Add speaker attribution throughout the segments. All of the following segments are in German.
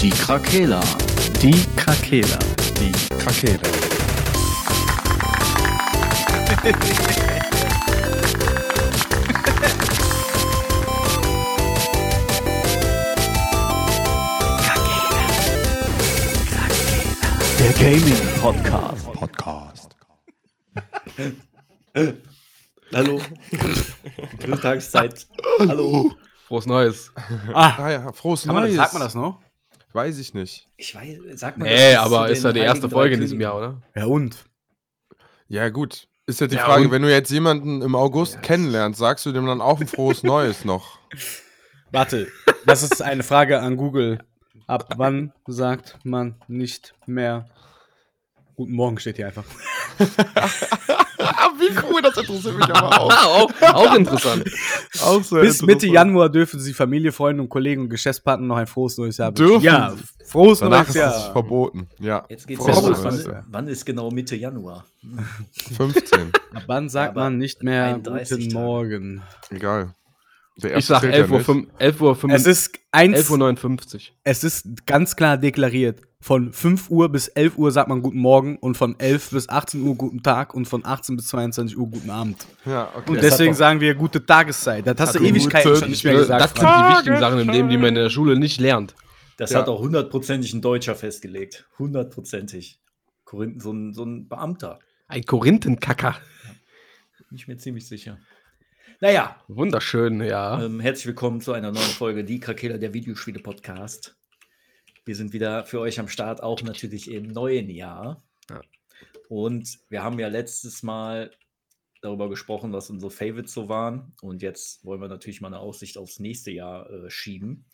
Speaker 1: Die Krakela.
Speaker 2: Die Krakela.
Speaker 1: Die Krakela.
Speaker 2: Der Gaming Podcast.
Speaker 3: Podcast.
Speaker 4: Hallo. Gute Tageszeit. Hallo.
Speaker 5: Frohes Neues.
Speaker 6: Äh,
Speaker 3: Ah ja, frohes
Speaker 6: Kann man das,
Speaker 3: Neues.
Speaker 6: sagt man das noch?
Speaker 3: Weiß ich nicht.
Speaker 4: Ich weiß, sag mal.
Speaker 5: Nee, aber ist ja die erste Folge in diesem Jahr, oder?
Speaker 6: Ja und?
Speaker 3: Ja, gut. Ist ja die
Speaker 5: Ja,
Speaker 3: Frage,
Speaker 5: und-
Speaker 3: wenn du jetzt jemanden im August kennenlernst, sagst du dem dann auch ein frohes Neues noch?
Speaker 6: Warte, das ist eine Frage an Google. Ab wann sagt man nicht mehr Guten Morgen steht hier einfach.
Speaker 3: Ah, wie cool, das interessiert mich aber auch.
Speaker 5: Ah, auch, auch interessant.
Speaker 3: auch so
Speaker 6: Bis Mitte Januar dürfen Sie Familie, Freunde und Kollegen und Geschäftspartner noch ein frohes neues Jahr
Speaker 3: Dürfen?
Speaker 6: Ja, frohes
Speaker 3: Danach
Speaker 6: neues
Speaker 3: ist es
Speaker 6: Jahr.
Speaker 3: verboten. Ja,
Speaker 4: Jetzt geht's
Speaker 3: Frohes
Speaker 4: los.
Speaker 3: Neues,
Speaker 4: Wann,
Speaker 3: ja.
Speaker 4: wann ist genau Mitte Januar?
Speaker 3: 15.
Speaker 6: Ab wann sagt
Speaker 4: Aber
Speaker 6: man nicht mehr
Speaker 4: 31
Speaker 6: Guten
Speaker 4: Tage.
Speaker 6: Morgen?
Speaker 3: Egal. Der
Speaker 5: Ich
Speaker 3: erste
Speaker 5: sag
Speaker 3: zählt
Speaker 5: 11 Uhr,
Speaker 3: nicht.
Speaker 5: fünf- 11 Uhr, fünf-
Speaker 6: Es ist eins,
Speaker 5: 11.59 Uhr.
Speaker 6: es ist ganz klar deklariert. Von 5 Uhr bis 11 Uhr sagt man Guten Morgen und von 11 bis 18 Uhr Guten Tag und von 18 bis 22 Uhr Guten Abend.
Speaker 3: Ja, okay.
Speaker 6: Und
Speaker 3: Das
Speaker 6: deswegen
Speaker 3: hat
Speaker 6: sagen wir gute Tageszeit. Das hast du
Speaker 3: Gute
Speaker 6: Ewigkeiten schon nicht mehr gesagt.
Speaker 5: Das sind die wichtigen Sachen im Leben, die man in der Schule nicht lernt.
Speaker 4: Das
Speaker 3: Ja.
Speaker 4: hat auch hundertprozentig ein Deutscher festgelegt. Hundertprozentig. Korinthen, so ein, so ein Beamter.
Speaker 5: Ein Korinthenkacker.
Speaker 4: Bin ich mir ziemlich sicher. Naja,
Speaker 5: Wunderschön, ja.
Speaker 4: ähm, herzlich willkommen zu einer neuen Folge Die Krakela der Videospiele-Podcast. Wir sind wieder für euch am Start, auch natürlich im neuen Jahr.
Speaker 5: Ja.
Speaker 4: Und wir haben ja letztes Mal darüber gesprochen, was unsere Favorites so waren. Und jetzt wollen wir natürlich mal eine Aussicht aufs nächste Jahr äh, schieben.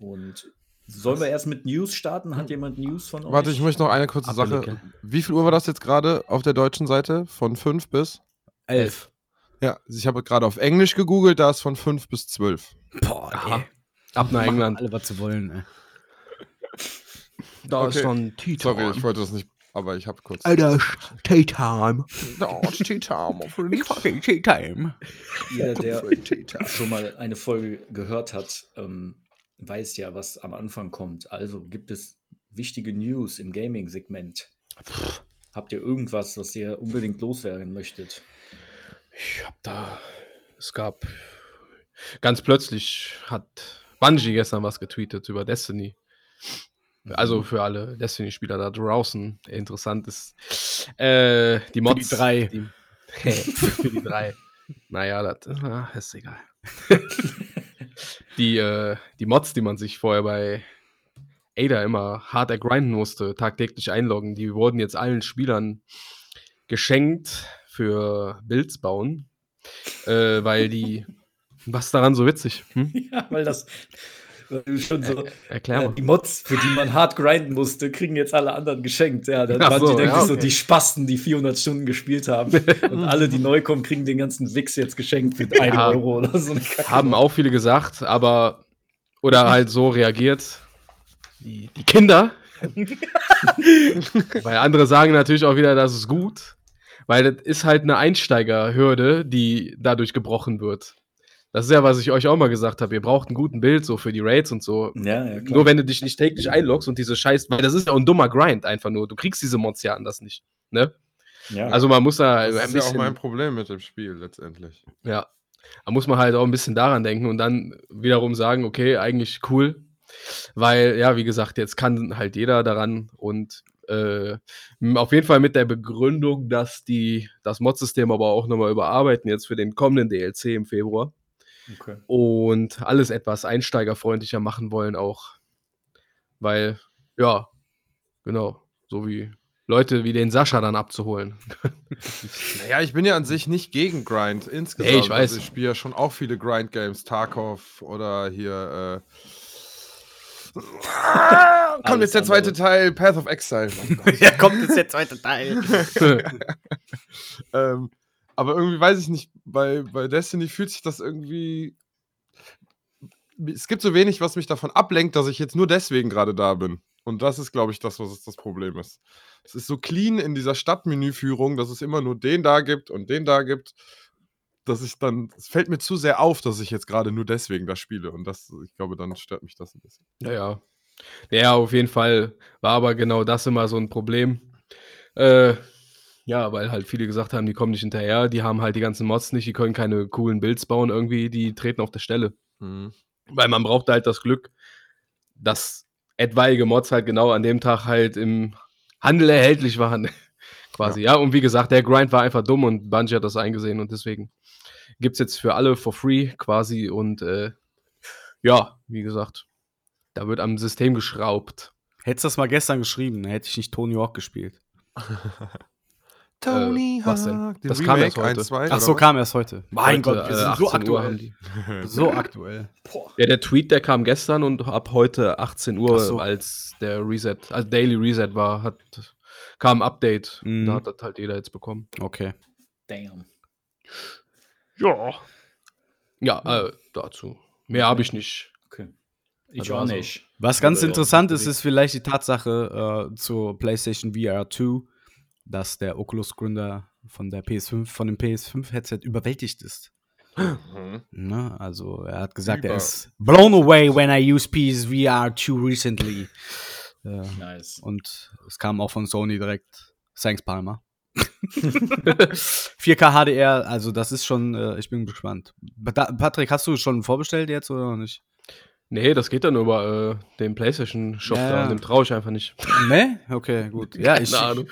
Speaker 4: Und sollen wir erst mit News starten? Hat jemand News von euch?
Speaker 3: Warte, ich möchte noch eine kurze Sache.
Speaker 5: Abgenicke.
Speaker 3: Wie viel Uhr war das jetzt gerade auf der deutschen Seite? Von 5 bis?
Speaker 6: Elf.
Speaker 3: Ja, ich habe gerade auf Englisch gegoogelt, da ist von 5 bis 12.
Speaker 6: Boah,
Speaker 5: Aha.
Speaker 6: ey.
Speaker 5: Ab nach
Speaker 6: Machen
Speaker 5: England.
Speaker 6: alle, was sie wollen. Ey.
Speaker 5: Da
Speaker 3: Okay.
Speaker 5: schon Titan.
Speaker 3: Sorry, ich wollte das nicht, aber ich habe kurz.
Speaker 2: Alter, Titan.
Speaker 3: Oh, Titan, auf jeden Fall.
Speaker 6: fucking tea time.
Speaker 4: Jeder, der
Speaker 3: Titan.
Speaker 4: schon mal eine Folge gehört hat, ähm, weiß ja, was am Anfang kommt. Also gibt es wichtige News im Gaming-Segment. Habt ihr irgendwas, was ihr unbedingt loswerden möchtet?
Speaker 5: Ich hab da. Es gab. Ganz plötzlich hat Bungie gestern was getweetet über Destiny. Also für alle Destiny-Spieler da draußen. Interessant ist. Äh, die Mods.
Speaker 6: drei.
Speaker 5: Die, für die drei. Naja, das ah, ist egal. die, äh, die Mods, die man sich vorher bei Ada immer hart ergrinden musste, tagtäglich einloggen, die wurden jetzt allen Spielern geschenkt für Builds bauen, äh, weil die. Was ist daran so witzig? Hm?
Speaker 4: Ja, weil das weil du schon so.
Speaker 5: Er, erklär
Speaker 4: Ja,
Speaker 5: mal.
Speaker 4: die Mods, für die man hart grinden musste, kriegen jetzt alle anderen geschenkt. Ja, dann
Speaker 5: Ach
Speaker 4: waren
Speaker 5: so,
Speaker 4: die, denke
Speaker 5: ja,
Speaker 4: ich, so
Speaker 5: okay.
Speaker 4: die Spasten, die 400 Stunden gespielt haben. Und alle, die neu kommen, kriegen den ganzen Wix jetzt geschenkt mit 1
Speaker 5: Ja.
Speaker 4: Euro oder so.
Speaker 5: Haben auch viele gesagt, aber. Oder halt so reagiert. Die, die Kinder. weil andere sagen natürlich auch wieder, das ist gut. Weil das ist halt eine Einsteigerhürde, die dadurch gebrochen wird. Das ist ja, was ich euch auch mal gesagt habe. Ihr braucht einen guten Bild so für die Raids und so.
Speaker 4: Ja, ja, klar.
Speaker 5: Nur wenn du dich nicht täglich einloggst und diese Scheiß, weil das ist ja auch ein dummer Grind einfach nur. Du kriegst diese Mods ja anders nicht. Ne?
Speaker 4: ja.
Speaker 5: Also man muss da ein
Speaker 3: Das ist ja auch
Speaker 5: bisschen, ja,
Speaker 3: mein Problem mit dem Spiel letztendlich.
Speaker 5: da muss man halt auch ein bisschen daran denken und dann wiederum sagen, okay, eigentlich cool, weil ja, wie gesagt, jetzt kann halt jeder daran und äh, m- auf jeden Fall mit der Begründung, dass die das Mod-System aber auch nochmal überarbeiten jetzt für den kommenden DLC im Februar
Speaker 4: okay.
Speaker 5: und alles etwas einsteigerfreundlicher machen wollen auch. Weil, ja, genau, so wie Leute wie den Sascha dann abzuholen.
Speaker 3: Naja, ich bin ja an sich nicht gegen Grind insgesamt.
Speaker 5: Nee, ich weiß.
Speaker 3: Also ich spiele ja schon auch viele Grind-Games. Tarkov oder hier. Äh, kommt
Speaker 4: Alles
Speaker 3: jetzt der zweite
Speaker 4: andere.
Speaker 3: Teil, Path of Exile. Oh
Speaker 6: Ja, kommt jetzt der zweite Teil.
Speaker 3: ähm, aber irgendwie weiß ich nicht, bei, bei Destiny fühlt sich das irgendwie. Es gibt so wenig, was mich davon ablenkt, dass ich jetzt nur deswegen gerade da bin. Und das ist, glaube ich, das, was es das Problem ist. Es ist so clean in dieser Stadtmenüführung, dass es immer nur den da gibt und den da gibt, dass ich dann. Es fällt mir zu sehr auf, dass ich jetzt gerade nur deswegen das spiele. Und das, ich glaube, dann stört mich das ein bisschen.
Speaker 5: naja, Ja, auf jeden Fall war aber genau das immer so ein Problem. Äh, ja, weil halt viele gesagt haben, die kommen nicht hinterher, die haben halt die ganzen Mods nicht, die können keine coolen Builds bauen irgendwie, die treten auf der Stelle.
Speaker 3: Mhm.
Speaker 5: Weil man braucht halt das Glück, dass etwaige Mods halt genau an dem Tag halt im Handel erhältlich waren. Quasi, ja. Und wie gesagt, der Grind war einfach dumm und Bungie hat das eingesehen und deswegen gibt es jetzt für alle for free quasi und äh, ja, wie gesagt, da wird am System geschraubt.
Speaker 6: Hättest du das mal gestern geschrieben, dann hätte ich nicht Tony Hawk gespielt.
Speaker 5: Tony
Speaker 3: was denn?
Speaker 5: Hawk,
Speaker 3: Den
Speaker 5: das kam erst heute.
Speaker 3: 1, 2,
Speaker 6: Ach so, kam erst heute. Mein
Speaker 5: Heute,
Speaker 6: Gott, wir
Speaker 5: äh,
Speaker 6: sind so
Speaker 5: 18 Uhr haben
Speaker 6: aktuell.
Speaker 5: die.
Speaker 6: So aktuell.
Speaker 5: Ja, der Tweet, der kam gestern und ab heute 18 Uhr,
Speaker 6: Ach so.
Speaker 5: als der Reset, als Daily Reset war, hat, kam ein Update.
Speaker 6: Mhm.
Speaker 5: Da hat das halt jeder jetzt bekommen.
Speaker 6: Okay.
Speaker 4: Damn.
Speaker 5: Ja. Ja, äh, dazu. Mehr habe ich nicht.
Speaker 4: Okay. Ich
Speaker 5: Also,
Speaker 4: auch
Speaker 5: also-
Speaker 4: nicht.
Speaker 6: Was ganz
Speaker 4: Also, ja,
Speaker 6: interessant ist,
Speaker 4: bewegt.
Speaker 6: ist vielleicht die Tatsache äh, zur PlayStation VR 2, dass der Oculus-Gründer von der PS5, von dem PS5-Headset überwältigt ist. Ne? Also er hat gesagt, er
Speaker 3: Über-
Speaker 6: ist blown away when I use PSVR 2 recently. äh,
Speaker 4: Nice.
Speaker 6: und es kam auch von Sony direkt. Thanks, Palmer. 4K HDR, also das ist schon, äh, ich bin gespannt. Ba- Patrick, hast du schon vorbestellt jetzt oder noch nicht?
Speaker 5: Nee, das geht dann über äh, den PlayStation-Shop
Speaker 6: Ja,
Speaker 5: da.
Speaker 6: ja.
Speaker 5: Dem traue ich einfach nicht.
Speaker 6: Ne? Okay, gut. Ja, ich,
Speaker 5: Keine Ahnung.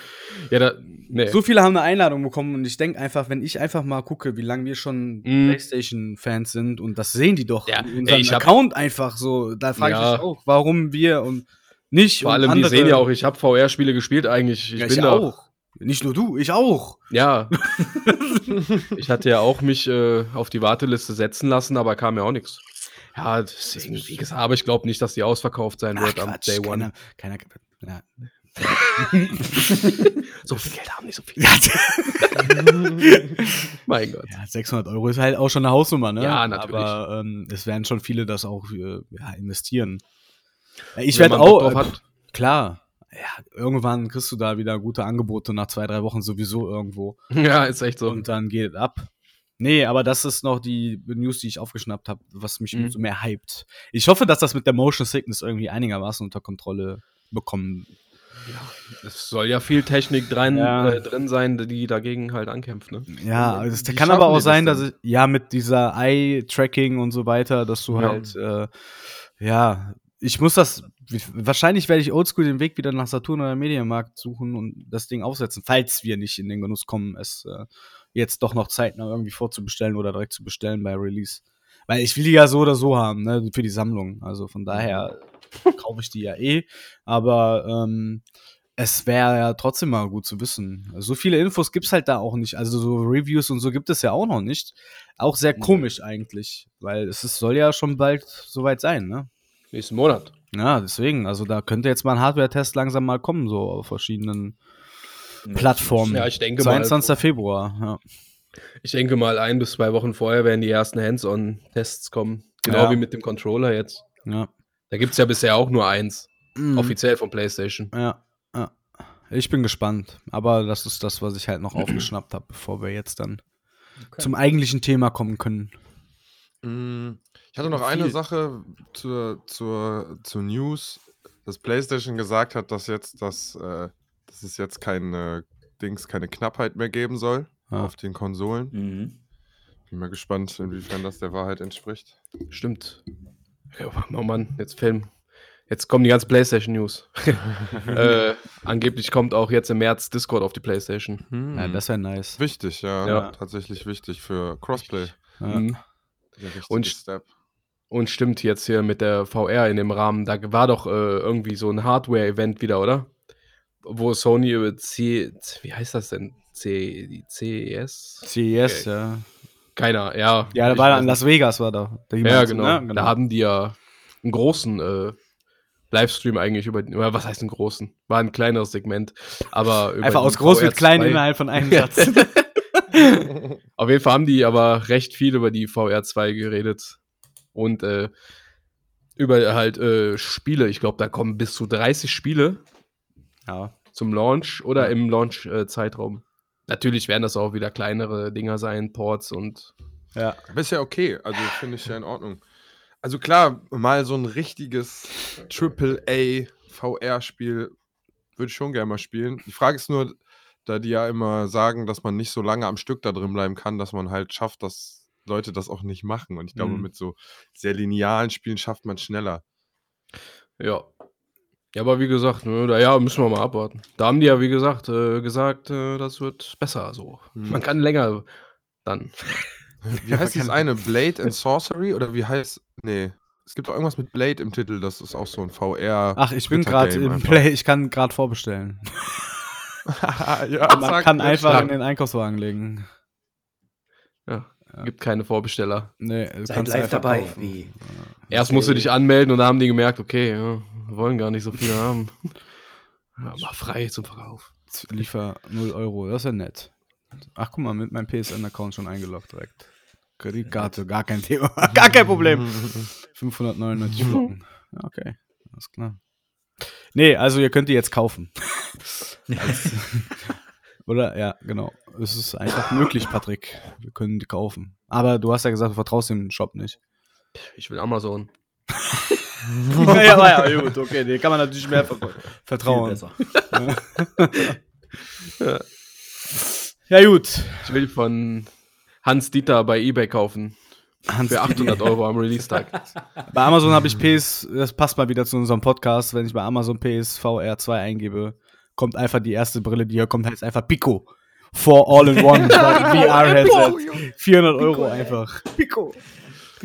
Speaker 5: Ja, da, nee.
Speaker 6: So viele haben eine Einladung bekommen und ich denke einfach, wenn ich einfach mal gucke, wie lange wir schon
Speaker 5: Mm.
Speaker 6: PlayStation-Fans sind und das sehen die doch
Speaker 5: Ja,
Speaker 6: in
Speaker 5: ey,
Speaker 6: unserem
Speaker 5: ich hab-
Speaker 6: Account einfach so, da frage ich
Speaker 5: Ja.
Speaker 6: mich auch, warum wir und nicht
Speaker 5: Vor
Speaker 6: und
Speaker 5: allem, die
Speaker 6: andere-
Speaker 5: sehen ja auch, ich habe VR-Spiele gespielt eigentlich. Ich
Speaker 6: ja,
Speaker 5: bin
Speaker 6: ich
Speaker 5: da
Speaker 6: auch. Nicht nur du, ich auch.
Speaker 5: Ja. ich hatte ja auch mich äh, auf die Warteliste setzen lassen, aber kam ja auch nichts. Ja, deswegen, wie gesagt, aber ich glaube nicht, dass die ausverkauft sein
Speaker 6: Ach,
Speaker 5: wird am
Speaker 6: Quatsch,
Speaker 5: Day
Speaker 6: keiner,
Speaker 5: One.
Speaker 6: keiner, ja.
Speaker 5: So viel Geld haben nicht so viel.
Speaker 6: ja,
Speaker 5: Mein Gott.
Speaker 6: 600 Euro ist halt auch schon eine Hausnummer, ne?
Speaker 5: Ja, natürlich.
Speaker 6: Aber ähm, es werden schon viele das auch äh, ja, investieren. Ich
Speaker 5: Wenn
Speaker 6: werde
Speaker 5: man Bock
Speaker 6: auch,
Speaker 5: drauf
Speaker 6: äh,
Speaker 5: hat.
Speaker 6: Klar. Ja, irgendwann kriegst du da wieder gute Angebote nach zwei, drei Wochen sowieso irgendwo.
Speaker 5: Ja, ist echt so.
Speaker 6: Und dann geht es ab. Nee, aber das ist noch die News, die ich aufgeschnappt habe, was mich
Speaker 5: Mhm.
Speaker 6: umso mehr hypt. Ich hoffe, dass das mit der Motion Sickness irgendwie einigermaßen unter Kontrolle bekommen.
Speaker 5: es soll ja viel Technik drin,
Speaker 6: Ja.
Speaker 5: äh, drin sein, die dagegen halt ankämpft, ne?
Speaker 6: Ja,
Speaker 3: Wie
Speaker 6: das kann aber
Speaker 3: schaffen die
Speaker 6: auch
Speaker 3: das
Speaker 6: sein, dass
Speaker 3: denn?
Speaker 6: ich, Also, ja, mit dieser Eye-Tracking und so weiter, dass du
Speaker 5: Ja.
Speaker 6: halt, äh, ja, ich muss das, wahrscheinlich werde ich oldschool den Weg wieder nach Saturn oder Medienmarkt suchen und das Ding aufsetzen, falls wir nicht in den Genuss kommen, es äh, jetzt doch noch zeitnah irgendwie vorzubestellen oder direkt zu bestellen bei Release. Weil ich will die ja so oder so haben, ne, für die Sammlung. Also von daher kaufe ich die ja eh. Aber ähm, es wäre ja trotzdem mal gut zu wissen. So viele Infos gibt es halt da auch nicht. Also so Reviews und so gibt es ja auch noch nicht. Auch sehr komisch eigentlich, weil es ist, soll ja schon bald soweit sein, ne?
Speaker 5: Nächsten Monat.
Speaker 6: Ja, deswegen, also da könnte jetzt mal ein Hardware-Test langsam mal kommen, so auf verschiedenen
Speaker 4: Ja,
Speaker 6: Plattformen.
Speaker 5: Ja, ich denke mal. also
Speaker 6: 22. Februar, ja.
Speaker 5: Ich denke mal, ein bis zwei Wochen vorher werden die ersten Hands-on-Tests kommen. Genau
Speaker 6: Ja.
Speaker 5: wie mit dem Controller jetzt.
Speaker 6: ja.
Speaker 5: Da gibt es ja bisher auch nur eins,
Speaker 6: Mhm.
Speaker 5: offiziell von PlayStation.
Speaker 6: Ja, ja. Ich bin gespannt. Aber das ist das, was ich halt noch aufgeschnappt habe, bevor wir jetzt dann zum eigentlichen Thema kommen können.
Speaker 3: Mm, Ich hatte noch eine
Speaker 6: Viel.
Speaker 3: Sache zur, zur, zur News, dass PlayStation gesagt hat, dass jetzt das, äh, dass es jetzt keine Dings, keine Knappheit mehr geben soll
Speaker 6: Ja.
Speaker 3: auf den Konsolen.
Speaker 4: Mhm.
Speaker 3: Bin mal gespannt, inwiefern das der Wahrheit entspricht.
Speaker 5: Stimmt. Ja, Oh Mann, jetzt Film. Jetzt kommen die ganzen PlayStation-News. äh, angeblich kommt auch jetzt im März Discord auf die PlayStation.
Speaker 6: Ja, das wäre nice.
Speaker 3: wichtig, ja,
Speaker 5: Ja.
Speaker 3: Tatsächlich wichtig für Crossplay.
Speaker 6: Ja.
Speaker 5: Mhm.
Speaker 3: Der richtige
Speaker 5: Und-
Speaker 3: Step.
Speaker 5: Und stimmt jetzt hier mit der VR in dem Rahmen. Da war doch äh, irgendwie so ein Hardware-Event wieder, oder? Wo Sony über C. Wie heißt das denn? C. die CES?
Speaker 6: CES,
Speaker 5: Okay.
Speaker 6: E ja.
Speaker 5: Keiner, ja.
Speaker 6: Ja, da
Speaker 5: Ich
Speaker 6: war
Speaker 5: weiß
Speaker 6: in
Speaker 5: nicht.
Speaker 6: Las Vegas, war da. Die
Speaker 5: Ja,
Speaker 6: meinst du,
Speaker 5: genau.
Speaker 6: ne?
Speaker 5: Da haben die ja einen großen äh, Livestream eigentlich über, oder was heißt einen großen? War ein kleineres Segment, aber über
Speaker 6: Einfach
Speaker 5: die
Speaker 6: aus groß wird
Speaker 5: VR2
Speaker 6: klein innerhalb von einem
Speaker 5: Ja.
Speaker 6: Satz.
Speaker 5: Auf jeden Fall haben die aber recht viel über die VR2 geredet und äh, über halt äh, Spiele. Ich glaube, da kommen bis zu 30 Spiele
Speaker 6: ja.
Speaker 5: zum Launch oder im Launch-Zeitraum. Natürlich werden das auch wieder kleinere Dinger sein, Ports und
Speaker 6: ja.
Speaker 3: Aber ist ja okay, also finde ich ja in Ordnung. Also klar, mal so ein richtiges AAA VR-Spiel würde ich schon gerne mal spielen. Die Frage ist nur, da die ja immer sagen, dass man nicht so lange am Stück da drin bleiben kann, dass man halt schafft, dass Leute das auch nicht machen. Und ich glaube,
Speaker 6: Mhm.
Speaker 3: mit so sehr linearen Spielen schafft man schneller.
Speaker 5: Ja. Ja, aber wie gesagt, ne, da, ja, müssen wir mal abwarten. Da haben die ja, wie gesagt, äh, gesagt, äh, das wird besser so.
Speaker 6: Mhm.
Speaker 3: Hm.
Speaker 5: Man kann länger dann.
Speaker 3: Wie heißt das eine? Blade
Speaker 6: Äh.
Speaker 3: and Sorcery? Oder wie heißt. Nee. Es gibt doch irgendwas mit Blade im Titel, das ist auch so ein VR.
Speaker 6: Ach, ich bin gerade
Speaker 3: Twitter-Game
Speaker 6: im
Speaker 3: einfach.
Speaker 6: Play, ich kann gerade vorbestellen.
Speaker 3: ja,
Speaker 6: Man
Speaker 3: zack,
Speaker 6: kann
Speaker 3: ja,
Speaker 6: einfach
Speaker 3: stark.
Speaker 6: in den Einkaufswagen legen.
Speaker 5: Ja.
Speaker 6: Ja.
Speaker 5: Gibt keine Vorbesteller.
Speaker 6: Nee, du
Speaker 4: Seid
Speaker 6: kannst
Speaker 4: live
Speaker 6: einfach
Speaker 4: dabei.
Speaker 6: kaufen.
Speaker 4: Wie?
Speaker 5: Erst musst du dich anmelden und da haben die gemerkt, okay, ja, wir wollen gar nicht so viele haben. Ja, Mach frei zum Verkauf.
Speaker 6: Liefer 0 Euro, das ist ja nett. Ach, guck mal, mit meinem PSN-Account schon eingeloggt direkt. Kreditkarte, gar kein Thema, gar kein Problem. 599 Flocken. Ja, Okay, alles klar. Nee, also ihr könnt die jetzt kaufen. Oder? Ja, genau. Es ist einfach möglich, Patrick. Wir können die kaufen. Aber du hast ja gesagt, du vertraust dem Shop nicht.
Speaker 5: Ich will Amazon.
Speaker 6: ja, ja, ja, gut, okay, nee, kann man natürlich mehr vertrauen.
Speaker 4: Viel
Speaker 6: vertrauen.
Speaker 4: besser.
Speaker 6: Ja, gut.
Speaker 5: Ich will von Hans Dieter bei eBay kaufen.
Speaker 6: Hans
Speaker 5: Für 800 Euro am Release-Tag.
Speaker 6: Bei Amazon habe ich PS, das passt mal wieder zu unserem Podcast, wenn ich bei Amazon PS VR2 eingebe, kommt einfach die erste Brille, die hier kommt, heißt einfach Pico. For all in one VR Headset. 400 Euro einfach. Pico.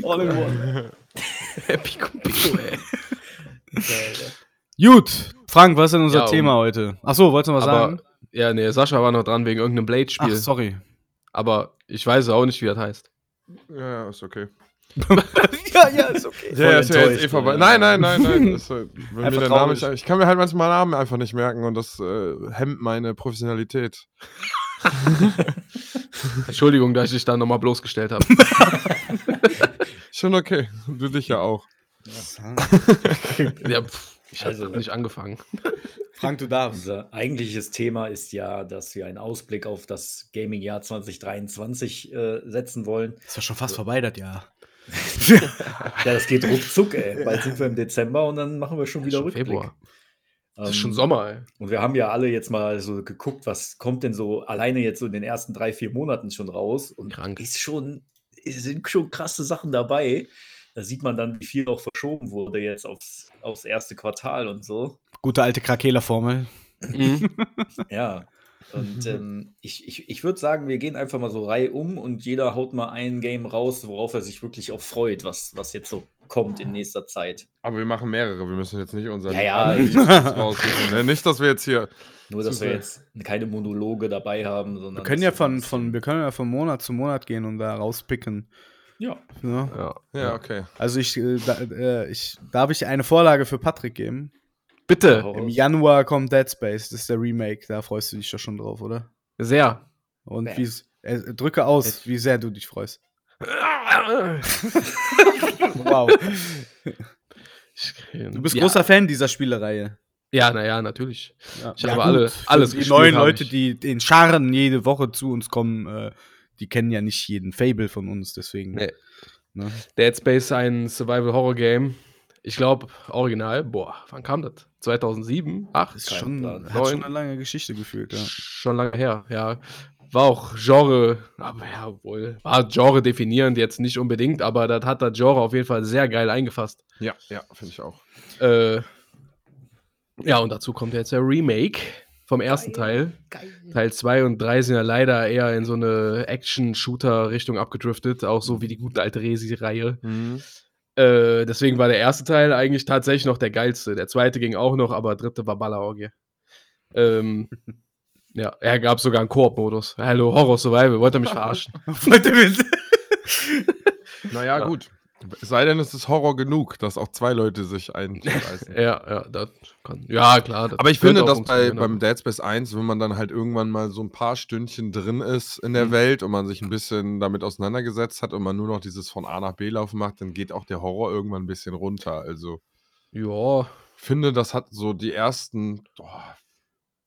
Speaker 6: All in one.
Speaker 5: Pico, Pico, ey.
Speaker 6: Gut. Frank, was ist denn unser
Speaker 5: Ja, um-
Speaker 6: Thema heute? Achso, wolltest du was
Speaker 5: Aber,
Speaker 6: sagen?
Speaker 5: ja, nee, Sascha war noch dran wegen irgendeinem
Speaker 6: Ach,
Speaker 5: Blade-Spiel.
Speaker 6: sorry.
Speaker 5: Aber ich weiß auch nicht, wie das heißt.
Speaker 3: Ja, ist okay.
Speaker 6: ja, ja, ist okay.
Speaker 3: Ja, ja, ist ja jetzt eh
Speaker 4: enttäuscht,
Speaker 3: vorbei.
Speaker 4: oder?
Speaker 3: Nein, nein, nein, nein. Das, äh, wenn mir
Speaker 6: Einfach
Speaker 3: der Name
Speaker 6: traurig.
Speaker 3: nicht, ich kann mir halt manchmal Namen einfach nicht merken und das äh, hemmt meine Professionalität.
Speaker 5: Entschuldigung, dass ich dich da nochmal bloßgestellt habe.
Speaker 3: Schon okay. Du dich ja auch.
Speaker 5: ja, pff, ich habe
Speaker 4: Also-
Speaker 5: nicht angefangen.
Speaker 6: Frank, du darfst.
Speaker 4: Unser eigentliches Thema ist ja, dass wir einen Ausblick auf das Gaming-Jahr 2023 äh, setzen wollen.
Speaker 6: Ist ja schon fast vorbei, das Jahr.
Speaker 4: Ja, das geht ruckzuck, ey. Bald sind wir im Dezember und dann machen wir schon wieder
Speaker 5: Schon
Speaker 4: Rückblick.
Speaker 5: Februar. Das ist
Speaker 4: Ähm,
Speaker 5: schon Sommer, ey.
Speaker 4: Und wir haben ja alle jetzt mal so geguckt, was kommt denn so alleine jetzt so in den ersten drei, vier Monaten schon raus. Und
Speaker 5: Krank.
Speaker 4: ist schon, es sind schon krasse Sachen dabei. Da sieht man dann, wie viel auch verschoben wurde jetzt aufs, aufs erste Quartal und so.
Speaker 6: Gute alte Krakela-Formel.
Speaker 4: Mhm. Ja. Und ähm, ich, ich, ich würde sagen, wir gehen einfach mal so Reihe um und jeder haut mal ein Game raus, worauf er sich wirklich auch freut, was, was jetzt so kommt in nächster Zeit.
Speaker 3: Aber wir machen mehrere. Wir müssen jetzt nicht unseren.
Speaker 4: Ja, ja.
Speaker 3: Lieblings- raussuchen, ne? Nicht, dass wir jetzt hier.
Speaker 4: Nur, dass wir
Speaker 3: Super.
Speaker 4: jetzt keine Monologe dabei haben, sondern.
Speaker 6: Wir können
Speaker 4: dass
Speaker 6: ja
Speaker 4: wir
Speaker 6: von,
Speaker 4: uns-
Speaker 6: von, wir können ja von Monat zu Monat gehen und da rauspicken.
Speaker 4: Ja.
Speaker 6: Ne?
Speaker 5: Ja.
Speaker 3: Ja, okay.
Speaker 6: Also ich, äh, da, äh, ich darf ich eine Vorlage für Patrick geben.
Speaker 5: Bitte,
Speaker 6: Im Januar kommt Dead Space, das ist der Remake, da freust du dich doch schon drauf, oder?
Speaker 5: sehr.
Speaker 6: Und
Speaker 4: Nee.
Speaker 6: wie es- äh, drücke aus, wie sehr du dich freust.
Speaker 4: Ah.
Speaker 6: Wow.
Speaker 5: Ich,
Speaker 6: Du bist
Speaker 5: ja,
Speaker 6: großer Fan dieser Spielereihe.
Speaker 5: Ja, naja, natürlich.
Speaker 6: Ja,
Speaker 5: Ich habe alle-
Speaker 6: für
Speaker 5: alles
Speaker 6: Die
Speaker 5: gespielt
Speaker 6: neuen
Speaker 5: habe
Speaker 6: Leute,
Speaker 5: ich.
Speaker 6: die in Scharen jede Woche zu uns kommen, äh, die kennen ja nicht jeden Fable von uns, deswegen.
Speaker 5: Nee.
Speaker 6: Ne?
Speaker 5: Dead Space, ein Survival-Horror-Game. Ich glaube, original, boah, wann kam das? 2007, 8?
Speaker 6: Ist
Speaker 4: Kein
Speaker 6: schon,
Speaker 4: Plan.
Speaker 6: hat schon
Speaker 5: Neun.
Speaker 6: eine lange Geschichte gefühlt, ja.
Speaker 5: Schon lange her, ja. War auch Genre, aber ja, wohl, war Genre definierend jetzt nicht unbedingt, aber das hat das Genre auf jeden Fall sehr geil eingefasst.
Speaker 3: Ja, ja, finde ich auch.
Speaker 5: Äh, ja, und dazu kommt jetzt der Remake vom ersten Teil. Teil 2 und 3 sind ja leider eher in so eine Action-Shooter-Richtung abgedriftet, auch so wie die gute alte Resi-Reihe.
Speaker 3: Mhm.
Speaker 5: Äh, deswegen war der erste Teil eigentlich tatsächlich noch der geilste. Der zweite ging auch noch, aber der dritte war Ballerorgie. Ähm, ja, er gab sogar einen Koop-Modus. Hallo, Horror Survival, wollte mich verarschen.
Speaker 3: Naja,
Speaker 5: Ja.
Speaker 3: gut. Sei denn, es ist Horror genug, dass auch zwei Leute sich einscheißen.
Speaker 5: ja, ja, das kann. Ja, klar. das
Speaker 3: Aber ich
Speaker 5: wird
Speaker 3: finde,
Speaker 5: auch
Speaker 3: dass bei,
Speaker 5: funktionieren,
Speaker 3: beim Dead Space 1, wenn man dann halt irgendwann mal so ein paar Stündchen drin ist in der
Speaker 5: Mhm.
Speaker 3: Welt und man sich ein bisschen damit auseinandergesetzt hat und man nur noch dieses von A nach B laufen macht, dann geht auch der Horror irgendwann ein bisschen runter. Also
Speaker 5: aber- Ja,
Speaker 3: finde, das hat so die ersten, oh,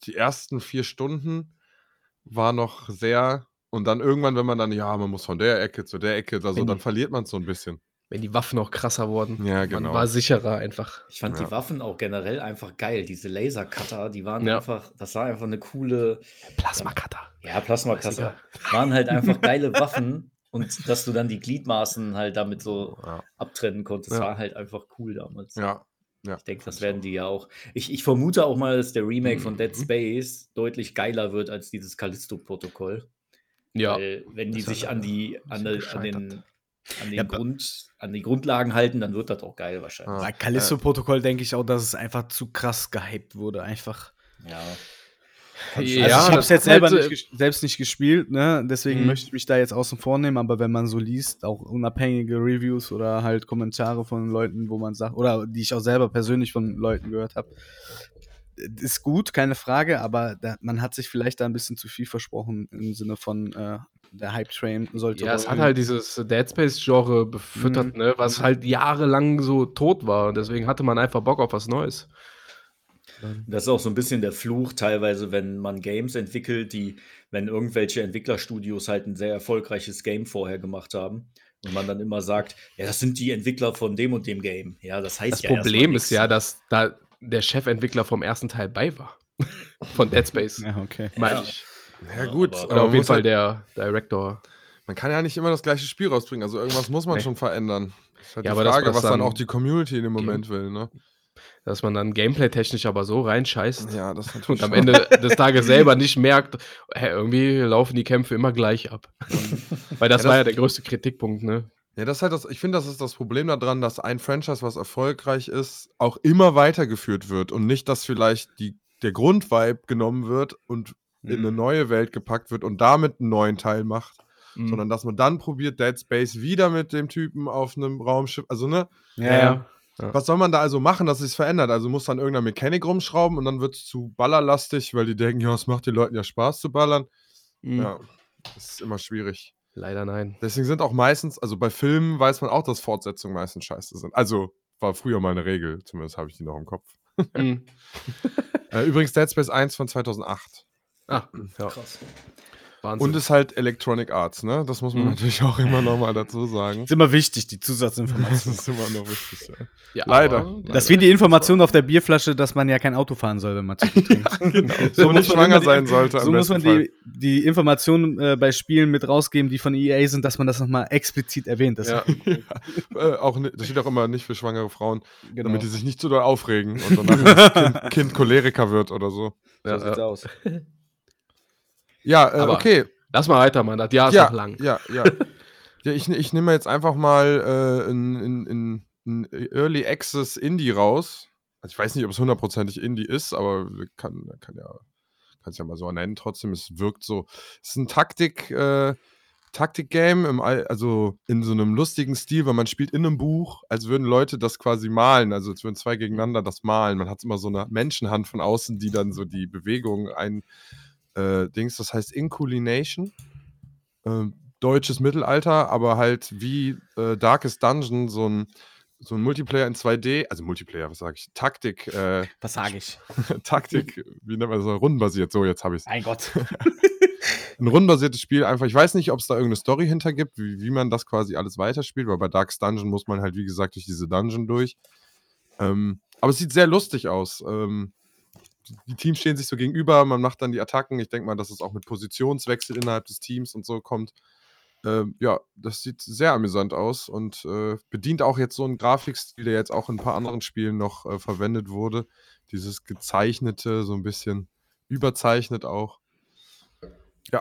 Speaker 3: die ersten vier Stunden war noch
Speaker 5: Genau.
Speaker 3: sehr und dann irgendwann, wenn man dann, ja, man muss von der Ecke zu der Ecke, also dann verliert man es so ein bisschen.
Speaker 5: Wenn die Waffen auch krasser wurden.
Speaker 3: Ja,
Speaker 5: Man
Speaker 3: genau.
Speaker 5: war sicherer einfach.
Speaker 4: Ich fand
Speaker 3: Ja.
Speaker 4: die Waffen auch generell einfach geil. Diese Lasercutter, die waren
Speaker 5: Ja.
Speaker 4: einfach, das war einfach eine coole,
Speaker 5: Plasmakatter.
Speaker 4: ja, Plasmakasse. Waren halt einfach geile Waffen und dass du dann die Gliedmaßen halt damit so
Speaker 3: Ja.
Speaker 4: abtrennen konntest,
Speaker 5: Ja.
Speaker 4: war halt einfach cool damals.
Speaker 3: Ja.
Speaker 4: Ich denke, das werden die ja auch. Ich, ich vermute auch mal, dass der Remake von Dead Space deutlich geiler wird als dieses Callisto-Protokoll.
Speaker 5: Ja.
Speaker 4: Weil wenn die
Speaker 5: Das war
Speaker 4: sich an die,
Speaker 5: bisschen
Speaker 4: an, de, an
Speaker 5: gescheitert.
Speaker 4: den, an den
Speaker 6: Ja, aber-
Speaker 4: Grund, an die Grundlagen halten, dann wird das auch geil wahrscheinlich.
Speaker 3: Ja.
Speaker 6: Bei Callisto-Protokoll denke ich auch, dass es einfach zu krass gehypt wurde, einfach.
Speaker 4: Ja.
Speaker 6: Also
Speaker 5: Ja,
Speaker 6: ich habe es
Speaker 5: das
Speaker 6: jetzt
Speaker 5: ist halt,
Speaker 6: selber nicht,
Speaker 5: äh,
Speaker 6: ges- selbst nicht gespielt, ne? deswegen
Speaker 5: Mhm.
Speaker 6: möchte ich mich da jetzt außen vor nehmen, aber wenn man so liest, auch unabhängige Reviews oder halt Kommentare von Leuten, wo man sagt, oder die ich auch selber persönlich von Leuten gehört habe, ist gut, keine Frage, aber da, man hat sich vielleicht da ein bisschen zu viel versprochen im Sinne von äh, der Hype-Train sollte
Speaker 5: Ja, es hat
Speaker 6: rollen.
Speaker 5: halt dieses Dead Space-Genre
Speaker 3: Mhm.
Speaker 5: befüttert, ne, was halt jahrelang so tot war. Und deswegen hatte man einfach Bock auf was Neues.
Speaker 4: Das ist auch so ein bisschen der Fluch teilweise, wenn man Games entwickelt, die, wenn irgendwelche Entwicklerstudios halt ein sehr erfolgreiches Game vorher gemacht haben und man dann immer sagt, ja, das sind die Entwickler von dem und dem Game. Ja, das heißt
Speaker 5: Das
Speaker 4: ja erstmal
Speaker 5: Problem ist
Speaker 4: nix.
Speaker 5: ja, dass da der Chefentwickler vom ersten Teil bei war. Von Dead Space,
Speaker 6: Ja, okay.
Speaker 5: meine
Speaker 4: Ja.
Speaker 5: ich.
Speaker 3: Ja, gut.
Speaker 4: aber-
Speaker 3: aber
Speaker 5: Oder auf
Speaker 3: man
Speaker 5: jeden
Speaker 3: muss
Speaker 5: Fall
Speaker 3: halt,
Speaker 5: der Director.
Speaker 3: Man kann ja nicht immer das gleiche Spiel rausbringen. Also irgendwas muss man
Speaker 5: Nee.
Speaker 3: schon verändern. Das ist halt
Speaker 5: Ja,
Speaker 3: die
Speaker 5: aber das,
Speaker 3: Frage,
Speaker 5: was
Speaker 3: was dann
Speaker 5: dann
Speaker 3: auch die Community in dem Moment will, ne?
Speaker 5: Dass man dann gameplay-technisch aber so reinscheißt
Speaker 3: Ja, das ist natürlich
Speaker 5: und am
Speaker 3: schon-
Speaker 5: Ende des Tages selber nicht merkt, hä, irgendwie laufen die Kämpfe immer gleich ab. Weil das,
Speaker 3: Ja,
Speaker 5: war
Speaker 3: das-
Speaker 5: ja der größte Kritikpunkt, ne?
Speaker 3: Ja, das ist halt das, ich finde, das ist das Problem daran, dass ein Franchise, was erfolgreich ist, auch immer weitergeführt wird und nicht, dass vielleicht die, der Grundvibe genommen wird und in
Speaker 5: Mhm.
Speaker 3: eine neue Welt gepackt wird und damit einen neuen Teil macht,
Speaker 5: Mhm.
Speaker 3: sondern dass man dann probiert, Dead Space wieder mit dem Typen auf einem Raumschiff, also ne,
Speaker 5: ja, ja.
Speaker 3: was soll man da also machen, dass es verändert? Also muss dann irgendeiner Mechanik rumschrauben und dann wird es zu ballerlastig, weil die denken, ja, es macht den Leuten ja Spaß zu ballern.
Speaker 5: Mhm.
Speaker 3: Ja, das ist immer schwierig.
Speaker 5: Leider nein.
Speaker 3: Deswegen sind auch meistens, also bei Filmen weiß man auch, dass Fortsetzungen meistens scheiße sind. Also war früher mal eine Regel, zumindest habe ich die noch im Kopf.
Speaker 5: Mhm.
Speaker 3: Äh, übrigens Dead Space 1 von 2008.
Speaker 5: Ah, ja,
Speaker 4: Krass.
Speaker 5: Wahnsinn.
Speaker 3: Und ist halt Electronic Arts, ne? Das muss man
Speaker 5: Mhm.
Speaker 3: natürlich auch immer nochmal dazu sagen.
Speaker 6: Ist immer wichtig, die Zusatzinformation.
Speaker 3: Das ist immer noch wichtig. Ja.
Speaker 5: ja,
Speaker 3: leider.
Speaker 5: aber-
Speaker 6: Das ist wie die Information auf der Bierflasche, dass man ja kein Auto fahren soll, wenn man zu viel trinkt.
Speaker 3: So
Speaker 6: muss
Speaker 3: nicht
Speaker 6: man
Speaker 3: schwanger
Speaker 6: immer die-
Speaker 3: sein sollte.
Speaker 6: So
Speaker 3: am
Speaker 6: muss
Speaker 3: besten
Speaker 6: man
Speaker 3: Fall.
Speaker 6: die, die Informationen äh, bei Spielen mit rausgeben, die von EA sind, dass man das nochmal explizit erwähnt. Das,
Speaker 5: Ja.
Speaker 3: Äh, auch, ne- das steht auch immer nicht für schwangere Frauen,
Speaker 6: genau.
Speaker 3: damit die sich nicht zu doll aufregen und danach das kind, kind Choleriker wird oder so.
Speaker 5: Ja,
Speaker 6: so sieht's
Speaker 5: ja.
Speaker 6: aus.
Speaker 3: Ja, äh,
Speaker 5: Aber-
Speaker 3: okay.
Speaker 5: Lass mal weiter, Mann. Das Jahr ist
Speaker 3: ja,
Speaker 5: noch lang.
Speaker 3: Ja, ja. ja ich ich nehme jetzt einfach mal äh, in, in, in, in Early Access Indie raus. Also ich weiß nicht, ob es hundertprozentig Indie ist, aber wir kann, kann ja kann es ja mal so nennen. Trotzdem, es wirkt so. Es ist ein Taktik, äh, Taktik-Game, im All- also in so einem lustigen Stil, weil man spielt in einem Buch, als würden Leute das quasi malen, also als würden zwei gegeneinander das malen. Man hat immer so eine Menschenhand von außen, die dann so die Bewegungen ein äh, Dings, das heißt Inculination. Ähm, deutsches Mittelalter, aber halt wie äh, Darkest Dungeon, so ein, so ein Multiplayer in 2D, also Multiplayer, was sage ich? Taktik, äh,
Speaker 6: Was sage ich?
Speaker 3: Taktik, wie nennt man das? Rundenbasiert. So, jetzt habe ich es
Speaker 6: Mein Gott.
Speaker 3: ein rundenbasiertes Spiel einfach. Ich weiß nicht, ob es da irgendeine Story hinter gibt, wie, wie man das quasi alles weiterspielt, weil bei Dark's Dungeon muss man halt, wie gesagt, durch diese Dungeon durch. Ähm, aber es sieht sehr lustig aus. Ähm, die Teams stehen sich so gegenüber, man macht dann die Attacken. Ich denke mal, dass es auch mit Positionswechsel innerhalb des Teams und so kommt. Ähm, ja, das sieht sehr amüsant aus und äh, bedient auch jetzt so einen Grafikstil, der jetzt auch in ein paar anderen Spielen noch äh, verwendet wurde. Dieses gezeichnete, so ein bisschen überzeichnet auch.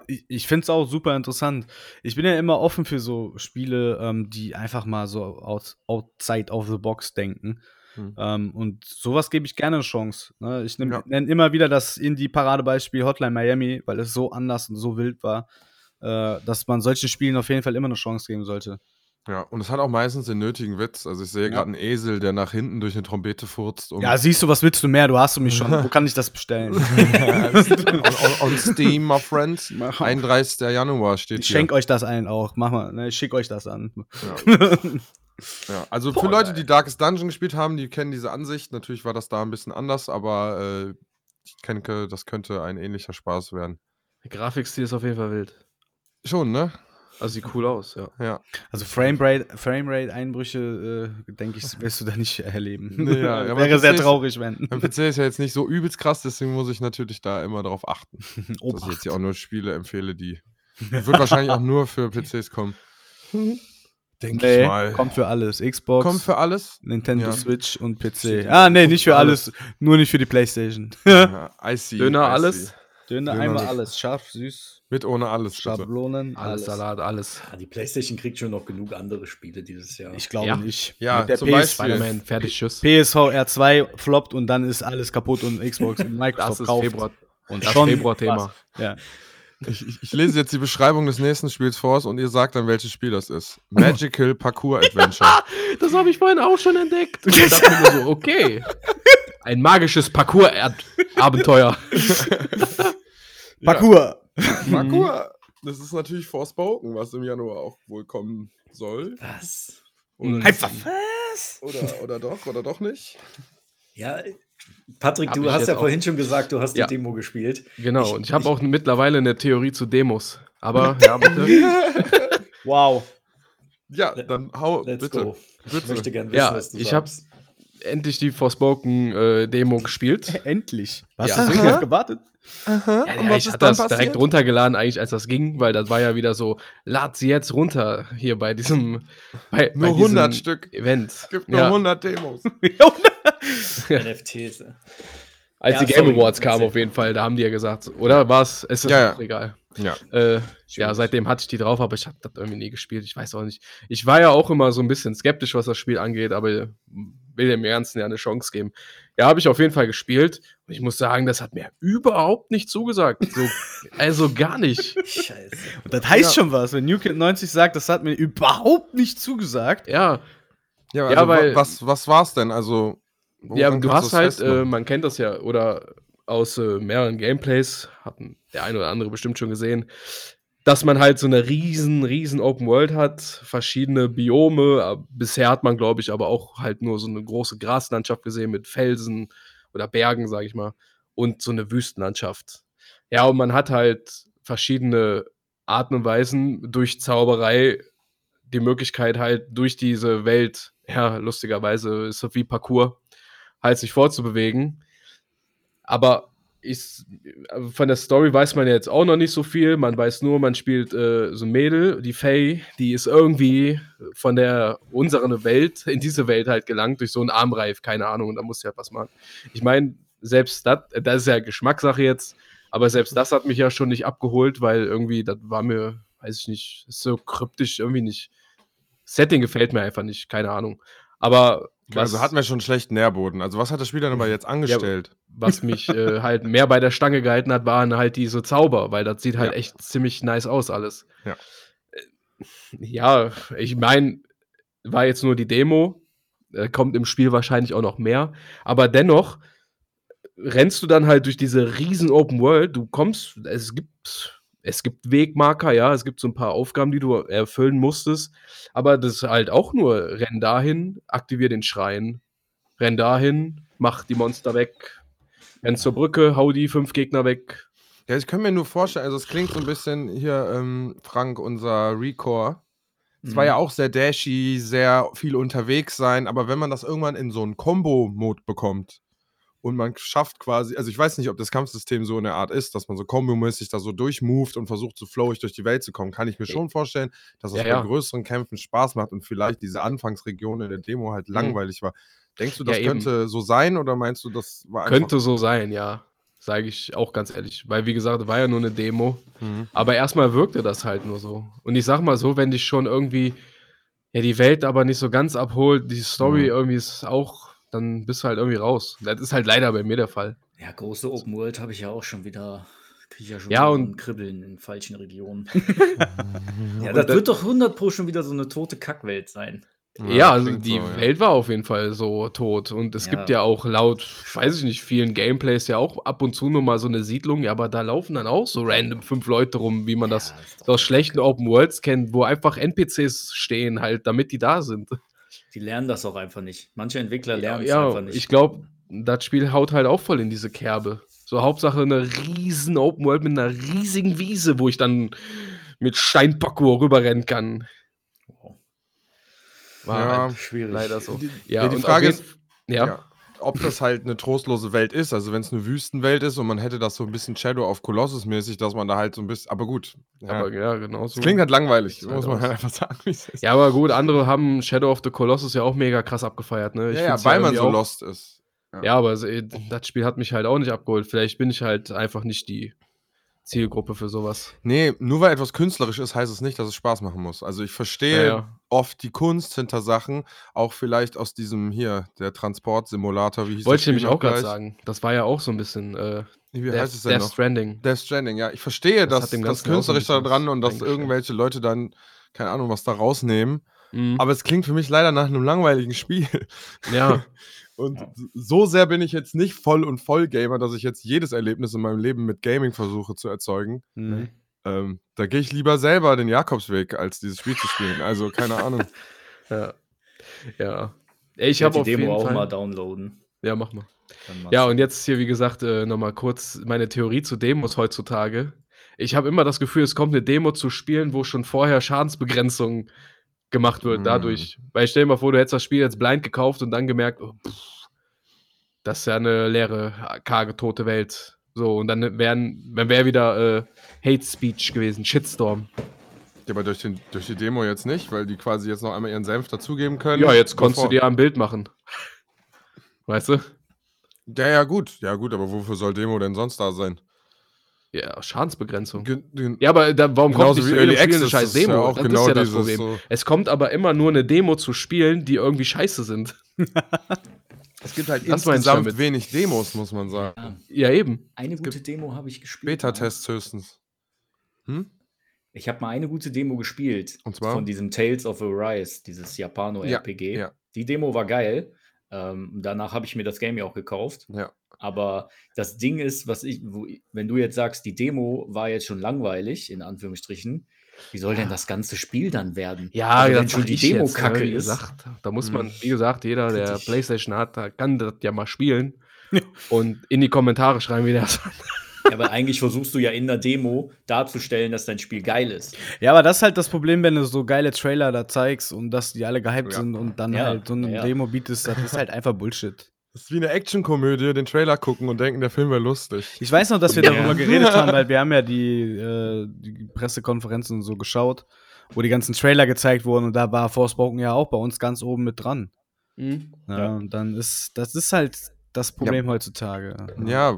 Speaker 6: Ich, ich finde es auch super interessant. Ich bin ja immer offen für so Spiele, ähm, die einfach mal so out, outside of the box denken.
Speaker 3: Hm.
Speaker 6: Ähm, und sowas gebe ich gerne eine Chance. Ne? Ich
Speaker 3: Ja.
Speaker 6: nenne immer wieder das Indie-Paradebeispiel Hotline Miami, weil es so anders und so wild war, äh, dass man solchen Spielen auf jeden Fall immer eine Chance geben sollte.
Speaker 3: Ja, und es hat auch meistens den nötigen Witz. Also ich sehe
Speaker 6: Ja.
Speaker 3: gerade einen Esel, der nach hinten durch eine Trompete furzt. Um
Speaker 6: Ja, also siehst du, was willst du mehr? Du hast um mich schon. Wo kann ich das bestellen?
Speaker 3: on, on, on Steam, my friends. 31. Januar steht
Speaker 6: Ich
Speaker 3: hier.
Speaker 6: schenk euch das allen auch. Mach mal, ne, ich schick euch das an.
Speaker 3: Ja, also für Leute, die Darkest Dungeon gespielt haben, die kennen diese Ansicht. Natürlich war das da ein bisschen anders, aber äh, ich denke, das könnte ein ähnlicher Spaß werden.
Speaker 5: Der Grafikstil ist auf jeden Fall wild.
Speaker 3: Schon, ne?
Speaker 5: Also sieht cool aus, ja.
Speaker 6: Also Framerate, Framerate-Einbrüche, äh, denke ich, wirst du da nicht erleben.
Speaker 3: Nee, ja, aber
Speaker 6: Wäre
Speaker 3: das
Speaker 6: sehr
Speaker 3: ist-
Speaker 6: traurig, wenn.
Speaker 3: Mein PC ist ja jetzt nicht so übelst krass, deswegen muss ich natürlich da immer darauf achten,
Speaker 6: Oh,
Speaker 3: dass ich jetzt hier auch nur Spiele empfehle, die wird wahrscheinlich auch nur für PCs kommen. Denke ich mal.
Speaker 6: kommt für alles. Xbox,
Speaker 3: Kommt für alles.
Speaker 6: Nintendo
Speaker 3: Ja.
Speaker 6: Switch und PC.
Speaker 3: Steht
Speaker 6: Ah,
Speaker 3: da.
Speaker 6: nee, nicht für
Speaker 3: Alles.
Speaker 6: alles. Nur nicht für die Playstation.
Speaker 3: Ja, Äh, I see,
Speaker 5: Döner,
Speaker 3: I see.
Speaker 5: alles?
Speaker 6: Döner,
Speaker 3: Döner
Speaker 6: einmal
Speaker 3: mit-
Speaker 6: alles. Scharf, süß,
Speaker 3: Mit ohne alles. Bitte.
Speaker 6: Schablonen,
Speaker 5: Alles,
Speaker 6: alles.
Speaker 5: Salat, alles.
Speaker 4: Ah, die PlayStation kriegt schon noch genug andere Spiele dieses Jahr.
Speaker 6: Ich glaube
Speaker 5: Ja.
Speaker 6: nicht.
Speaker 3: Ja,
Speaker 6: Mit der
Speaker 3: zum
Speaker 6: PS
Speaker 3: Beispiel.
Speaker 5: Spider-Man, fertig, tschüss.
Speaker 6: PSVR 2 floppt und dann ist alles kaputt und Xbox und Microsoft
Speaker 5: Das ist
Speaker 6: kauft.
Speaker 5: Februar,
Speaker 6: Und
Speaker 5: das
Speaker 6: schon
Speaker 5: Februar-Thema.
Speaker 6: Ja.
Speaker 3: Ich, ich, ich lese jetzt die Beschreibung des nächsten Spiels vor und ihr sagt dann, welches Spiel das ist. Magical Parkour Adventure.
Speaker 5: Das habe ich vorhin auch schon entdeckt. Und ich dachte mir so, okay. Ein magisches Parcours-Abenteuer.
Speaker 6: Parkour.
Speaker 3: Parkour! Mhm. Das ist natürlich Forspoken, was im Januar auch wohl kommen soll.
Speaker 4: Was?
Speaker 3: Oder,
Speaker 6: Einfach.
Speaker 3: oder, oder doch, oder doch nicht.
Speaker 4: Ja, Patrick,
Speaker 5: Hab
Speaker 4: du
Speaker 5: ich
Speaker 4: hast
Speaker 5: jetzt
Speaker 4: ja
Speaker 5: auch-
Speaker 4: vorhin schon gesagt, du hast
Speaker 5: Ja.
Speaker 4: die Demo gespielt.
Speaker 5: Genau,
Speaker 4: Ich-
Speaker 5: und ich habe auch mittlerweile eine Theorie zu Demos. Aber, ja, bitte.
Speaker 6: Wow.
Speaker 3: Ja, dann hau
Speaker 4: Let's
Speaker 3: bitte.
Speaker 4: go. Ich
Speaker 3: bitte.
Speaker 4: möchte gerne wissen,
Speaker 5: Ja,
Speaker 4: was du
Speaker 5: ich habe
Speaker 4: sagst.
Speaker 5: endlich die Forspoken-Demo gespielt.
Speaker 6: Endlich. Was
Speaker 5: Ja.
Speaker 6: hast du denn gewartet?
Speaker 5: Ja, ja, ich hatte das direkt runtergeladen, eigentlich, als das ging, weil das war ja wieder so, lad sie jetzt runter hier bei diesem, bei, bei
Speaker 3: Nur
Speaker 5: diesem
Speaker 3: 100 Stück.
Speaker 5: Event.
Speaker 3: Es gibt nur
Speaker 5: ja,
Speaker 3: 100 Demos.
Speaker 4: NFTs.
Speaker 5: als
Speaker 4: Ja,
Speaker 5: die Game
Speaker 4: sorry,
Speaker 5: Awards kamen
Speaker 4: erzähl.
Speaker 5: auf jeden Fall, da haben die ja gesagt, oder war es? Es ist
Speaker 3: Ja, ja.
Speaker 5: auch egal.
Speaker 3: Ja.
Speaker 5: Äh, ja, seitdem hatte ich die drauf, aber ich habe das irgendwie nie gespielt. Ich weiß auch nicht. Ich war ja auch immer so ein bisschen skeptisch, was das Spiel angeht, aber will dem Ganzen ja eine Chance geben. Ja, habe ich auf jeden Fall gespielt und ich muss sagen, das hat mir überhaupt nicht zugesagt. So, also gar nicht.
Speaker 4: Scheiße.
Speaker 6: Und das heißt
Speaker 5: Ja.
Speaker 6: schon was. Wenn New Kid 90 sagt, das hat mir überhaupt nicht zugesagt.
Speaker 5: Ja,
Speaker 3: Ja,
Speaker 5: Ja,
Speaker 3: also,
Speaker 5: weil-
Speaker 3: wa- was, was war's denn? Also,
Speaker 5: Ja,
Speaker 3: woran
Speaker 5: du hast
Speaker 3: kannst
Speaker 5: halt,
Speaker 3: du's
Speaker 5: äh,
Speaker 3: festmachen?
Speaker 5: man kennt das ja, oder aus äh, mehreren Gameplays, hat der ein oder andere bestimmt schon gesehen, dass man halt so eine riesen, riesen Open World hat, verschiedene Biome. äh, Bisher hat man, glaube ich, aber auch halt nur so eine große Graslandschaft gesehen mit Felsen oder Bergen, sage ich mal, und so eine Wüstenlandschaft. Ja, und man hat halt verschiedene Arten und Weisen durch Zauberei die Möglichkeit halt durch diese Welt, ja, lustigerweise ist das wie Parcours, halt sich vorzubewegen. Aber ich, von der Story weiß man ja jetzt auch noch nicht so viel. Man weiß nur, man spielt äh, so ein Mädel, die Faye, die ist irgendwie von der unseren Welt in diese Welt halt gelangt durch so einen Armreif, keine Ahnung, und da muss sie halt was machen. Ich meine, selbst das, das ist ja Geschmackssache jetzt, aber selbst das hat mich ja schon nicht abgeholt, weil irgendwie, das war mir, weiß ich nicht, ist so kryptisch irgendwie nicht. Setting gefällt mir einfach nicht, keine Ahnung. Aber
Speaker 3: also hatten wir schon einen schlechten Nährboden. Also, was hat das Spiel dann aber jetzt angestellt?
Speaker 5: was mich äh, halt mehr bei der Stange gehalten hat, waren halt diese Zauber, weil das sieht halt
Speaker 3: Ja.
Speaker 5: echt ziemlich nice aus alles.
Speaker 3: Ja.
Speaker 5: Äh, Ja, ich meine, war jetzt nur die Demo, äh, kommt im Spiel wahrscheinlich auch noch mehr, aber dennoch rennst du dann halt durch diese riesen Open World, du kommst, es gibt es gibt Wegmarker, ja, es gibt so ein paar Aufgaben, die du erfüllen musstest, aber das ist halt auch nur renn dahin, aktivier den Schrein, renn dahin, mach die Monster weg, renn zur Brücke, hau die fünf Gegner weg.
Speaker 3: Ja, ich kann mir nur vorstellen, also, es klingt so ein bisschen hier, ähm, Frank, unser Recore. Es
Speaker 5: Mhm.
Speaker 3: war ja auch sehr dashy, sehr viel unterwegs sein, aber wenn man das irgendwann in so einen Combo-Mode bekommt und man schafft quasi, also ich weiß nicht, ob das Kampfsystem so in der Art ist, dass man so kombomäßig da so durchmoved und versucht, so flowig durch die Welt zu kommen, kann ich mir schon vorstellen, dass das
Speaker 5: Ja,
Speaker 3: bei
Speaker 5: ja.
Speaker 3: größeren Kämpfen Spaß macht und vielleicht diese Anfangsregion in der Demo halt langweilig war. Denkst du,
Speaker 5: Mhm. Ja,
Speaker 3: das
Speaker 5: eben.
Speaker 3: könnte so sein oder meinst du, das war einfach...
Speaker 5: Könnte so sein, ja. Sage ich auch ganz ehrlich. Weil, wie gesagt, war ja nur eine Demo.
Speaker 3: Mhm.
Speaker 5: Aber erstmal wirkte das halt nur so. Und ich sag mal so, wenn dich schon irgendwie ja, die Welt aber nicht so ganz abholt, die Story
Speaker 3: Mhm.
Speaker 5: irgendwie ist auch, dann bist du halt irgendwie raus. Das ist halt leider bei mir der Fall.
Speaker 4: Ja, große Open World habe ich ja auch schon wieder. Krieg ich ja schon
Speaker 5: Ja,
Speaker 4: wieder so
Speaker 5: und-
Speaker 4: ein Kribbeln in falschen Regionen. ja,
Speaker 5: Und
Speaker 4: das
Speaker 5: da-
Speaker 4: wird doch 100 Pro schon wieder so eine tote Kackwelt sein.
Speaker 5: Ja, also
Speaker 3: klingt
Speaker 5: die
Speaker 3: so, ja.
Speaker 5: Welt war auf jeden Fall so tot. Und es
Speaker 4: Ja.
Speaker 5: gibt ja auch laut, weiß ich nicht, vielen Gameplays ja auch ab und zu nur mal so eine Siedlung, ja, aber da laufen dann auch so random fünf Leute rum, wie man das
Speaker 4: Ja, ist doch
Speaker 5: so aus
Speaker 4: kacke.
Speaker 5: schlechten Open Worlds kennt, wo einfach NPCs stehen halt, damit die da sind.
Speaker 4: Die lernen das auch einfach nicht. Manche Entwickler
Speaker 5: Ja,
Speaker 4: lernen es einfach
Speaker 5: ja
Speaker 4: nicht.
Speaker 5: ich glaube, das Spiel haut halt auch voll in diese Kerbe. So Hauptsache eine riesen Open World mit einer riesigen Wiese, wo ich dann mit Steinpakuo rüberrennen kann. War halt
Speaker 3: Ja,
Speaker 4: Schwierig.
Speaker 5: leider so.
Speaker 3: Die,
Speaker 5: Ja,
Speaker 3: ja, die
Speaker 5: und auf
Speaker 3: Frage
Speaker 5: jeden-
Speaker 3: ist,
Speaker 5: Ja,
Speaker 3: Ja. ob das halt eine trostlose Welt ist. Also wenn es eine Wüstenwelt ist und man hätte das so ein bisschen Shadow of Colossus mäßig, dass man da halt so ein bisschen. Aber gut. Ja.
Speaker 5: aber ja, genau so.
Speaker 3: es klingt halt langweilig,
Speaker 5: Sieht halt
Speaker 3: muss man
Speaker 5: aus.
Speaker 3: halt einfach sagen, wie es ist.
Speaker 5: ja, aber gut, andere haben Shadow of the Colossus ja auch mega krass abgefeiert, ne? Ich
Speaker 3: ja, ja
Speaker 5: find's
Speaker 3: weil man
Speaker 5: irgendwie
Speaker 3: so
Speaker 5: auch-
Speaker 3: lost ist.
Speaker 5: Ja, aber so, äh, das Spiel hat mich halt auch nicht abgeholt. Vielleicht bin ich halt einfach nicht die Zielgruppe für sowas.
Speaker 3: Nee, nur weil etwas künstlerisch ist, heißt es nicht, dass es Spaß machen muss. Also ich verstehe
Speaker 5: Naja.
Speaker 3: oft die Kunst hinter Sachen, auch vielleicht aus diesem hier, der Transportsimulator, wie hieß
Speaker 5: Wollte
Speaker 3: das
Speaker 5: ich nämlich
Speaker 3: Spiel
Speaker 5: auch gerade
Speaker 3: gleich?
Speaker 5: sagen. Das war ja auch so ein bisschen äh,
Speaker 3: Wie heißt es
Speaker 5: Death,
Speaker 3: denn
Speaker 5: Death
Speaker 3: noch?
Speaker 5: Stranding.
Speaker 3: Death Stranding, ja. Ich verstehe,
Speaker 5: Das
Speaker 3: dass
Speaker 5: hat dem
Speaker 3: das
Speaker 5: Ganzen ja auch so ein
Speaker 3: künstlerisch da
Speaker 5: bisschen was
Speaker 3: dran und dass
Speaker 5: eingestellt.
Speaker 3: irgendwelche Leute dann, keine Ahnung, was da rausnehmen.
Speaker 5: Mhm.
Speaker 3: Aber es klingt für mich leider nach einem langweiligen Spiel.
Speaker 5: ja,
Speaker 3: Und
Speaker 4: Ja.
Speaker 3: so sehr bin ich jetzt nicht voll und voll Gamer, dass ich jetzt jedes Erlebnis in meinem Leben mit Gaming versuche zu erzeugen.
Speaker 6: Mhm.
Speaker 3: Ähm, da gehe ich lieber selber den Jakobsweg, als dieses Spiel zu spielen. Also, keine Ahnung.
Speaker 5: ja. Ja. Ey, ich
Speaker 4: Ich habe
Speaker 5: habe
Speaker 4: die
Speaker 5: auf jeden
Speaker 4: Demo auch
Speaker 5: Fall.
Speaker 4: mal downloaden.
Speaker 5: Ja, mach mal.
Speaker 4: Dann mach's.
Speaker 5: Ja, und jetzt hier, wie gesagt, äh, nochmal kurz meine Theorie zu Demos heutzutage. Ich habe immer das Gefühl, es kommt eine Demo zu spielen, wo schon vorher Schadensbegrenzung gemacht wird
Speaker 3: Mm.
Speaker 5: dadurch. Weil ich stell dir mal vor, du hättest das Spiel jetzt blind gekauft und dann gemerkt, oh, pff, das ist ja eine leere, karge, tote Welt. So, und dann wären, dann wäre wieder äh, Hate Speech gewesen, Shitstorm.
Speaker 3: Ja, aber durch, den, durch die Demo jetzt nicht, weil die quasi jetzt noch einmal ihren Senf dazugeben können.
Speaker 5: Ja, jetzt konntest du
Speaker 3: bevor-
Speaker 5: dir ein Bild machen. Weißt du?
Speaker 3: Ja, ja, gut. Ja, gut, aber wofür soll Demo denn sonst da sein?
Speaker 5: Ja, Schadensbegrenzung.
Speaker 3: Gen- gen-
Speaker 5: Ja, aber da, warum kommt
Speaker 3: Genauso
Speaker 5: nicht
Speaker 3: wie
Speaker 5: zu
Speaker 3: Early
Speaker 5: jedem Spiel
Speaker 3: Access.
Speaker 5: eine scheiß
Speaker 3: das ist
Speaker 5: Demo?
Speaker 3: ja auch
Speaker 5: das
Speaker 3: genau
Speaker 5: ist ja das Problem.
Speaker 3: dieses so.
Speaker 5: Es kommt aber immer nur eine Demo zu spielen, die irgendwie scheiße sind.
Speaker 3: Es gibt halt
Speaker 5: Das meinst du
Speaker 3: insgesamt
Speaker 5: damit?
Speaker 3: wenig Demos, muss man sagen.
Speaker 5: Ja, eben.
Speaker 4: Eine gute Demo habe ich gespielt.
Speaker 3: Beta-Tests höchstens. Hm?
Speaker 4: Ich habe mal eine gute Demo gespielt.
Speaker 3: Und zwar?
Speaker 4: Von diesem Tales of Arise, dieses Japano-RPG.
Speaker 3: Ja, ja.
Speaker 4: Die Demo war geil. Ähm, danach habe ich mir das Game ja auch gekauft.
Speaker 3: Ja.
Speaker 4: Aber das Ding ist, was ich, wo, ich- wenn du jetzt sagst, die Demo war jetzt schon langweilig, in Anführungsstrichen, wie soll denn das ganze Spiel dann werden? also, wenn schon die Demo kacke
Speaker 5: wie
Speaker 4: ist.
Speaker 5: gesagt. Da muss man, wie gesagt, jeder, der
Speaker 4: Kritisch.
Speaker 5: Playstation hat, da kann das ja mal spielen. und in die Kommentare schreiben, wie das
Speaker 4: Ja, aber eigentlich versuchst du ja in der Demo darzustellen, dass dein Spiel geil ist.
Speaker 6: Ja, aber das ist halt das Problem, wenn du so geile Trailer da zeigst und dass die alle gehypt
Speaker 3: Ja.
Speaker 6: sind und dann
Speaker 4: Ja,
Speaker 6: halt so eine
Speaker 4: ja.
Speaker 6: Demo bietest, das ist halt einfach Bullshit.
Speaker 3: Das ist wie eine Actionkomödie, den Trailer gucken und denken, der Film wäre lustig.
Speaker 6: Ich weiß noch, dass wir
Speaker 4: Ja.
Speaker 6: darüber geredet haben, weil wir haben ja die, äh, die Pressekonferenzen und so geschaut, wo die ganzen Trailer gezeigt wurden und da war Forspoken ja auch bei uns ganz oben mit dran. Ja,
Speaker 4: Ja.
Speaker 6: Und dann ist, das ist halt das Problem heutzutage.
Speaker 3: Ja,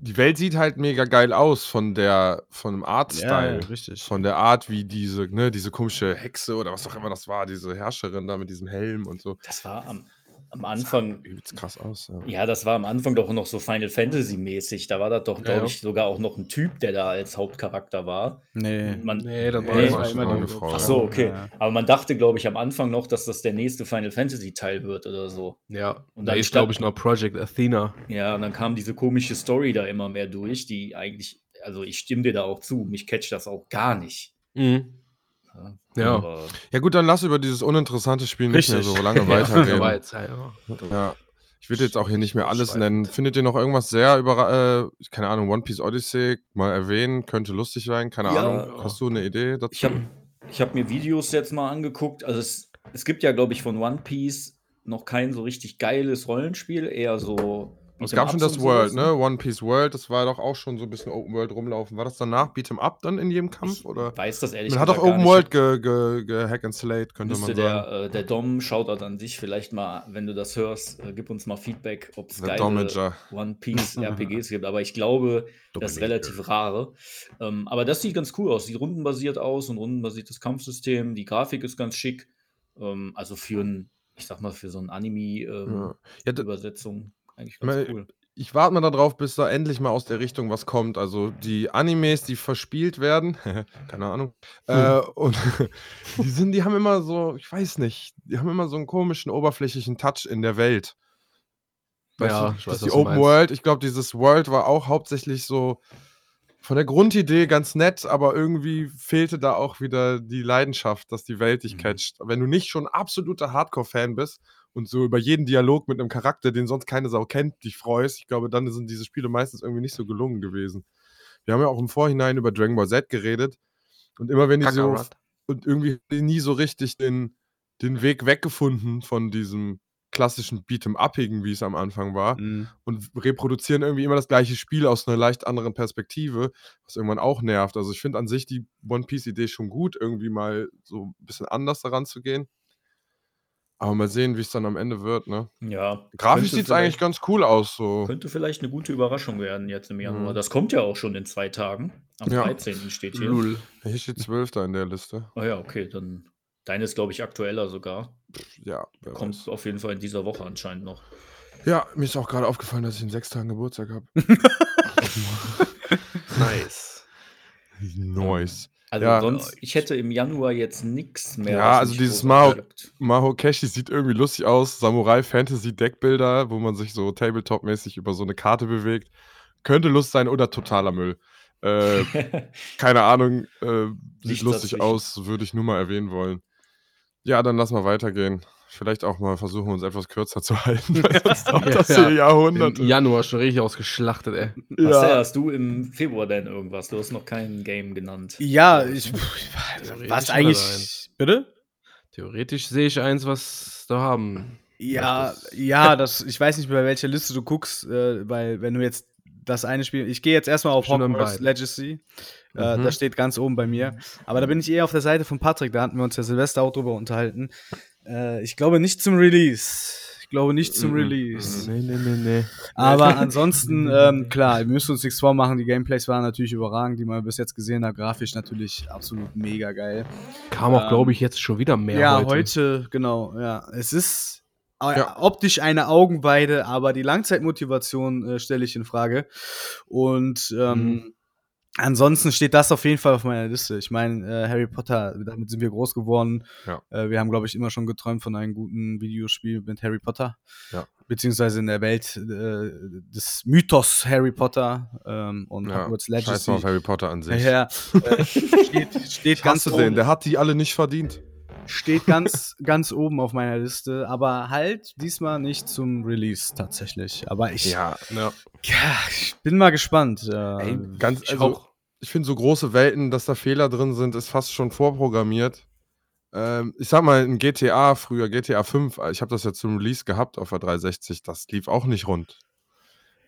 Speaker 3: die Welt sieht halt mega geil aus von der von dem
Speaker 6: ja, ja
Speaker 3: Artstyle.
Speaker 6: richtig.
Speaker 3: von der Art, wie diese, ne, diese komische Hexe oder was auch immer das war, diese Herrscherin da mit diesem Helm und so.
Speaker 4: Das war am, am Anfang
Speaker 3: Übelst krass aus. Ja.
Speaker 4: Ja, das war am Anfang doch noch so Final Fantasy-mäßig. Da war das doch, glaube
Speaker 5: ja.
Speaker 4: ich, sogar auch noch ein Typ, der da als Hauptcharakter war.
Speaker 6: Nee.
Speaker 4: Man,
Speaker 5: Nee, das
Speaker 4: Nee,
Speaker 5: war
Speaker 3: das war
Speaker 5: immer
Speaker 3: eine
Speaker 5: die
Speaker 3: Frau.
Speaker 4: Ach so, okay.
Speaker 6: Ja.
Speaker 4: Aber man dachte, glaube ich, am Anfang noch, dass das der nächste Final Fantasy-Teil wird oder so.
Speaker 5: Ja,
Speaker 4: Und
Speaker 5: und da
Speaker 4: dann
Speaker 5: ist,
Speaker 4: statt-
Speaker 5: glaube ich, noch Project Athena.
Speaker 4: Ja, und dann kam diese komische Story da immer mehr durch, die eigentlich, also ich stimme dir da auch zu, mich catcht das auch gar nicht.
Speaker 5: Ja.
Speaker 4: Aber
Speaker 3: ja, gut, dann lass über dieses uninteressante Spiel nicht mehr
Speaker 6: Richtig.
Speaker 3: so lange
Speaker 5: Ja, war
Speaker 3: weiterreden.
Speaker 5: jetzt, ja, ja.
Speaker 3: ja. Ich will jetzt auch hier nicht mehr alles
Speaker 5: Schweifend.
Speaker 3: nennen. Findet ihr noch irgendwas sehr über, äh, keine Ahnung, One Piece Odyssey mal erwähnen? Könnte lustig sein, keine
Speaker 4: Ja.
Speaker 3: Ahnung. Hast du eine Idee dazu?
Speaker 4: Ich habe ich hab mir Videos jetzt mal angeguckt. Also es, es gibt ja, glaube ich, von One Piece noch kein so richtig geiles Rollenspiel, eher so.
Speaker 3: es
Speaker 4: Beat'em
Speaker 3: gab schon
Speaker 4: Ups
Speaker 3: das
Speaker 4: und
Speaker 3: World,
Speaker 4: sowas,
Speaker 3: ne? One Piece World, das war doch auch schon so ein bisschen Open World rumlaufen. War das danach Beat'em Up dann in jedem Kampf?
Speaker 4: Ich
Speaker 3: oder?
Speaker 4: weiß das ehrlich
Speaker 3: Man hat doch
Speaker 4: gesagt gar
Speaker 3: Open
Speaker 4: nicht.
Speaker 3: World ge, ge, gehack and slayed, könnte
Speaker 4: Müsste
Speaker 3: man sagen.
Speaker 4: der, äh, der Dom, Shoutout an dich, vielleicht mal, wenn du das hörst, äh, gib uns mal Feedback, ob es
Speaker 3: Der
Speaker 4: geile
Speaker 3: Domager.
Speaker 4: One Piece RPGs gibt. Aber ich glaube, das ist relativ rare. Ähm, aber das sieht ganz cool aus. Sieht rundenbasiert aus und rundenbasiertes Kampfsystem. Die Grafik ist ganz schick. Ähm, also für ein, ich sag mal, für so ein
Speaker 3: Ja.
Speaker 4: Anime-Übersetzung
Speaker 3: Ja, d-
Speaker 4: eigentlich ganz
Speaker 3: Mal-
Speaker 4: cool.
Speaker 3: ich warte mal darauf, bis da endlich mal aus der Richtung was kommt. Also die Animes, die verspielt werden, keine Ahnung,
Speaker 5: Hm.
Speaker 3: äh, und die sind, die haben immer so, ich weiß nicht, die haben immer so einen komischen oberflächlichen Touch in der Welt.
Speaker 5: Ja,
Speaker 3: du,
Speaker 5: ich weiß, was
Speaker 3: das die
Speaker 5: du
Speaker 3: Open
Speaker 5: meinst.
Speaker 3: World, ich glaube, dieses World war auch hauptsächlich so von der Grundidee ganz nett, aber irgendwie fehlte da auch wieder die Leidenschaft, dass die Welt dich
Speaker 4: Mhm.
Speaker 3: catcht. Wenn du nicht schon absoluter Hardcore-Fan bist, und so über jeden Dialog mit einem Charakter, den sonst keine Sau kennt, dich freust. Ich glaube, dann sind diese Spiele meistens irgendwie nicht so gelungen gewesen. Wir haben ja auch im Vorhinein über Dragon Ball Z geredet. Und immer wenn die so
Speaker 1: Kakarot.
Speaker 3: und irgendwie nie so richtig den, den Weg weggefunden von diesem klassischen Beat'em Uppigen, wie es am Anfang war,
Speaker 6: Mhm.
Speaker 3: und reproduzieren irgendwie immer das gleiche Spiel aus einer leicht anderen Perspektive, was irgendwann auch nervt. Also ich finde an sich die One Piece Idee schon gut, irgendwie mal so ein bisschen anders daran zu gehen. Aber mal sehen, wie es dann am Ende wird, ne?
Speaker 4: Ja.
Speaker 3: Grafisch
Speaker 4: könnte
Speaker 3: sieht es eigentlich
Speaker 4: vielleicht-
Speaker 3: ganz cool aus, so.
Speaker 4: Könnte vielleicht eine gute Überraschung werden jetzt im Januar.
Speaker 3: Mhm.
Speaker 4: Das kommt ja auch schon in zwei Tagen. Am
Speaker 3: Ja.
Speaker 4: 13. steht hier.
Speaker 5: Lul.
Speaker 3: Hier steht 12 da in der Liste.
Speaker 4: Ah ja, okay, dann. Deine ist, glaube ich, aktueller sogar.
Speaker 3: Ja, wer
Speaker 4: Kommt auf jeden Fall in dieser Woche anscheinend noch.
Speaker 3: weiß. ja mir ist auch gerade aufgefallen, dass ich in sechs Tagen Geburtstag habe.
Speaker 1: Nice.
Speaker 3: Nice.
Speaker 4: Also
Speaker 3: Ja.
Speaker 4: sonst, ich hätte im Januar jetzt nichts mehr.
Speaker 3: Ja,
Speaker 4: was
Speaker 3: also
Speaker 4: mich
Speaker 3: dieses
Speaker 4: großartig
Speaker 3: Mao-
Speaker 4: juckt.
Speaker 3: Mahokeshi sieht irgendwie lustig aus. Samurai Fantasy Deckbilder, wo man sich so Tabletop-mäßig über so eine Karte bewegt. Könnte Lust sein oder totaler Müll. Äh, keine Ahnung, äh, sieht
Speaker 4: Nichts
Speaker 3: lustig
Speaker 4: dazwischen.
Speaker 3: aus, würde ich nur mal erwähnen wollen. Ja, dann lass mal weitergehen. Vielleicht auch mal versuchen, uns etwas kürzer zu halten. weil sonst dauert das
Speaker 5: Ja.
Speaker 3: hier Jahrhunderte.
Speaker 5: Im Januar schon richtig ausgeschlachtet, ey.
Speaker 4: Marcel,
Speaker 3: Ja.
Speaker 4: hast du im Februar denn irgendwas? Du hast noch kein Game genannt.
Speaker 6: Ja, ich.
Speaker 5: Theoretisch
Speaker 6: Was
Speaker 5: hat er
Speaker 6: eigentlich.
Speaker 5: eins.
Speaker 6: Bitte?
Speaker 5: Theoretisch sehe ich eins, was da haben.
Speaker 6: Ja,
Speaker 5: Das ist-
Speaker 6: ja, das, ich weiß nicht, bei welcher Liste du guckst, äh, weil wenn du jetzt das eine Spiel, ich gehe jetzt erstmal auf
Speaker 5: Bestimmt an
Speaker 6: Hogwarts
Speaker 5: beiden.
Speaker 6: Legacy, äh,
Speaker 3: Mhm.
Speaker 6: das steht ganz oben bei mir, aber da bin ich eher auf der Seite von Patrick, da hatten wir uns ja Silvester auch drüber unterhalten. Äh, ich glaube nicht zum Release. Ich glaube nicht zum
Speaker 3: Mhm.
Speaker 6: Release.
Speaker 5: Nee, nee, nee, nee.
Speaker 6: Aber ansonsten, ähm, klar, wir müssen uns nichts vormachen. Die Gameplays waren natürlich überragend, die man bis jetzt gesehen hat. Grafisch natürlich absolut mega geil.
Speaker 5: Kam auch,
Speaker 6: Ähm,
Speaker 5: glaube ich, jetzt schon wieder mehr.
Speaker 6: Ja, heute. genau, ja. Es ist äh,
Speaker 3: Ja.
Speaker 6: optisch eine Augenweide, aber die Langzeitmotivation äh, stelle ich in Frage. Und ähm,
Speaker 3: Mhm.
Speaker 6: ansonsten steht das auf jeden Fall auf meiner Liste. Ich meine, äh, Harry Potter, damit sind wir groß geworden.
Speaker 3: Ja.
Speaker 6: Äh, wir haben, glaube ich, immer schon geträumt von einem guten Videospiel mit Harry Potter.
Speaker 3: Ja.
Speaker 6: Beziehungsweise in der Welt äh, des Mythos Harry Potter ähm, und
Speaker 3: Ja,
Speaker 6: Hogwarts
Speaker 3: Scheiß mal auf
Speaker 6: Legacy.
Speaker 3: Harry Potter an sich.
Speaker 6: Ja, äh, steht, steht ganz
Speaker 3: Kannst du denn?
Speaker 6: oben
Speaker 3: Der hat die alle nicht verdient.
Speaker 6: steht ganz, ganz oben auf meiner Liste, aber halt diesmal nicht zum Release tatsächlich. Aber ich,
Speaker 3: Ja, ja.
Speaker 6: ja, ich bin mal gespannt. Äh,
Speaker 3: Ey, ganz,
Speaker 5: ich
Speaker 3: also,
Speaker 5: auch.
Speaker 3: ich finde so große Welten, dass da Fehler drin sind, ist fast schon vorprogrammiert. Ähm, ich sag mal, in GTA früher, GTA 5, ich habe das ja zum Release gehabt auf der 360, das lief auch nicht rund.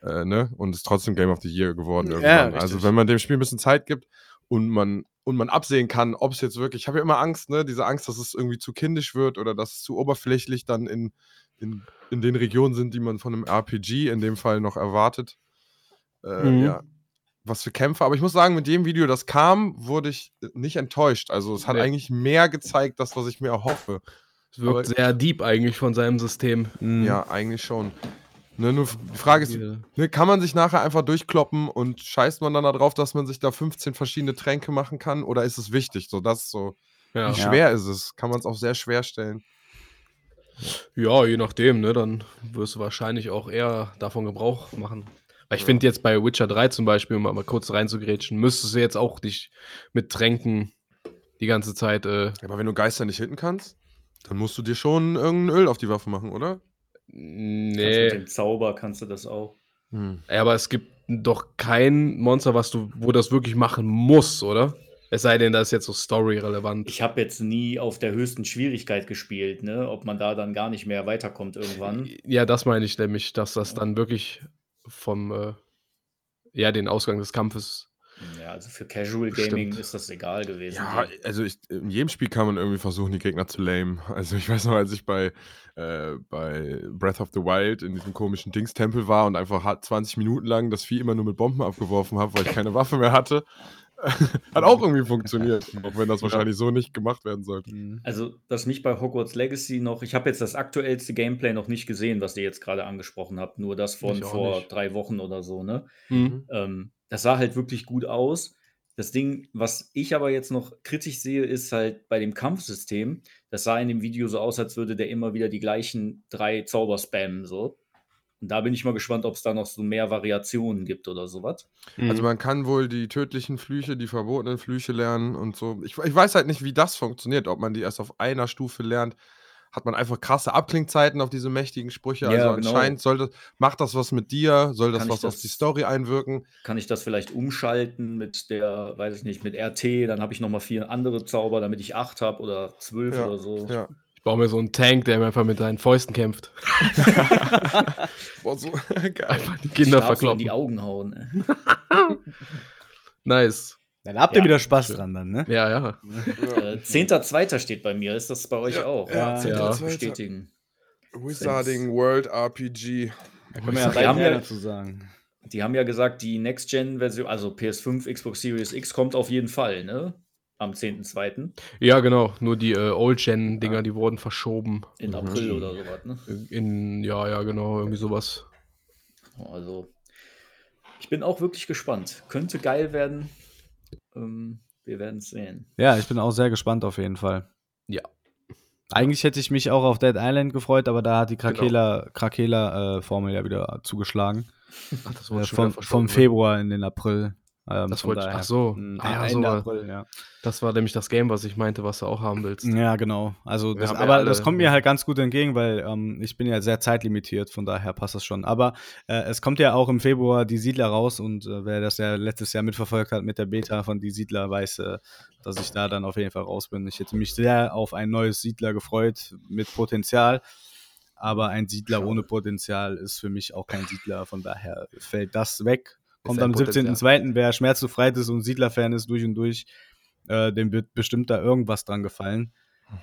Speaker 3: Äh, ne? Und ist trotzdem Game of the Year geworden
Speaker 6: Ja,
Speaker 3: irgendwann.
Speaker 6: richtig.
Speaker 3: also wenn man dem Spiel ein bisschen Zeit gibt und man, und man absehen kann, ob es jetzt wirklich, ich habe ja immer Angst, ne? diese Angst, dass es irgendwie zu kindisch wird oder dass es zu oberflächlich dann in, in, in den Regionen sind, die man von einem RPG in dem Fall noch erwartet. Äh,
Speaker 5: Mhm.
Speaker 3: Ja, was für Kämpfe. Aber ich muss sagen, mit dem Video, das kam, wurde ich äh, nicht enttäuscht. Also es hat
Speaker 5: Nee.
Speaker 3: eigentlich mehr gezeigt, das, was ich mir erhoffe.
Speaker 5: Es wirkt
Speaker 3: Aber-
Speaker 5: sehr deep eigentlich von seinem System.
Speaker 6: mh.
Speaker 3: Ja, eigentlich schon. Ne, nur f- die Frage ist,
Speaker 5: Diese-
Speaker 3: ne, kann man sich nachher einfach durchkloppen und scheißt man dann darauf, dass man sich da 15 verschiedene Tränke machen kann? Oder ist es wichtig? So, das ist so.
Speaker 5: Ja.
Speaker 3: Wie schwer ist es? Kann man es auch sehr schwer stellen?
Speaker 5: ja, je nachdem, ne? Dann wirst du wahrscheinlich auch eher davon Gebrauch machen. Weil ich
Speaker 3: Ja.
Speaker 5: finde jetzt bei Witcher 3 zum Beispiel, um mal kurz reinzugrätschen, müsstest du jetzt auch dich mit Tränken die ganze Zeit. Äh,
Speaker 3: Aber wenn du Geister nicht hitten kannst, dann musst du dir schon irgendein Öl auf die Waffe machen, oder?
Speaker 4: Kannst Mit
Speaker 5: nee.
Speaker 4: dem Zauber kannst du das auch.
Speaker 5: Ja, aber es gibt doch kein Monster, was du, wo das wirklich machen musst, oder? Es sei denn, das ist jetzt so story-relevant.
Speaker 4: Ich habe jetzt nie auf der höchsten Schwierigkeit gespielt, ne? Ob man da dann gar nicht mehr weiterkommt irgendwann.
Speaker 5: Ja, das meine ich nämlich, dass das dann wirklich vom, äh, ja, den Ausgang des Kampfes.
Speaker 4: Ja, also für Casual Gaming
Speaker 5: Bestimmt.
Speaker 4: ist das egal gewesen.
Speaker 3: Ja, also ich, in jedem Spiel kann man irgendwie versuchen, die Gegner zu lame. Also ich weiß noch, als ich bei, äh, bei Breath of the Wild in diesem komischen Dingstempel war und einfach hart 20 Minuten lang das Vieh immer nur mit Bomben abgeworfen habe, weil ich keine Waffe mehr hatte, hat auch irgendwie funktioniert. Auch wenn das wahrscheinlich so nicht gemacht werden sollte.
Speaker 6: Mhm.
Speaker 4: Also, was mich bei Hogwarts Legacy noch, ich habe jetzt das aktuellste Gameplay noch nicht gesehen, was ihr jetzt gerade angesprochen habt, nur das von
Speaker 5: Ich auch
Speaker 4: vor
Speaker 5: nicht.
Speaker 4: drei Wochen oder so, ne?
Speaker 5: Mhm.
Speaker 4: Ähm, das sah halt wirklich gut aus. Das Ding, was ich aber jetzt noch kritisch sehe, ist halt bei dem Kampfsystem. Das sah in dem Video so aus, als würde der immer wieder die gleichen drei Zauber spammen. So. Und da bin ich mal gespannt, ob es da noch so mehr Variationen gibt oder sowas.
Speaker 5: Mhm.
Speaker 3: Also
Speaker 6: Mhm.
Speaker 3: man kann wohl die tödlichen Flüche, die verbotenen Flüche lernen und so. Ich, ich weiß halt nicht, wie das funktioniert, ob man die erst auf einer Stufe lernt. hat man einfach krasse Abklingzeiten auf diese mächtigen Sprüche.
Speaker 4: Ja,
Speaker 3: also
Speaker 4: genau.
Speaker 3: anscheinend soll das, macht das was mit dir, soll das
Speaker 4: Kann ich
Speaker 3: was auf
Speaker 4: das-
Speaker 3: die Story einwirken.
Speaker 4: Kann ich das vielleicht umschalten mit der, weiß ich nicht, mit RT, dann habe ich nochmal vier andere Zauber, damit ich acht habe oder zwölf
Speaker 3: Ja,
Speaker 4: oder so.
Speaker 3: Ja.
Speaker 5: Ich baue mir so einen Tank, der mir einfach mit seinen Fäusten kämpft.
Speaker 3: Boah, so geil.
Speaker 5: Einfach die Kinder
Speaker 4: Schlaf so in die
Speaker 5: verkloppen.
Speaker 4: Augen hauen. ey.
Speaker 5: Nice.
Speaker 6: Dann habt
Speaker 4: Ja.
Speaker 6: ihr wieder Spaß dran dann, ne?
Speaker 5: Ja, ja.
Speaker 3: Ja.
Speaker 4: Äh, Zehnter, zweiter steht bei mir. Ist das bei euch
Speaker 3: Ja,
Speaker 4: auch?
Speaker 3: ja,
Speaker 4: Kann ich
Speaker 5: Zehnter,
Speaker 4: das
Speaker 3: Zweiter.
Speaker 4: bestätigen.
Speaker 3: Wizarding World RPG.
Speaker 6: Da können
Speaker 4: ich sag,
Speaker 6: wir ja
Speaker 4: die
Speaker 6: gleich
Speaker 4: haben
Speaker 6: mehr
Speaker 4: ja-
Speaker 6: dazu sagen.
Speaker 4: Die haben ja gesagt, die Next-Gen-Version, also PS5, Xbox Series X, kommt auf jeden Fall, ne? Am 10.2.
Speaker 5: Ja, genau. Nur die äh, Old-Gen-Dinger, die wurden verschoben.
Speaker 4: in
Speaker 6: Mhm.
Speaker 4: April oder sowas, ne?
Speaker 5: In, ja, ja, genau. Irgendwie sowas.
Speaker 4: Also, ich bin auch wirklich gespannt. Könnte geil werden. Ähm, wir werden es sehen.
Speaker 6: Ja, ich bin auch sehr gespannt auf jeden Fall.
Speaker 5: Ja.
Speaker 6: Eigentlich hätte ich mich auch auf Dead Island gefreut, aber da hat
Speaker 5: Genau.
Speaker 6: die Krakela-Formel ja wieder zugeschlagen.
Speaker 5: Ach, das
Speaker 6: Äh,
Speaker 5: wurde schon
Speaker 6: vom,
Speaker 5: wieder
Speaker 6: vom
Speaker 5: verschoben, ne?
Speaker 6: Februar in den April. Ähm,
Speaker 5: Das
Speaker 6: von
Speaker 5: wollte ich-
Speaker 6: daher.
Speaker 5: ach so.
Speaker 6: Mm,
Speaker 5: Ah,
Speaker 6: Ende
Speaker 5: so war-
Speaker 6: April, ja.
Speaker 5: ne? Das war nämlich das Game, was ich meinte, was du auch haben willst.
Speaker 6: Ja, genau. Also
Speaker 5: Wir
Speaker 6: das,
Speaker 5: haben ja
Speaker 6: aber
Speaker 5: alle-
Speaker 6: das kommt mir halt ganz gut entgegen, weil ähm, ich bin ja sehr zeitlimitiert, von daher passt das schon. Aber äh, es kommt ja auch im Februar die Siedler raus und äh, wer das ja letztes Jahr mitverfolgt hat mit der Beta von die Siedler, weiß, äh, dass ich da dann auf jeden Fall raus bin. Ich hätte mich sehr auf ein neues Siedler gefreut mit Potenzial. Aber ein Siedler ohne Potenzial ist für mich auch kein Siedler. Von daher fällt das weg. Kommt
Speaker 5: ein
Speaker 6: am
Speaker 5: Potenzial.
Speaker 6: 17.02. Wer schmerzbefreit ist und Siedler-Fan ist durch und durch, äh, dem wird bestimmt da irgendwas dran gefallen.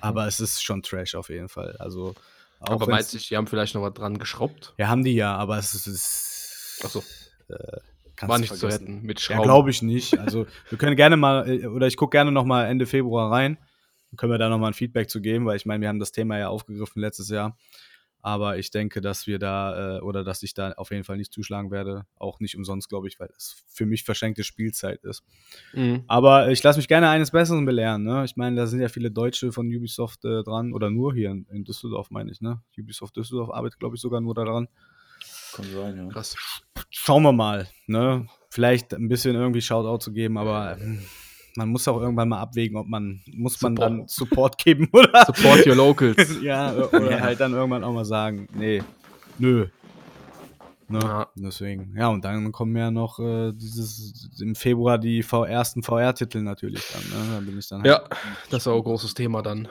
Speaker 6: Aber es ist schon Trash auf jeden Fall. Also, auch
Speaker 5: Aber
Speaker 6: wenn's-
Speaker 5: meinst du, nicht, die haben vielleicht noch was dran geschraubt?
Speaker 6: Ja, haben die ja, aber es ist. Es,
Speaker 5: Ach so.
Speaker 6: Äh, kannst
Speaker 5: War
Speaker 6: du
Speaker 5: nicht zu
Speaker 6: vergessen.
Speaker 5: retten mit
Speaker 6: Ja,
Speaker 5: Schrauben.
Speaker 6: glaube ich nicht. Also, wir können gerne mal, äh, oder ich gucke gerne nochmal Ende Februar rein. Dann können wir da nochmal ein Feedback zu geben, weil ich meine, wir haben das Thema ja aufgegriffen letztes Jahr. Aber ich denke, dass wir da, äh, oder dass ich da auf jeden Fall nicht zuschlagen werde. Auch nicht umsonst, glaube ich, weil es für mich verschenkte Spielzeit ist.
Speaker 5: Mhm.
Speaker 6: Aber ich lasse mich gerne eines Besseren belehren. Ne? Ich meine, da sind ja viele Deutsche von Ubisoft äh, dran oder nur hier in, in Düsseldorf, meine ich. Ne? Ubisoft Düsseldorf arbeitet, glaube ich, sogar nur daran.
Speaker 4: Kann sein, ja.
Speaker 5: Krass.
Speaker 6: Schauen wir mal. Ne? Vielleicht ein bisschen irgendwie Shoutout zu geben, aber hm, man muss auch irgendwann mal abwägen, ob man muss man
Speaker 5: Support.
Speaker 6: dann Support geben oder
Speaker 5: Support your locals.
Speaker 6: ja oder halt dann irgendwann auch mal sagen, nee, nö. Ne?
Speaker 5: Ja.
Speaker 6: Deswegen. Ja, und dann kommen ja noch äh, dieses im Februar die VR, ersten VR-Titel natürlich dann. Ne? Da bin ich dann halt
Speaker 5: ja, das ist auch ein großes Thema dann.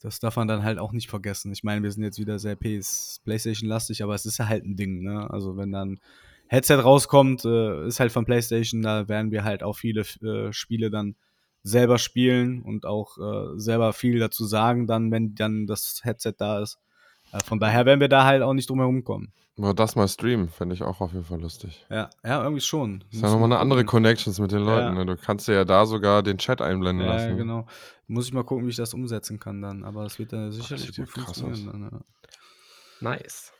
Speaker 6: Das darf man dann halt auch nicht vergessen. Ich meine, wir sind jetzt wieder sehr PS PlayStation-lastig, aber es ist ja halt ein Ding, ne? Also wenn dann Headset rauskommt, äh, ist halt von PlayStation, da werden wir halt auch viele äh, Spiele dann selber spielen und auch äh, selber viel dazu sagen, dann, wenn dann das Headset da ist. Äh, von daher werden wir da halt auch nicht drum herum kommen.
Speaker 3: Mal das mal streamen, fände ich auch auf jeden Fall lustig.
Speaker 6: Ja, ja, irgendwie schon.
Speaker 3: Ist ja nochmal eine andere
Speaker 6: Kondition.
Speaker 3: Connections mit den Leuten.
Speaker 6: Ja.
Speaker 3: Ne? Du kannst dir ja da sogar den Chat einblenden
Speaker 6: Ja,
Speaker 3: lassen.
Speaker 6: genau. Muss ich mal gucken, wie ich das umsetzen kann dann. Aber das wird dann sicherlich
Speaker 3: sieht
Speaker 6: gut
Speaker 3: ja krass
Speaker 6: funktionieren. Dann, ja.
Speaker 5: Nice.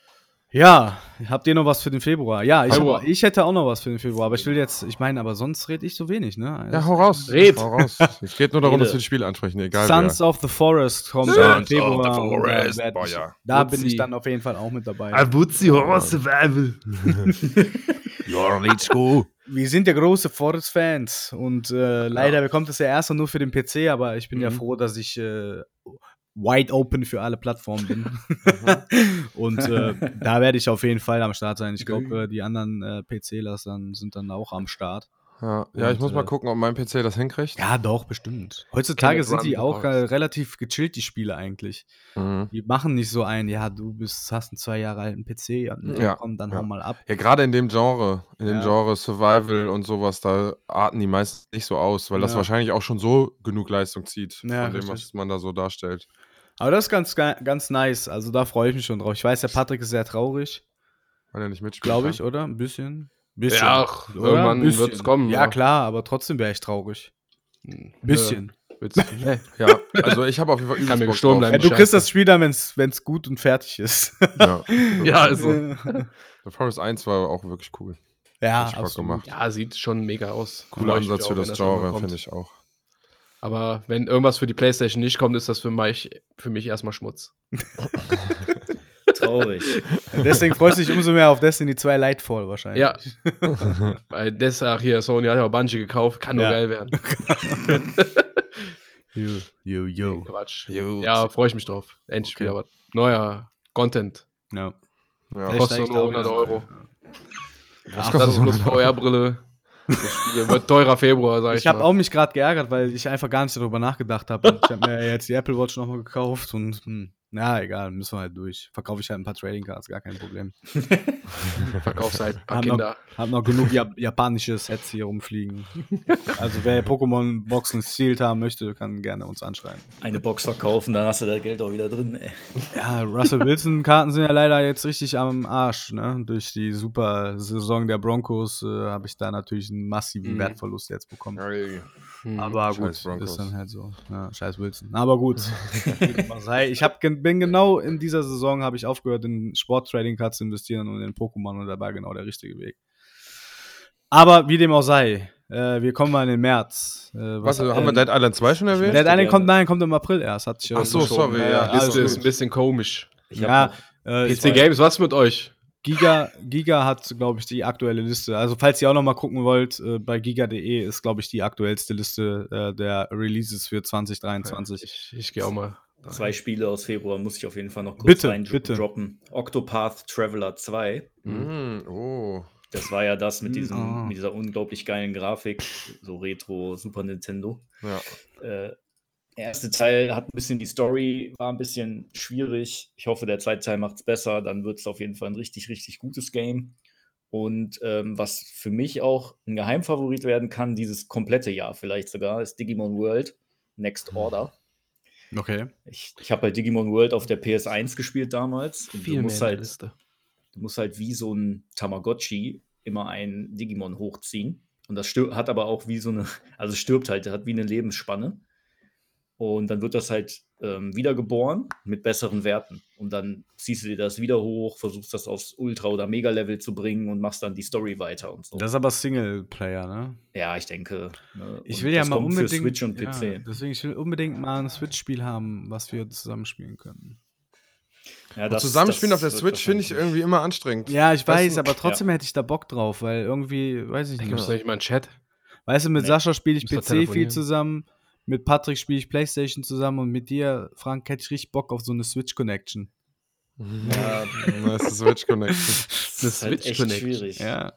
Speaker 6: Ja, habt ihr noch was für den Februar? Ja, ich,
Speaker 5: Februar.
Speaker 6: hab, ich hätte auch noch was für den Februar, aber ich will jetzt, ich meine, aber sonst rede ich so wenig, ne?
Speaker 3: Ja, hau raus.
Speaker 5: Red.
Speaker 3: Hau raus. Es geht nur darum,
Speaker 4: Rede.
Speaker 3: dass wir das Spiel ansprechen, egal
Speaker 6: Sons
Speaker 3: wer.
Speaker 6: of the Forest kommt
Speaker 3: Sons
Speaker 6: im Februar.
Speaker 3: of the
Speaker 6: und da
Speaker 3: Forest,
Speaker 6: werd
Speaker 3: boah,
Speaker 6: ich,
Speaker 3: ja. Ah,
Speaker 6: Da
Speaker 5: Uzi.
Speaker 6: bin ich dann auf jeden Fall auch mit dabei.
Speaker 5: Abuzi Horror Survival.
Speaker 1: Ja, let's go.
Speaker 6: Wir sind ja große Forest-Fans und äh, leider bekommt es ja erst nur für den PC, aber ich bin ja
Speaker 5: Mhm.
Speaker 6: froh, dass ich äh, wide open für alle Plattformen bin.
Speaker 3: Mhm.
Speaker 6: und äh, da werde ich auf jeden Fall am Start sein. Ich glaube, äh, die anderen äh, PC-Lers dann- sind dann auch am Start.
Speaker 3: Ja, ja, ich
Speaker 6: Und,
Speaker 3: muss mal
Speaker 6: äh,
Speaker 3: gucken, ob mein PC das hinkriegt.
Speaker 6: Ja, doch, bestimmt. Heutzutage
Speaker 5: Can it
Speaker 6: sind
Speaker 5: run
Speaker 6: die
Speaker 5: the
Speaker 6: auch äh,
Speaker 5: forest?
Speaker 6: relativ gechillt, die Spiele eigentlich.
Speaker 3: Mhm.
Speaker 6: Die machen nicht so ein, ja, du bist, hast einen zwei Jahre alten PC, und,
Speaker 3: Ja,
Speaker 6: komm, dann
Speaker 3: ja.
Speaker 6: hau mal ab.
Speaker 3: Ja, gerade in dem Genre, in dem
Speaker 6: Ja.
Speaker 3: Genre Survival und sowas, da arten die meistens nicht so aus, weil das
Speaker 6: Ja.
Speaker 3: wahrscheinlich auch schon so genug Leistung zieht,
Speaker 6: Ja,
Speaker 3: von dem,
Speaker 6: richtig.
Speaker 3: was man da so darstellt.
Speaker 6: Aber das ist ganz, ge- ganz nice. Also da freue ich mich schon drauf. Ich weiß, der Patrick ist sehr traurig,
Speaker 3: Weil er nicht ne? mitspielt.
Speaker 6: glaube ich, oder? Ein bisschen. bisschen.
Speaker 5: Ja, ach,
Speaker 6: Oder? Ein
Speaker 5: irgendwann
Speaker 6: bisschen.
Speaker 5: wird es kommen. Hm,
Speaker 6: Ja, klar, aber trotzdem wäre ich traurig.
Speaker 5: Ein
Speaker 6: Bisschen.
Speaker 3: Ja, also ich habe auf jeden Fall
Speaker 5: Kann mir
Speaker 3: Bock
Speaker 5: gestohlen
Speaker 3: drauf.
Speaker 6: Ja,
Speaker 5: bleiben.
Speaker 6: du kriegst
Speaker 5: Scheiße.
Speaker 6: das Spiel dann, wenn es gut und fertig ist.
Speaker 3: Ja,
Speaker 5: Ja, also.
Speaker 6: ja,
Speaker 3: The Forest 1 war auch wirklich cool. Hat Bock
Speaker 6: absolut.
Speaker 3: gemacht.
Speaker 5: Ja, sieht schon mega aus.
Speaker 3: Cooler
Speaker 5: Freue ich mich
Speaker 3: Ansatz
Speaker 5: auch,
Speaker 3: für
Speaker 5: wenn
Speaker 3: das
Speaker 5: irgendwann
Speaker 3: Genre,
Speaker 5: kommt.
Speaker 3: finde ich auch.
Speaker 5: Aber wenn irgendwas für die Playstation nicht kommt, ist das für mich, für mich erstmal Schmutz.
Speaker 4: Traurig.
Speaker 6: Deswegen freust du dich umso mehr auf Destiny 2 Lightfall wahrscheinlich.
Speaker 5: Ja. Weil das, ach hier, Sony hat ja auch Bungie gekauft, kann nur
Speaker 6: Ja.
Speaker 5: geil werden. Jö.
Speaker 6: Yo, yo.
Speaker 5: Quatsch.
Speaker 1: Jo.
Speaker 5: Ja, freue ich mich drauf. Endlich
Speaker 6: Okay.
Speaker 5: wieder was. Neuer Content.
Speaker 6: Ja.
Speaker 3: Ja.
Speaker 6: Vielleicht
Speaker 5: Kostet
Speaker 6: steigt
Speaker 5: nur
Speaker 6: auch wieder
Speaker 5: 100 Euro.
Speaker 3: Ach,
Speaker 5: Das ist plus VR-Brille. Wird teurer Februar, sag ich,
Speaker 6: Ich habe
Speaker 5: mal.
Speaker 6: auch mich gerade geärgert, weil ich einfach gar nicht darüber nachgedacht habe. Ich habe mir ja jetzt die Apple Watch nochmal gekauft und hm, na egal, müssen wir halt durch. Verkaufe ich halt ein paar Trading Cards, gar kein Problem.
Speaker 5: Verkaufst halt ein paar
Speaker 6: Haben
Speaker 5: Kinder.
Speaker 6: Hab noch genug Jap japanische Sets hier rumfliegen. Also wer Pokémon Boxen Sealed haben möchte, kann gerne uns anschreiben.
Speaker 4: Eine Box verkaufen, dann hast du das Geld auch wieder drin. Ey.
Speaker 6: Ja, Russell Wilson Karten sind ja leider jetzt richtig am Arsch. Ne? Durch die super Saison der Broncos äh, habe ich da natürlich einen massiven
Speaker 5: Mhm.
Speaker 6: Wertverlust jetzt bekommen.
Speaker 3: Ey.
Speaker 5: Hm.
Speaker 6: Aber
Speaker 3: Scheiß
Speaker 6: gut,
Speaker 3: Broncos.
Speaker 6: ist dann halt so. Ja, scheiß Wilson. Aber gut. Sei- ich hab, gen- bin genau in dieser Saison habe ich aufgehört, in Sport-Trading-Cards zu investieren und in Pokémon und da war genau der richtige Weg. Aber wie dem auch sei, äh, wir kommen mal in den März. Äh,
Speaker 3: Was, haben wir Dead Island 2 schon erwähnt?
Speaker 6: Dead Island
Speaker 4: gerne.
Speaker 6: kommt, nein, kommt im April erst. Hat sich ja
Speaker 3: Ach so,
Speaker 6: geschoben.
Speaker 3: sorry, ja,
Speaker 5: Die Liste
Speaker 6: alles
Speaker 5: ist ein
Speaker 6: gut.
Speaker 5: bisschen komisch.
Speaker 4: Ich hab
Speaker 6: Ja,
Speaker 4: noch-
Speaker 6: Äh,
Speaker 5: PC Games, was mit euch?
Speaker 6: Giga, Giga hat, glaube ich, die aktuelle Liste. Also, falls ihr auch noch mal gucken wollt, äh, bei giga.de ist, glaube ich, die aktuellste Liste äh, der Releases für 2023.
Speaker 5: Ich, ich gehe auch mal.
Speaker 4: Zwei Spiele aus Februar muss ich auf jeden Fall noch kurz
Speaker 6: Bitte,
Speaker 4: reindro-
Speaker 6: bitte.
Speaker 4: droppen. Octopath Traveler 2.
Speaker 3: Mm, oh.
Speaker 4: Das war ja das mit,
Speaker 6: Mm,
Speaker 4: diesem,
Speaker 6: ah.
Speaker 4: mit dieser unglaublich geilen Grafik, so Retro Super Nintendo.
Speaker 3: Ja.
Speaker 4: Äh, der erste Teil hat ein bisschen die Story, war ein bisschen schwierig. Ich hoffe, der zweite Teil macht es besser. Dann wird es auf jeden Fall ein richtig, richtig gutes Game. Und ähm, was für mich auch ein Geheimfavorit werden kann, dieses komplette Jahr vielleicht sogar, ist Digimon World Next Order.
Speaker 6: Hm. Okay.
Speaker 4: Ich, ich habe halt Digimon World auf der PS1 gespielt damals. Und du, musst halt,
Speaker 5: Liste.
Speaker 4: du musst halt wie so ein Tamagotchi immer einen Digimon hochziehen. Und das stür- hat aber auch wie so eine, also stirbt halt, hat wie eine Lebensspanne. Und dann wird das halt ähm, wiedergeboren mit besseren Werten. Und dann ziehst du dir das wieder hoch, versuchst das aufs Ultra- oder Mega-Level zu bringen und machst dann die Story weiter und so.
Speaker 6: Das ist aber Singleplayer, ne?
Speaker 4: ja, ich denke. ne,
Speaker 6: Ich
Speaker 4: und
Speaker 6: will ja
Speaker 4: das
Speaker 6: mal
Speaker 4: kommt
Speaker 6: unbedingt.
Speaker 4: Für Switch und PC.
Speaker 6: Ja, deswegen, ich will unbedingt mal ein Switch-Spiel haben, was wir zusammen spielen können.
Speaker 4: Ja,
Speaker 3: Und
Speaker 4: das-
Speaker 3: Zusammenspielen
Speaker 4: das
Speaker 3: auf der
Speaker 4: wird
Speaker 3: Switch finde ich
Speaker 4: wahrscheinlich-
Speaker 3: irgendwie immer anstrengend.
Speaker 6: Ja, ich
Speaker 3: Weißt
Speaker 6: weiß,
Speaker 3: du-
Speaker 6: aber trotzdem hätte ich da Bock drauf, weil irgendwie, weiß ich
Speaker 5: Da
Speaker 6: nicht.
Speaker 5: gibt es nicht mal einen Chat.
Speaker 6: Weißt du, mit
Speaker 4: Nee.
Speaker 6: Sascha spiele ich
Speaker 5: Müsst ihr
Speaker 6: PC viel
Speaker 5: telefonieren.
Speaker 6: zusammen, mit Patrick spiele ich Playstation zusammen und mit dir, Frank, hätte ich richtig Bock auf so eine Switch-Connection.
Speaker 3: Ja. Nice Switch Connection.
Speaker 4: Das
Speaker 5: Eine
Speaker 4: ist halt echt
Speaker 5: Switch-Connection.
Speaker 4: schwierig.
Speaker 6: Ja.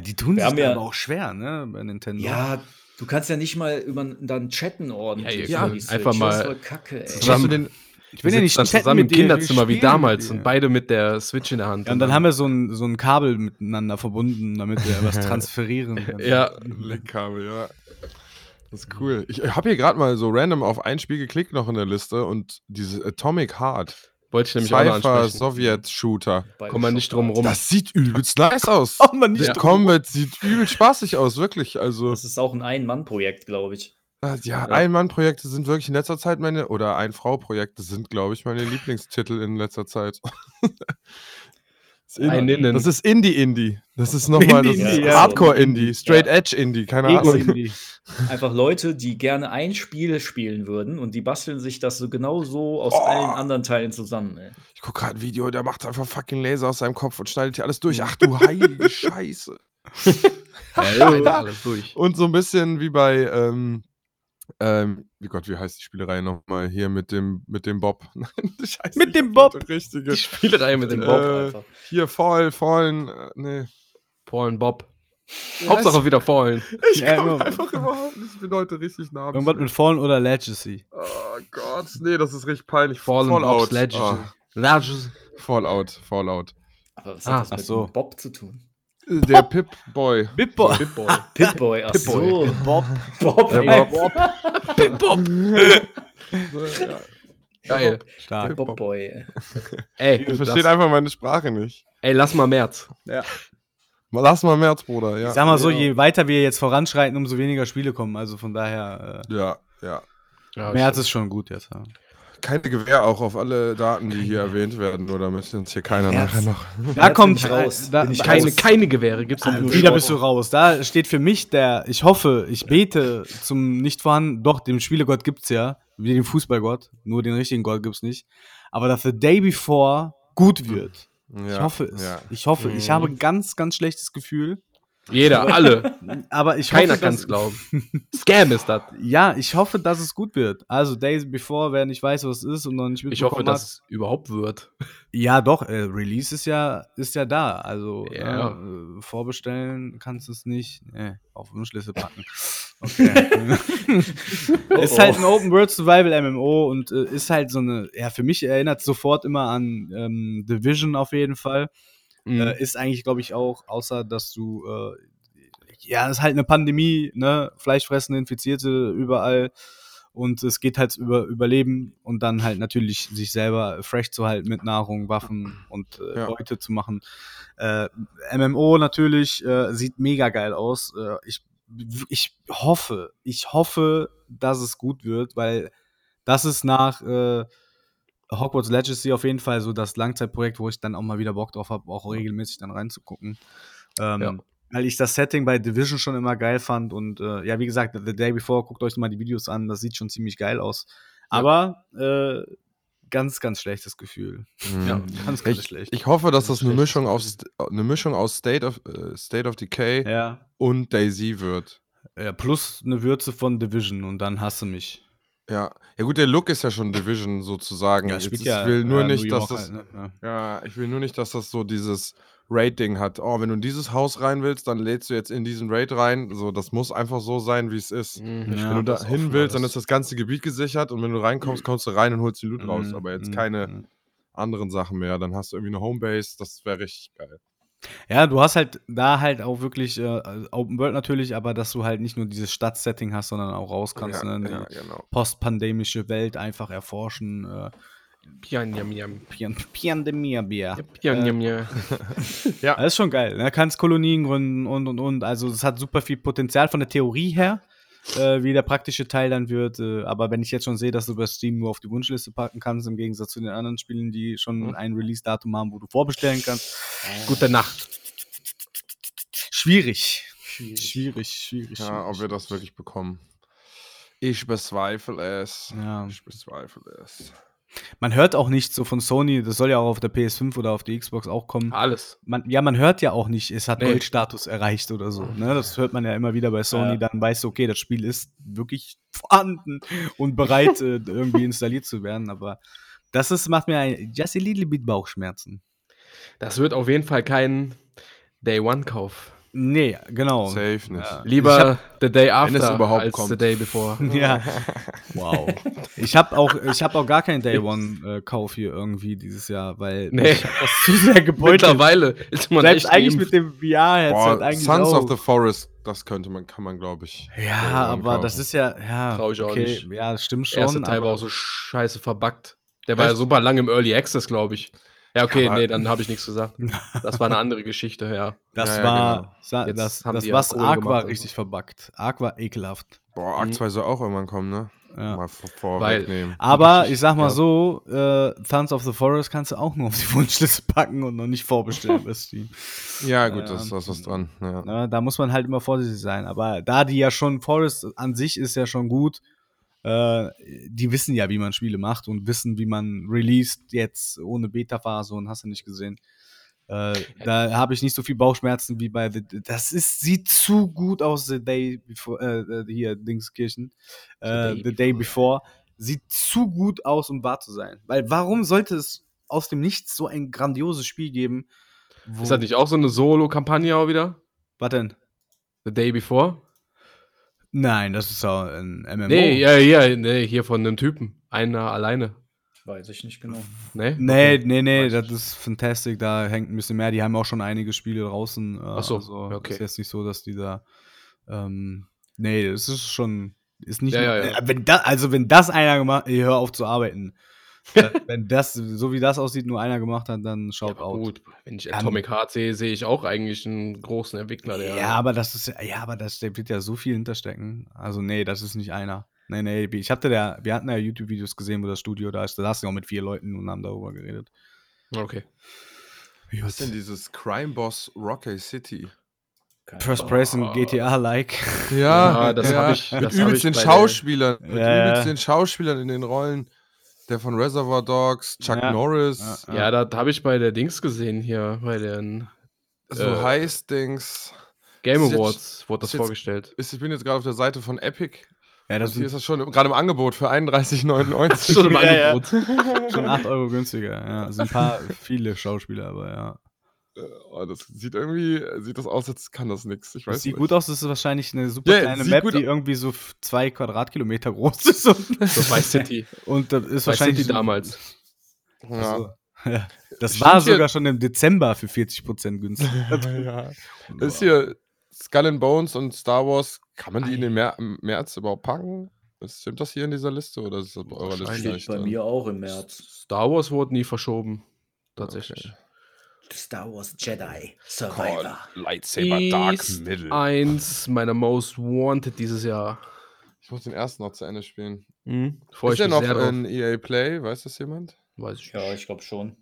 Speaker 6: die tun
Speaker 4: Wir
Speaker 6: sich
Speaker 4: haben ja-
Speaker 6: aber auch schwer, ne, bei Nintendo.
Speaker 4: Ja, du kannst ja nicht mal über dann chatten ordentlich.
Speaker 5: Ja,
Speaker 4: über die
Speaker 5: ihr könnt einfach
Speaker 4: Switch.
Speaker 5: mal
Speaker 4: Das ist voll kacke, ey.
Speaker 5: zusammen-
Speaker 3: Hast du den,
Speaker 6: ich will
Speaker 5: Wir
Speaker 6: ja
Speaker 5: sitzen
Speaker 6: nicht
Speaker 5: dann
Speaker 6: chatten
Speaker 5: zusammen im
Speaker 6: mit dir, wir
Speaker 5: Kinderzimmer wie
Speaker 6: spielen
Speaker 5: damals
Speaker 6: mit dir.
Speaker 5: und beide mit der Switch in der Hand.
Speaker 6: Ja, und dann haben wir so ein, so ein Kabel miteinander verbunden, damit wir was transferieren können.
Speaker 5: Ja,
Speaker 3: Leckkabel, ja. Das ist cool. Ich habe hier gerade mal so random auf ein Spiel geklickt noch in der Liste und dieses Atomic Heart.
Speaker 5: wollte ich nämlich auch noch
Speaker 3: Cypher
Speaker 5: ansprechen.
Speaker 3: Sowjet Shooter.
Speaker 5: Kommt man nicht drum rum.
Speaker 3: Das sieht übelst nice aus.
Speaker 6: Oh, man, nicht
Speaker 3: Der Combat sieht übel spaßig aus, wirklich. Also,
Speaker 4: Das ist auch ein Ein-Mann-Projekt, glaube ich.
Speaker 3: ah, ja, Ein-Mann-Projekte sind wirklich in letzter Zeit meine, oder Ein-Frau-Projekte sind, glaube ich, meine Lieblingstitel in letzter Zeit. Das ist
Speaker 5: Ein Innen.
Speaker 3: Das ist Indie-Indie. Das ist nochmal das
Speaker 4: Indie,
Speaker 3: ist
Speaker 4: ja.
Speaker 3: Hardcore-Indie, Straight-Edge-Indie, keine Ahnung.
Speaker 4: Einfach Leute, die gerne ein Spiel spielen würden und die basteln sich das so genau so aus
Speaker 3: Oh.
Speaker 4: allen anderen Teilen zusammen. Ey.
Speaker 3: Ich guck gerade ein Video, der macht einfach fucking Laser aus seinem Kopf und schneidet hier alles durch. Ach du heilige Scheiße.
Speaker 5: Ja, alles durch.
Speaker 3: Und so ein bisschen wie bei, ähm, ähm, wie Gott, wie heißt die Spielerei nochmal? Hier mit dem, mit dem Bob. Nein, scheiße.
Speaker 6: Mit
Speaker 3: ich
Speaker 6: dem
Speaker 3: hab
Speaker 6: Bob.
Speaker 3: die Richtige.
Speaker 5: Die Spielerei mit dem
Speaker 3: Äh,
Speaker 5: Bob.
Speaker 4: einfach.
Speaker 3: Hier, Fall, Fallen. Äh, nee.
Speaker 5: Paul und Bob. Hauptsache wieder Fallen.
Speaker 3: Ich
Speaker 6: Ja,
Speaker 3: komm
Speaker 6: immer-
Speaker 3: einfach überhaupt nicht. Ich bin heute richtig nah. am
Speaker 6: Irgendwas mit Fallen oder Legacy.
Speaker 3: Oh Gott, nee, das ist richtig peinlich.
Speaker 5: Fallen Bob's Legend.
Speaker 3: Ah,
Speaker 5: Legend.
Speaker 3: Fallout, Fallout.
Speaker 4: Aber was
Speaker 5: Ah,
Speaker 4: hat das
Speaker 6: ach
Speaker 4: mit
Speaker 6: so.
Speaker 4: Bob zu tun?
Speaker 3: Äh, Der Pip-Boy.
Speaker 6: Bitboy.
Speaker 5: Bitboy.
Speaker 4: Pip-Boy, ach so.
Speaker 6: Bob.
Speaker 4: Bob,
Speaker 3: Der
Speaker 4: ey,
Speaker 3: Bob. Ja,
Speaker 5: Geil.
Speaker 6: Stark.
Speaker 4: Bob-Boy. ey.
Speaker 3: Ihr
Speaker 5: Ey,
Speaker 3: versteht einfach meine Sprache nicht.
Speaker 5: ey, lass mal März.
Speaker 3: Mal- Lass mal März, Bruder. Ja.
Speaker 6: Ich sag mal so,
Speaker 4: Ja.
Speaker 6: je weiter wir jetzt voranschreiten, umso weniger Spiele kommen. Also von daher,
Speaker 3: Ja, ja.
Speaker 6: äh,
Speaker 5: Ja,
Speaker 6: März ist schon gut jetzt. Ja.
Speaker 3: Keine Gewähr auch auf alle Daten, die hier erwähnt werden, oder müsste uns hier keiner
Speaker 4: März.
Speaker 3: nachher noch.
Speaker 6: Da
Speaker 4: bin
Speaker 6: kommt
Speaker 4: ich raus.
Speaker 6: Da,
Speaker 4: Bin ich
Speaker 6: keine,
Speaker 5: keine,
Speaker 4: raus.
Speaker 5: keine Gewehre gibt's nicht.
Speaker 6: wieder bist du raus. Da steht für mich der, ich hoffe, ich bete zum nicht vorhanden, doch, dem Spielegott gibt's ja, wie den Fußballgott, nur den richtigen Gott gibt's nicht. Aber dass The Day Before gut wird.
Speaker 3: Ja,
Speaker 6: ich hoffe es.
Speaker 3: Ja.
Speaker 6: Ich hoffe,
Speaker 5: Mhm.
Speaker 6: ich habe ein ganz, ganz schlechtes Gefühl.
Speaker 5: Jeder, alle.
Speaker 6: Aber ich
Speaker 5: Keiner
Speaker 6: hoffe,
Speaker 5: kann
Speaker 6: dass-
Speaker 5: es glauben. Scam ist das.
Speaker 6: Ja, ich hoffe, dass es gut wird. Also Days Before, wer nicht weiß, was es ist und noch nicht
Speaker 5: Ich hoffe,
Speaker 6: mitbekommen
Speaker 5: dass es überhaupt wird.
Speaker 6: Ja, doch, äh, Release ist ja, ist ja da. Also
Speaker 5: Ja.
Speaker 6: ne, äh, vorbestellen kannst du es nicht. Nee, auf Wunschliste packen. Okay.
Speaker 5: Oh,
Speaker 6: ist halt ein Open World Survival MMO und äh, ist halt so eine, ja, für mich erinnert sofort immer an ähm, Division auf jeden Fall.
Speaker 5: Mhm.
Speaker 6: Äh, ist eigentlich, glaube ich, auch, außer dass du, äh, ja, ist halt eine Pandemie, ne? Fleischfressende, Infizierte überall. Und es geht halt über Überleben und dann halt natürlich sich selber fresh zu halten mit Nahrung, Waffen und äh,
Speaker 3: Ja.
Speaker 6: Beute zu machen. Äh, MMO natürlich äh, sieht mega geil aus. Äh, ich, ich hoffe, ich hoffe, dass es gut wird, weil das ist nach äh, Hogwarts Legacy auf jeden Fall so das Langzeitprojekt, wo ich dann auch mal wieder Bock drauf habe, auch regelmäßig dann reinzugucken. Ähm,
Speaker 5: Ja.
Speaker 6: Weil ich das Setting bei Division schon immer geil fand und äh, ja, wie gesagt, The Day Before, guckt euch mal die Videos an, das sieht schon ziemlich geil aus. Aber äh, ganz, ganz schlechtes Gefühl.
Speaker 3: Ja.
Speaker 6: Ganz, ganz
Speaker 3: Mhm. Ich,
Speaker 6: schlecht.
Speaker 3: ich hoffe, dass das eine
Speaker 6: Schlechtes
Speaker 3: Mischung aus, eine Mischung aus State of, äh, State of Decay
Speaker 6: ja.
Speaker 3: und Daisy wird.
Speaker 6: ja. Plus eine Würze von Division und dann hasse mich.
Speaker 3: Ja. ja, gut, der Look ist ja schon Division sozusagen. Jetzt, ich will nur
Speaker 6: äh,
Speaker 3: nicht,
Speaker 6: New
Speaker 3: dass
Speaker 6: York
Speaker 3: das,
Speaker 6: halt, ne?
Speaker 3: ja, ich will nur nicht, dass das so dieses Raid-Ding hat. Oh, wenn du in dieses Haus rein willst, dann lädst du jetzt in diesen Raid rein. So, das muss einfach so sein, wie es ist.
Speaker 5: Mhm.
Speaker 6: Ja,
Speaker 3: wenn du da
Speaker 5: das
Speaker 3: hin
Speaker 5: offen
Speaker 3: willst, dann
Speaker 5: alles.
Speaker 3: ist das ganze Gebiet gesichert und wenn du reinkommst, kommst du rein und holst den Loot
Speaker 6: ja.
Speaker 3: raus. Aber jetzt
Speaker 6: Mhm,
Speaker 3: keine
Speaker 6: mhm.
Speaker 3: anderen Sachen mehr. Dann hast du irgendwie eine Homebase, das wäre richtig geil.
Speaker 6: Ja, du hast halt da halt auch wirklich äh, also Open World natürlich, aber dass du halt nicht nur dieses Stadtsetting hast, sondern auch raus kannst,
Speaker 3: ja,
Speaker 6: ne?
Speaker 3: ja,
Speaker 6: Die
Speaker 3: genau.
Speaker 6: postpandemische Welt einfach erforschen. Äh,
Speaker 5: Pian, jam, jam.
Speaker 6: Pian- Piandemia-Bier.
Speaker 5: Pian, jam, jam.
Speaker 6: Das ist schon geil. Ne? Kannst Kolonien gründen und und und. Also es hat super viel Potenzial von der Theorie her, äh, wie der praktische Teil dann wird. Äh, aber wenn ich jetzt schon sehe, dass du bei Steam nur auf die Wunschliste packen kannst, im Gegensatz zu den anderen Spielen, die
Speaker 3: Hm.
Speaker 6: schon ein Release-Datum haben, wo du vorbestellen kannst,
Speaker 5: Gute Nacht.
Speaker 6: schwierig. Schwierig, schwierig, schwierig.
Speaker 3: Ja, ob wir das wirklich bekommen. Ich bezweifle es.
Speaker 6: Ja.
Speaker 3: Ich bezweifle es.
Speaker 6: Man hört auch nicht so von Sony, das soll ja auch auf der PS5 oder auf die Xbox auch kommen.
Speaker 5: Alles.
Speaker 6: Man, ja, man hört ja auch nicht, es hat
Speaker 5: Ah. Nee.
Speaker 6: Goldstatus erreicht oder so. Ne? Das hört man ja immer wieder bei Sony,
Speaker 4: Ja.
Speaker 6: dann weißt du, okay, das Spiel ist wirklich vorhanden und bereit, äh, irgendwie installiert zu werden. Aber das ist, macht mir ein, just a little bit Bauchschmerzen.
Speaker 5: Das wird auf jeden Fall kein Day-One-Kauf.
Speaker 6: Nee, genau.
Speaker 3: Safe nicht.
Speaker 5: Lieber the day
Speaker 3: Wenn
Speaker 5: after
Speaker 3: es überhaupt
Speaker 5: als
Speaker 3: kommt.
Speaker 5: the day before.
Speaker 6: Ja. Wow. Ich habe auch, ich hab auch gar keinen Day One-Kauf hier irgendwie dieses Jahr, weil
Speaker 5: Nee.
Speaker 6: mich hat das zu sehr gebeutelt.
Speaker 5: Mittlerweile ist man
Speaker 6: Selbst
Speaker 5: echt
Speaker 6: eigentlich
Speaker 5: geimpft.
Speaker 6: mit dem VR-Headset
Speaker 3: Boah,
Speaker 6: eigentlich
Speaker 3: Sons
Speaker 6: auch.
Speaker 3: of the Forest, das könnte man, kann man, glaube ich.
Speaker 6: ja,
Speaker 3: irgendwann
Speaker 6: aber das
Speaker 3: kaufen.
Speaker 6: ist ja, ja,
Speaker 5: Trau Äh, ich auch nicht.
Speaker 6: ja, das stimmt
Speaker 5: Der erste
Speaker 6: schon.
Speaker 5: Teil war
Speaker 6: Aber,
Speaker 5: auch so scheiße verbuggt. Der war ja super lang im Early Access, glaube ich. Ja, okay,
Speaker 3: Ja, aber-
Speaker 5: nee, dann habe ich nichts gesagt. Das war eine andere Geschichte, ja.
Speaker 6: das
Speaker 3: Ja, ja,
Speaker 6: war,
Speaker 3: genau.
Speaker 6: sa-
Speaker 5: Jetzt
Speaker 6: das,
Speaker 5: haben
Speaker 6: das
Speaker 5: die ja
Speaker 6: was
Speaker 5: Kohle
Speaker 6: Arc
Speaker 5: gemacht
Speaker 6: war
Speaker 5: und
Speaker 6: richtig verbuggt. Arc war ekelhaft.
Speaker 3: Boah, Arc 2 soll auch irgendwann kommen, ne?
Speaker 6: Ja.
Speaker 3: Mal vor, vorwegnehmen.
Speaker 5: Weil-
Speaker 6: Aber ich sag mal
Speaker 5: Ja.
Speaker 6: so, äh, Sons of the Forest kannst du auch nur auf die Wunschliste packen und noch nicht vorbestellen bei Steam.
Speaker 3: Ja, gut,
Speaker 6: Ja,
Speaker 3: das da ist was dran. Ja.
Speaker 6: Ne, da muss man halt immer vorsichtig sein. Aber da die ja schon, Forest an sich ist ja schon gut, äh, die wissen ja, wie man Spiele macht und wissen, wie man released jetzt ohne Beta-Phase und hast du nicht gesehen. Äh, da habe ich nicht so viel Bauchschmerzen wie bei The, Das ist, sieht zu gut aus, The Day Before, äh, äh, hier, Dingskirchen. Äh,
Speaker 5: The Day
Speaker 6: the Day Before. Sieht zu gut aus, um wahr zu sein. Weil warum sollte es aus dem Nichts so ein grandioses Spiel geben? Wo,
Speaker 5: Ist das nicht auch so eine Solo-Kampagne auch wieder?
Speaker 6: Was denn?
Speaker 5: The day before?
Speaker 6: Nein, das ist ja ein MMO.
Speaker 5: Nee, ja, ja, nee, hier von einem Typen. Einer alleine. ne?
Speaker 4: Weiß ich nicht genau.
Speaker 5: Nee?
Speaker 6: Nee, nee, nee, das ist Fantastic, da hängt ein bisschen mehr. Die haben auch schon einige Spiele draußen. äh,
Speaker 5: Ach so,
Speaker 6: also
Speaker 5: ja, okay.
Speaker 6: Ist jetzt nicht so, dass die da. Ähm, nee, es ist schon. Ist nicht.
Speaker 5: Ja, ja, ja.
Speaker 6: Äh, Wenn da, also, wenn das einer gemacht hat, hör auf zu arbeiten. Äh, wenn das, so wie das aussieht, nur einer gemacht hat, dann shout
Speaker 5: Aber
Speaker 6: out.
Speaker 5: Gut, wenn ich
Speaker 6: Dann-
Speaker 5: Atomic Heart sehe, sehe ich auch eigentlich einen großen Entwickler, der.
Speaker 6: Ja, aber das ist ja, aber das da wird ja so viel hinterstecken. Also nee, das ist nicht einer. Nee, nee, ich hatte da, wir hatten ja YouTube-Videos gesehen, wo das Studio da ist. Da saßen wir auch mit vier Leuten und haben darüber geredet.
Speaker 5: Okay.
Speaker 3: Was ist denn dieses Crime Boss Rocky City?
Speaker 4: Keine
Speaker 6: First
Speaker 4: Ahnung.
Speaker 6: Person GTA-like.
Speaker 5: Ja, das habe ich.
Speaker 3: Mit
Speaker 5: das hab ich
Speaker 3: übelst den
Speaker 5: bei der-
Speaker 3: Schauspielern. Mit
Speaker 6: Ja,
Speaker 3: übelst
Speaker 6: ja.
Speaker 3: den Schauspielern in den Rollen. Der von Reservoir Dogs, Chuck
Speaker 6: Ja.
Speaker 3: Norris,
Speaker 5: Ja, das habe ich bei der Dings gesehen hier, bei den.
Speaker 3: so
Speaker 5: äh,
Speaker 3: heiß Dings.
Speaker 5: Game
Speaker 3: Ist jetzt-
Speaker 5: Awards wurde das
Speaker 3: ist jetzt-
Speaker 5: vorgestellt.
Speaker 3: Ist, ich bin jetzt gerade auf der Seite von Epic.
Speaker 6: Ja, das
Speaker 3: Und hier ist
Speaker 6: sind
Speaker 3: das schon im- gerade im Angebot für 31,99.
Speaker 5: Schon im
Speaker 7: Ja, ja.
Speaker 5: Angebot.
Speaker 6: schon 8 Euro günstiger. Ja, sind ein paar viele Schauspieler, aber ja.
Speaker 3: Äh, oh, das sieht irgendwie, sieht das aus, als kann das nix. Ich weiß
Speaker 6: Das sieht
Speaker 3: nicht.
Speaker 6: gut aus, das ist wahrscheinlich eine super
Speaker 3: Ja,
Speaker 6: kleine
Speaker 3: sieht
Speaker 6: Map,
Speaker 3: gut
Speaker 6: die
Speaker 3: au-
Speaker 6: irgendwie so f- zwei Quadratkilometer groß ist. Und,
Speaker 5: So Vice City.
Speaker 6: und das ist
Speaker 5: Vice
Speaker 6: wahrscheinlich.
Speaker 5: City
Speaker 6: so-
Speaker 5: damals.
Speaker 3: Ja.
Speaker 6: Also, ja. Das
Speaker 3: Stimmt
Speaker 6: war
Speaker 3: hier-
Speaker 6: sogar schon im Dezember für 40% günstiger.
Speaker 3: ja. Also, Ist hier Skull and Bones und Star Wars, kann man die in den Mer im März überhaupt packen? Ist- Stimmt das hier in dieser Liste oder ist Oh, das bei eurer Liste
Speaker 5: Wahrscheinlich
Speaker 3: nicht
Speaker 4: Steht bei
Speaker 3: drin?
Speaker 4: mir auch im März.
Speaker 5: Star Wars wurde nie verschoben. Tatsächlich.
Speaker 4: Star Wars Jedi
Speaker 3: Call,
Speaker 4: Survivor.
Speaker 3: Lightsaber, Dark
Speaker 5: Ist
Speaker 3: Middle.
Speaker 5: Eins meiner Most Wanted dieses Jahr.
Speaker 3: Ich muss den ersten noch zu Ende spielen.
Speaker 5: Mhm. Freue
Speaker 3: ist
Speaker 5: ich
Speaker 3: der
Speaker 5: mich
Speaker 3: noch
Speaker 5: sehr drauf.
Speaker 3: in EA Play? Weiß das jemand?
Speaker 5: Weiß ich
Speaker 4: Ja,
Speaker 5: nicht.
Speaker 4: ich glaube schon.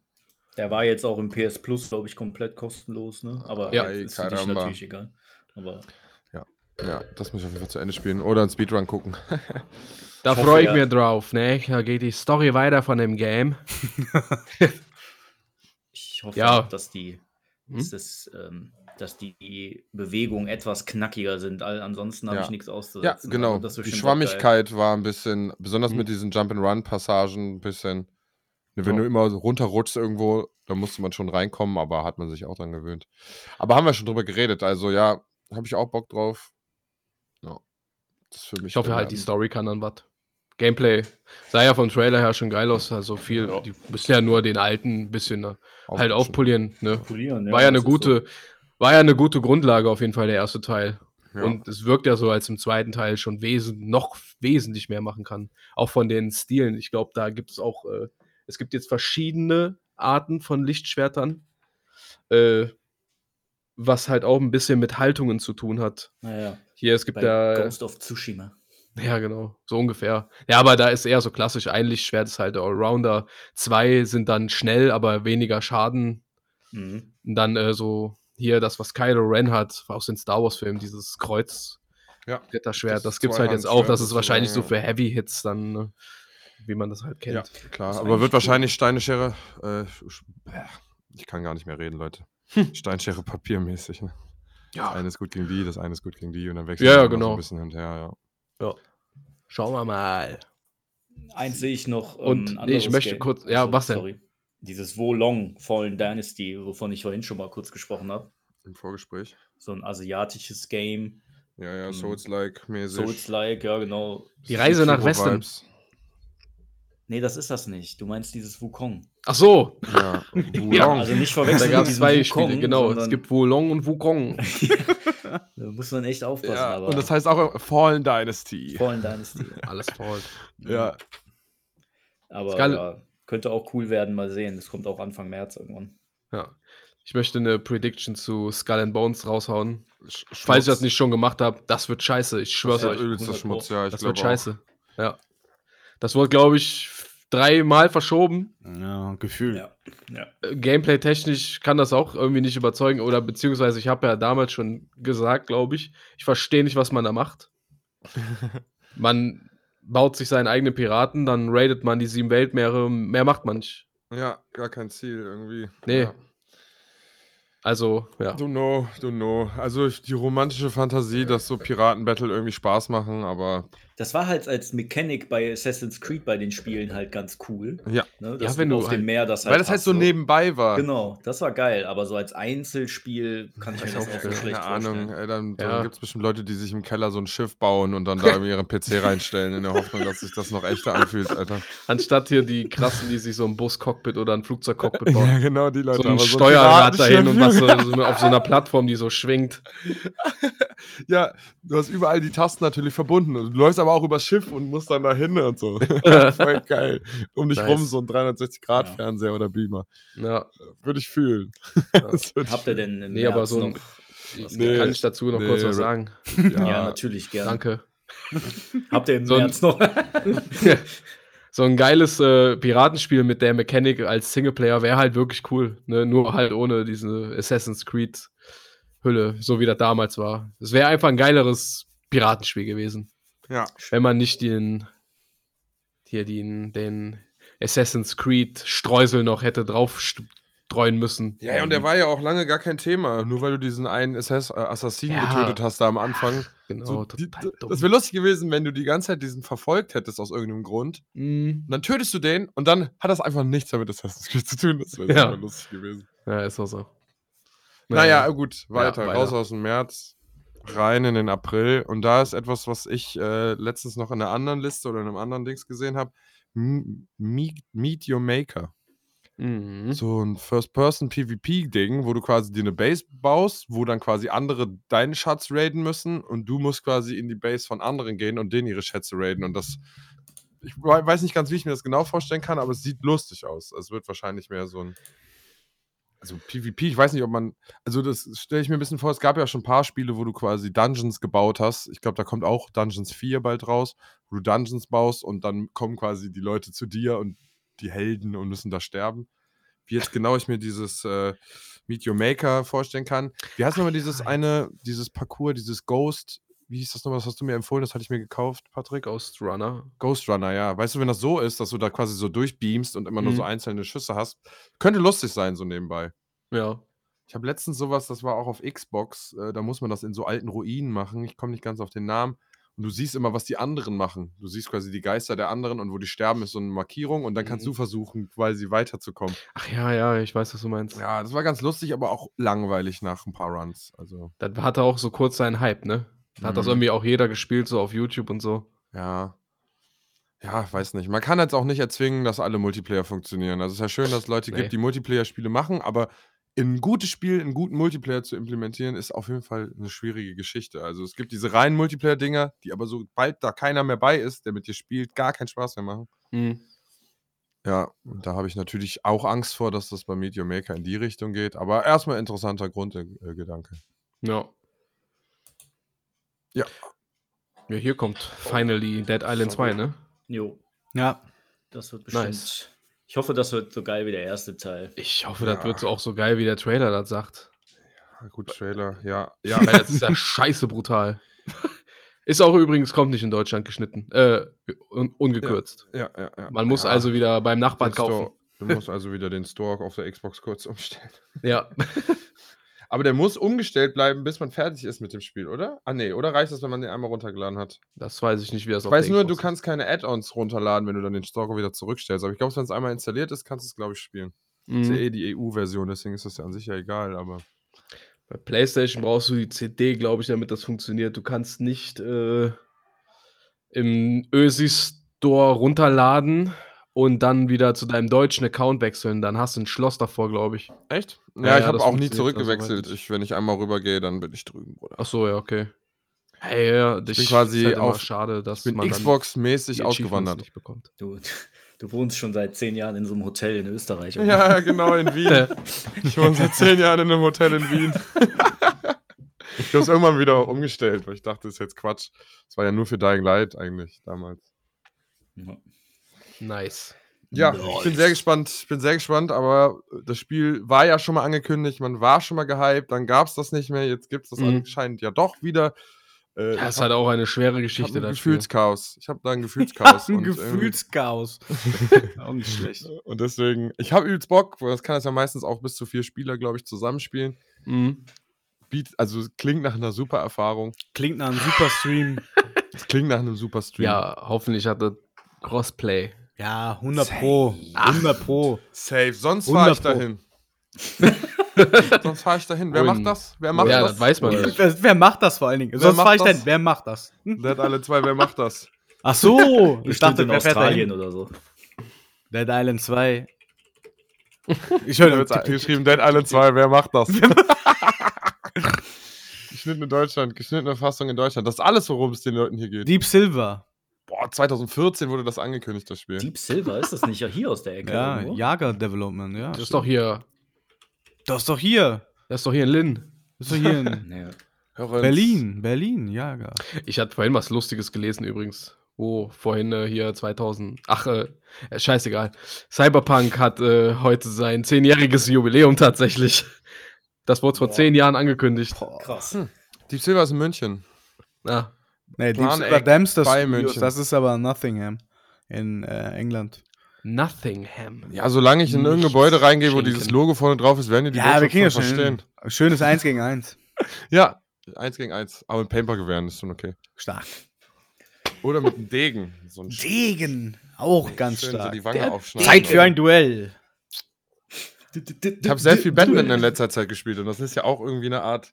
Speaker 4: Der war jetzt auch im PS Plus, glaube ich, komplett kostenlos, ne? Aber
Speaker 5: Ja.
Speaker 4: jetzt ist für dich
Speaker 3: Caramba.
Speaker 4: natürlich egal. Aber
Speaker 3: Ja, das muss ich auf jeden Fall zu Ende spielen. Oder einen Speedrun gucken.
Speaker 5: Da
Speaker 4: Ich hoffe,
Speaker 5: freue ich
Speaker 4: ja.
Speaker 5: mich drauf, ne? Da geht die Story weiter von dem Game.
Speaker 4: ich hoffe,
Speaker 5: Ja.
Speaker 4: dass die,
Speaker 5: Hm?
Speaker 4: dass, das, ähm, dass die Bewegungen etwas knackiger sind. All, ansonsten habe
Speaker 3: Ja.
Speaker 4: ich nichts
Speaker 3: ja,
Speaker 5: ne?
Speaker 4: auszusetzen.
Speaker 3: genau.
Speaker 4: aber das ist
Speaker 3: Die
Speaker 4: bestimmt auch geil.
Speaker 3: Schwammigkeit war ein bisschen, besonders
Speaker 5: Mhm.
Speaker 3: mit diesen Jump-and-Run-Passagen, ein bisschen. ne, Wenn
Speaker 5: Ja.
Speaker 3: du immer so runterrutschst irgendwo, dann musste man schon reinkommen, aber hat man sich auch dran gewöhnt. Aber haben wir schon drüber geredet, also ja, habe ich auch Bock drauf. Ja. Das ist für mich.
Speaker 5: Ich hoffe
Speaker 3: der
Speaker 5: halt, die
Speaker 3: Laden.
Speaker 5: Story kann dann was. Gameplay sah ja vom Trailer her schon geil aus. Also viel, die müssen ja nur den alten ein bisschen ne? halt aufpolieren. Ne?
Speaker 4: Polieren,
Speaker 5: War ja eine
Speaker 4: das ist
Speaker 5: gute, war ja eine gute Grundlage auf jeden Fall, der erste Teil.
Speaker 3: Ja.
Speaker 5: Und es wirkt ja so, als im zweiten Teil schon wesen, noch wesentlich mehr machen kann. Auch von den Stilen. Ich glaube, da gibt es auch, äh, es gibt jetzt verschiedene Arten von Lichtschwertern, äh, was halt auch ein bisschen mit Haltungen zu tun hat.
Speaker 4: So. Naja,
Speaker 5: Hier, es gibt
Speaker 4: bei
Speaker 5: ja.
Speaker 4: Ghost of Tsushima.
Speaker 5: Ja, genau, so ungefähr. Ja, aber da ist eher so klassisch, ein Lichtschwert ist halt der Allrounder. Zwei sind dann schnell, aber weniger Schaden.
Speaker 4: Mhm.
Speaker 5: Und dann äh, so hier das, was Kylo Ren hat, aus den Star Wars-Filmen, dieses Kreuz.
Speaker 3: Ja,
Speaker 5: Ritterschwert,
Speaker 3: das
Speaker 5: das, gibt's halt jetzt auch.
Speaker 3: Zweihandschwert
Speaker 5: Das ist wahrscheinlich so für
Speaker 3: sozusagen,
Speaker 5: Heavy-Hits dann, ne? wie man das halt kennt.
Speaker 3: Ja, klar.
Speaker 4: Ist
Speaker 3: Aber
Speaker 4: eigentlich
Speaker 3: wird
Speaker 4: cool.
Speaker 3: wahrscheinlich Steine, Schere. Äh, Sch- äh, ich kann gar nicht mehr reden, Leute.
Speaker 5: Hm.
Speaker 3: Stein, Schere, Papier mäßig. Ne? Das eine ist gut gegen die, das eine ist gut gegen die und dann wechseln
Speaker 5: Ja,
Speaker 3: wir
Speaker 5: ja,
Speaker 3: immer so
Speaker 5: genau.
Speaker 3: ein bisschen hin und her.
Speaker 5: Schauen wir mal.
Speaker 4: Eins sehe ich noch. ähm,
Speaker 5: Und,
Speaker 4: ein
Speaker 5: nee,
Speaker 4: anderes
Speaker 5: ich möchte
Speaker 4: Game.
Speaker 5: kurz- ja,
Speaker 4: Achso,
Speaker 5: was denn?
Speaker 4: Sorry. Dieses Wolong Fallen Dynasty, wovon ich vorhin schon mal kurz gesprochen habe.
Speaker 3: Ja. Im Vorgespräch.
Speaker 4: So ein asiatisches Game.
Speaker 3: Ja, ja,
Speaker 4: Mhm.
Speaker 3: Souls-like mäßig.
Speaker 4: Souls-like, ja, genau.
Speaker 5: Die Reise nach
Speaker 3: Sekiro
Speaker 5: Westen.
Speaker 3: Vibes.
Speaker 4: Nee, das ist das nicht. Du meinst dieses Wukong.
Speaker 5: Ach so,
Speaker 3: Ja,
Speaker 5: Ja,
Speaker 3: Wulong.
Speaker 4: Also nicht
Speaker 5: da
Speaker 4: verwechseln mit
Speaker 5: gab es
Speaker 4: diesem
Speaker 5: zwei
Speaker 4: Wukong,
Speaker 5: Spiele, genau. Es
Speaker 4: sondern-
Speaker 5: gibt Wulong und Wukong.
Speaker 4: Da muss man echt aufpassen.
Speaker 3: ja,
Speaker 4: aber
Speaker 3: und das heißt auch äh, Fallen Dynasty.
Speaker 4: Fallen Dynasty.
Speaker 5: Alles faul.
Speaker 3: Ja,
Speaker 4: Aber
Speaker 5: Skal-
Speaker 4: ja, könnte auch cool werden, mal sehen. Das kommt auch Anfang März irgendwann.
Speaker 5: Ja. Ich möchte eine Prediction zu Skull and Bones raushauen. Falls ich das nicht schon gemacht habe, das wird scheiße. Ich
Speaker 3: das
Speaker 5: schwör's
Speaker 3: ist
Speaker 5: euch.
Speaker 3: übelster
Speaker 4: 100
Speaker 3: Schmutz, ja. Ich
Speaker 5: Das wird
Speaker 3: glaub auch.
Speaker 5: scheiße. Ja. Das wurde, glaube ich, f- dreimal verschoben.
Speaker 6: Ja, Gefühl.
Speaker 4: Ja. Ja.
Speaker 5: Äh, Gameplay-technisch kann das auch irgendwie nicht überzeugen. Oder beziehungsweise, ich habe ja damals schon gesagt, glaube ich, ich verstehe nicht, was man da macht. man baut sich seinen eigenen Piraten, dann raidet man die sieben Weltmeere, mehr macht man nicht.
Speaker 3: Ja, gar kein Ziel irgendwie.
Speaker 5: Nee.
Speaker 3: Ja.
Speaker 5: Also, ja.
Speaker 3: Don't know, don't know. Also ich- die romantische Fantasie, dass so Piratenbattle irgendwie Spaß machen, aber
Speaker 4: Das war halt als Mechanik bei Assassin's Creed bei den Spielen halt ganz cool.
Speaker 3: Ja.
Speaker 4: Ne, dass
Speaker 5: wenn
Speaker 4: du
Speaker 5: du
Speaker 4: auf
Speaker 5: halt-
Speaker 4: dem Meer das halt
Speaker 3: weil das halt
Speaker 4: hast,
Speaker 3: so nebenbei war.
Speaker 4: Genau, das war geil, aber so als Einzelspiel kann ich mir das auch so
Speaker 5: keine
Speaker 4: schlecht
Speaker 3: Keine Ahnung,
Speaker 4: vorstellen.
Speaker 3: ey, dann, dann
Speaker 5: Ja.
Speaker 3: gibt es bestimmt Leute, die sich im Keller so ein Schiff bauen und dann da irgendwie ihren PC reinstellen, in der Hoffnung, dass sich das noch echter anfühlt, Alter.
Speaker 5: Anstatt hier die krassen, die sich so ein Bus-Cockpit oder ein Flugzeug-Cockpit bauen.
Speaker 3: Ja, genau, die Leute.
Speaker 5: so ein
Speaker 3: aber ein
Speaker 5: Steuerrad dahin und was
Speaker 3: Piratenschiff.
Speaker 5: so, so auf so einer Plattform, die so schwingt.
Speaker 3: Ja, du hast überall die Tasten natürlich verbunden. und Du läufst aber auch übers Schiff und musst dann dahin und so. Voll geil. Um dich
Speaker 5: Nice.
Speaker 3: rum so ein
Speaker 4: Ja.
Speaker 3: 360-Grad-Fernseher oder Beamer.
Speaker 5: Ja,
Speaker 3: Würde ich fühlen. Das würd ich
Speaker 4: Habt ihr denn im
Speaker 5: nee, aber
Speaker 4: März
Speaker 5: so ein,
Speaker 4: noch? was
Speaker 5: nee, kann
Speaker 4: geplant?
Speaker 5: ich dazu noch
Speaker 3: Nee,
Speaker 5: kurz
Speaker 3: Ra-
Speaker 5: was sagen.
Speaker 3: fühlen.
Speaker 4: Ja,
Speaker 3: Ja,
Speaker 4: natürlich gerne.
Speaker 5: Danke.
Speaker 4: Habt ihr im
Speaker 5: So ein-
Speaker 4: März noch?
Speaker 5: So ein geiles äh, Piratenspiel mit der Mechanik als Singleplayer wäre halt wirklich cool. Ne? Nur halt ohne diese Assassin's Creed Hülle, so wie das damals war. Es wäre einfach ein geileres Piratenspiel gewesen,
Speaker 3: ja.
Speaker 5: wenn man nicht den hier den, den Assassin's Creed Streusel noch hätte drauf streuen müssen.
Speaker 3: Ja, ja, und der war ja auch lange gar kein Thema. Nur weil du diesen einen Assass- äh, Assassinen
Speaker 5: Ja.
Speaker 3: getötet hast da am Anfang.
Speaker 5: genau,
Speaker 3: So, die,
Speaker 5: total dumm.
Speaker 3: das wäre lustig gewesen, wenn du die ganze Zeit diesen verfolgt hättest aus irgendeinem Grund.
Speaker 5: Mhm.
Speaker 3: Und dann tötest du den und dann hat das einfach nichts damit Assassin's Creed zu tun. Das wäre
Speaker 5: Ja.
Speaker 3: super lustig gewesen.
Speaker 5: Ja, ist auch so.
Speaker 3: Naja, gut, weiter.
Speaker 5: weiter.
Speaker 3: Raus aus dem März, rein in den April. Und da ist etwas, was ich äh, letztens noch in einer anderen Liste oder in einem anderen Dings gesehen habe. M- Meet, Meet Your Maker.
Speaker 5: Mhm.
Speaker 3: So ein First-Person-PvP-Ding, wo du quasi dir eine Base baust, wo dann quasi andere deinen Schatz raiden müssen und du musst quasi in die Base von anderen gehen und denen ihre Schätze raiden. Und das, ich we- weiß nicht ganz, wie ich mir das genau vorstellen kann, aber es sieht lustig aus. Es wird wahrscheinlich mehr so ein. Also PvP, ich weiß nicht, ob man. Also, das stelle ich mir ein bisschen vor. Es gab ja schon ein paar Spiele, wo du quasi Dungeons gebaut hast. Ich glaube, da kommt auch Dungeons 4 bald raus, wo du Dungeons baust und dann kommen quasi die Leute zu dir und die Helden und müssen da sterben. Wie jetzt genau ich mir dieses äh, Meet Your Maker vorstellen kann. Wie heißt nochmal dieses eine, dieses Parcours, dieses Ghost? Wie hieß das nochmal? Das hast du mir empfohlen, das hatte ich mir gekauft, Patrick.
Speaker 5: Ghost Runner.
Speaker 3: Ghost Runner, ja. Weißt du, wenn das so ist, dass du da quasi so durchbeamst und immer nur so
Speaker 5: Mhm.
Speaker 3: einzelne Schüsse hast, könnte lustig sein, so nebenbei.
Speaker 5: Ja.
Speaker 3: Ich habe letztens sowas, das war auch auf Xbox, äh, da muss man das in so alten Ruinen machen. Ich komme nicht ganz auf den Namen. Und du siehst immer, was die anderen machen. Du siehst quasi die Geister der anderen und wo die sterben, ist so eine Markierung und dann kannst
Speaker 5: Mhm.
Speaker 3: du versuchen, quasi weiterzukommen.
Speaker 5: Ach ja, ja, ich weiß, was du meinst.
Speaker 3: Ja, das war ganz lustig, aber auch langweilig nach ein paar Runs. Also,
Speaker 5: Das hatte auch so kurz seinen Hype, ne? Da hat das
Speaker 3: Mhm.
Speaker 5: irgendwie auch jeder gespielt, so auf YouTube und so.
Speaker 3: ja. Ja, weiß nicht. Man kann jetzt auch nicht erzwingen, dass alle Multiplayer funktionieren. Also es ist ja schön, dass es Leute
Speaker 5: Nee.
Speaker 3: gibt, die Multiplayer-Spiele machen, aber ein gutes Spiel, einen guten Multiplayer zu implementieren, ist auf jeden Fall eine schwierige Geschichte. Also es gibt diese reinen Multiplayer-Dinger, die aber sobald da keiner mehr bei ist, der mit dir spielt, gar keinen Spaß mehr machen. Ja, und da habe ich natürlich auch Angst vor, dass das bei Meteor Maker in die Richtung geht. Aber erstmal interessanter äh, Grundgedanke.
Speaker 5: Ja.
Speaker 3: Ja.
Speaker 5: Ja, hier kommt finally Dead Island 2, ne?
Speaker 4: Jo,
Speaker 6: Ja.
Speaker 4: das wird bestimmt.
Speaker 5: Nice.
Speaker 4: Ich hoffe, das wird so geil wie der erste Teil.
Speaker 5: Ich hoffe,
Speaker 3: Ja.
Speaker 5: das wird so auch so geil, wie der Trailer das sagt.
Speaker 3: Gut, Trailer, ja. Ja,
Speaker 5: Ja, weil das ist ja scheiße brutal. Ist auch übrigens, kommt nicht in Deutschland geschnitten. Äh, un ungekürzt.
Speaker 3: ja, ja, ja.
Speaker 5: Man muss
Speaker 3: ja.
Speaker 5: also wieder beim Nachbarn
Speaker 3: Den Store.
Speaker 5: kaufen.
Speaker 3: Du musst also wieder den Store auf der Xbox kurz umstellen.
Speaker 5: Ja.
Speaker 3: Aber der muss umgestellt bleiben, bis man fertig ist mit dem Spiel, oder? Ah, nee, oder reicht das, wenn man den einmal runtergeladen hat?
Speaker 5: Das weiß ich nicht, wie das
Speaker 3: Ich
Speaker 5: auf der
Speaker 3: weiß nur, du
Speaker 5: Xbox ist.
Speaker 3: kannst keine Add-ons runterladen, wenn du dann den Store wieder zurückstellst. Aber ich glaube, wenn es einmal installiert ist, kannst du es, glaube ich, spielen. Das ist ja
Speaker 5: Mhm.
Speaker 3: eh die EU-Version, deswegen ist das ja an sich ja egal, aber.
Speaker 5: Bei PlayStation brauchst du die CD, glaube ich, damit das funktioniert. Du kannst nicht äh, im Ösi-Store runterladen und dann wieder zu deinem deutschen Account wechseln. Dann hast du ein Schloss davor, glaube ich.
Speaker 3: Echt? Ja,
Speaker 5: Ja,
Speaker 3: ich
Speaker 5: ja,
Speaker 3: habe
Speaker 5: das
Speaker 3: auch nie
Speaker 5: funktioniert, also
Speaker 3: zurückgewechselt.
Speaker 5: weiß ich.
Speaker 3: ich, wenn ich einmal rübergehe, dann bin ich drüben, Bruder.
Speaker 5: Ach so, ja, okay. Hey, ja,
Speaker 3: bin
Speaker 5: ich
Speaker 3: quasi
Speaker 5: immer
Speaker 3: auf-
Speaker 5: schade, dass
Speaker 3: Ich bin
Speaker 5: man dann die
Speaker 3: Xbox-mäßig
Speaker 5: Achievements
Speaker 3: ausgewandert.
Speaker 5: nicht bekommt.
Speaker 4: Du, du wohnst schon seit zehn Jahren in so einem Hotel in Österreich. oder?
Speaker 3: Ja, genau, in Wien. Ich wohne seit zehn Jahren in einem Hotel in Wien. ich habe es irgendwann wieder umgestellt, weil ich dachte, das ist jetzt Quatsch. Es war ja nur für Dying Light eigentlich damals.
Speaker 4: Ja.
Speaker 5: Nice.
Speaker 3: Ja, ich bin sehr gespannt. Ich bin sehr gespannt, aber das Spiel war ja schon mal angekündigt, man war schon mal gehypt, dann gab es das nicht mehr, jetzt gibt es das
Speaker 5: Mhm.
Speaker 3: anscheinend ja doch wieder.
Speaker 5: Das ist
Speaker 3: Äh, ich hab-
Speaker 5: halt auch eine schwere
Speaker 3: ich hab
Speaker 5: Geschichte.
Speaker 3: ein
Speaker 5: Das Spiel.
Speaker 3: Gefühlschaos. Ich habe da ein Gefühlschaos.
Speaker 6: Ein
Speaker 3: und irgendwie-
Speaker 6: Gefühlschaos. auch nicht schlecht.
Speaker 3: Und deswegen, ich habe übelst Bock, weil das kann das ja meistens auch bis zu vier Spieler, glaube ich, zusammenspielen.
Speaker 5: Mhm.
Speaker 3: Beat, also es klingt nach einer super Erfahrung.
Speaker 6: Klingt nach einem super Stream.
Speaker 3: Es klingt nach einem super Stream.
Speaker 5: Ja, hoffentlich hat das Crossplay.
Speaker 6: Ja, 100 Pro. 100 Pro.
Speaker 3: Safe, sonst fahre ich
Speaker 6: 100 Pro.
Speaker 3: dahin. sonst fahre ich dahin. Wer
Speaker 5: Wohin?
Speaker 3: macht das? Wer macht
Speaker 5: ja,
Speaker 3: das?
Speaker 5: das weiß man nicht.
Speaker 6: Wer, wer macht das vor allen Dingen?
Speaker 3: Wer
Speaker 6: Sonst
Speaker 3: macht
Speaker 6: frage ich
Speaker 3: das?
Speaker 6: dann, wer macht das? Hm?
Speaker 3: Dead alle zwei, wer macht das?
Speaker 6: Ach so, ich
Speaker 4: Bestimmt
Speaker 6: dachte,
Speaker 4: in
Speaker 6: wer fährt da
Speaker 4: Australien
Speaker 6: hin?
Speaker 4: oder so.
Speaker 6: Dead Island 2. Ich
Speaker 3: Da
Speaker 6: höre
Speaker 3: wird geschrieben, Dead alle zwei, wer macht das? geschnittene Deutschland, geschnittene Fassung in Deutschland. Das ist alles, worum es den Leuten hier geht.
Speaker 6: Deep Silver.
Speaker 3: Boah, 2014 wurde das angekündigt, das Spiel.
Speaker 4: Deep Silver ist das nicht ja hier aus der Ecke.
Speaker 6: Ja,
Speaker 4: irgendwo?
Speaker 6: Jager Development, ja.
Speaker 5: Das ist doch hier.
Speaker 6: Das ist doch hier.
Speaker 5: Das ist doch hier in Linn.
Speaker 6: Das ist doch hier in
Speaker 4: Ja.
Speaker 3: Hörens.
Speaker 6: Berlin. Berlin, Jager.
Speaker 5: Ich hatte vorhin was Lustiges gelesen übrigens. Wo vorhin äh, hier 2000. Ach, äh, äh, scheißegal. Cyberpunk hat äh, heute sein zehnjähriges Jubiläum tatsächlich. Das wurde vor
Speaker 4: Boah.
Speaker 5: zehn Jahren angekündigt.
Speaker 4: Krass.
Speaker 3: Deep Silver ist in München.
Speaker 5: Ja,
Speaker 6: Nee, Deep
Speaker 3: Plan
Speaker 6: Silver
Speaker 3: X
Speaker 6: Dams, das,
Speaker 3: bei
Speaker 6: Studios,
Speaker 3: München.
Speaker 6: das ist aber Nottingham in äh, England.
Speaker 5: Nottingham.
Speaker 3: Ja, solange ich in irgendein
Speaker 5: Nichts
Speaker 3: Gebäude reingehe, wo
Speaker 5: schenken.
Speaker 3: dieses Logo vorne drauf ist, werden die die
Speaker 6: Ja, wir
Speaker 3: Botschaft
Speaker 6: kriegen das
Speaker 3: schon
Speaker 6: schon
Speaker 3: verstehen.
Speaker 6: hin. Schönes 1 gegen 1.
Speaker 3: Ja, eins gegen eins. Aber mit Paintball-Gewehren ist schon okay.
Speaker 6: Stark.
Speaker 3: Oder mit einem Degen. So ein
Speaker 6: Degen. Auch ganz
Speaker 3: schön So
Speaker 6: stark.
Speaker 3: die Wange aufschneiden.
Speaker 6: Zeit für ein Duell.
Speaker 3: Ich habe sehr viel Badminton in letzter Zeit gespielt und das ist ja auch irgendwie eine Art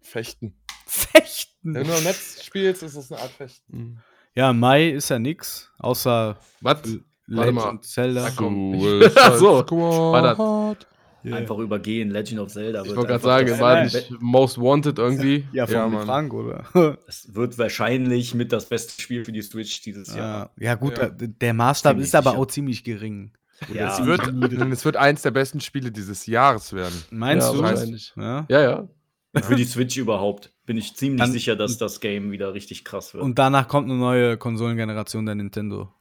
Speaker 3: Fechten.
Speaker 6: Fechten.
Speaker 3: Wenn du am Netz spielst, ist es eine Art Fechten.
Speaker 6: Ja, im Mai ist ja nix. Außer
Speaker 5: Was? Warte mal.
Speaker 6: Legend Zelda.
Speaker 5: Ach komm.
Speaker 3: Ach
Speaker 5: so, war das.
Speaker 3: Squad.
Speaker 4: Einfach übergehen, Legend of Zelda.
Speaker 5: Ich
Speaker 4: wird
Speaker 5: wollte gerade
Speaker 4: einfach
Speaker 5: sagen,
Speaker 4: das-
Speaker 5: es war
Speaker 6: Nein.
Speaker 5: nicht Most Wanted irgendwie.
Speaker 6: Ja, von
Speaker 3: Ja, Mann.
Speaker 6: Frank, oder?
Speaker 4: Es wird wahrscheinlich mit das beste Spiel für die Switch dieses Jahr.
Speaker 6: Ja, ja gut,
Speaker 3: Ja.
Speaker 6: äh, der Maßstab
Speaker 4: Ziemlich
Speaker 6: ist aber
Speaker 4: sicher.
Speaker 6: auch ziemlich gering.
Speaker 3: Es wird, nein, Ah, es wird eins der besten Spiele dieses Jahres werden.
Speaker 6: Meinst
Speaker 5: ja,
Speaker 6: du?
Speaker 5: wahrscheinlich.
Speaker 6: Ja?
Speaker 5: Ja, ja.
Speaker 4: Für die Switch überhaupt bin ich ziemlich
Speaker 6: Dann-
Speaker 4: sicher, dass das Game wieder richtig krass wird.
Speaker 6: Und danach kommt eine neue Konsolengeneration der Nintendo.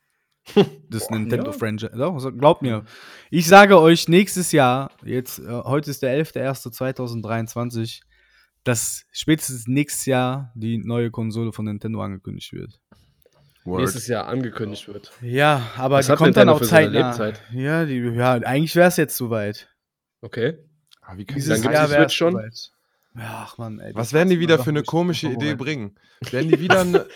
Speaker 6: Das Nintendo
Speaker 4: ja.
Speaker 6: Franchise. Doch, so- glaubt mir. Ich sage euch, nächstes Jahr, jetzt, äh, heute ist der 11.01.2023, dass spätestens nächstes Jahr die neue Konsole von Nintendo angekündigt wird.
Speaker 5: Nächstes Jahr angekündigt wird.
Speaker 6: Ja, aber
Speaker 5: Was
Speaker 6: die
Speaker 5: hat
Speaker 6: kommt dann
Speaker 5: Nintendo
Speaker 6: auch
Speaker 5: für seine
Speaker 6: zeitnah.
Speaker 5: Lebzeit?
Speaker 6: Ja, die, ja, eigentlich wäre es jetzt soweit.
Speaker 5: Okay.
Speaker 3: Ah, wie können die
Speaker 6: Dieses
Speaker 5: Dann
Speaker 3: das
Speaker 6: Jahr
Speaker 5: gibt's die
Speaker 3: eigentlich-
Speaker 6: wäre
Speaker 5: Switch schon.
Speaker 6: Soweit. Ach man, ey.
Speaker 3: was werden die wieder für eine
Speaker 6: Doch,
Speaker 3: komische
Speaker 6: doch,
Speaker 3: Idee
Speaker 6: Moment.
Speaker 3: bringen? Werden die wieder eine,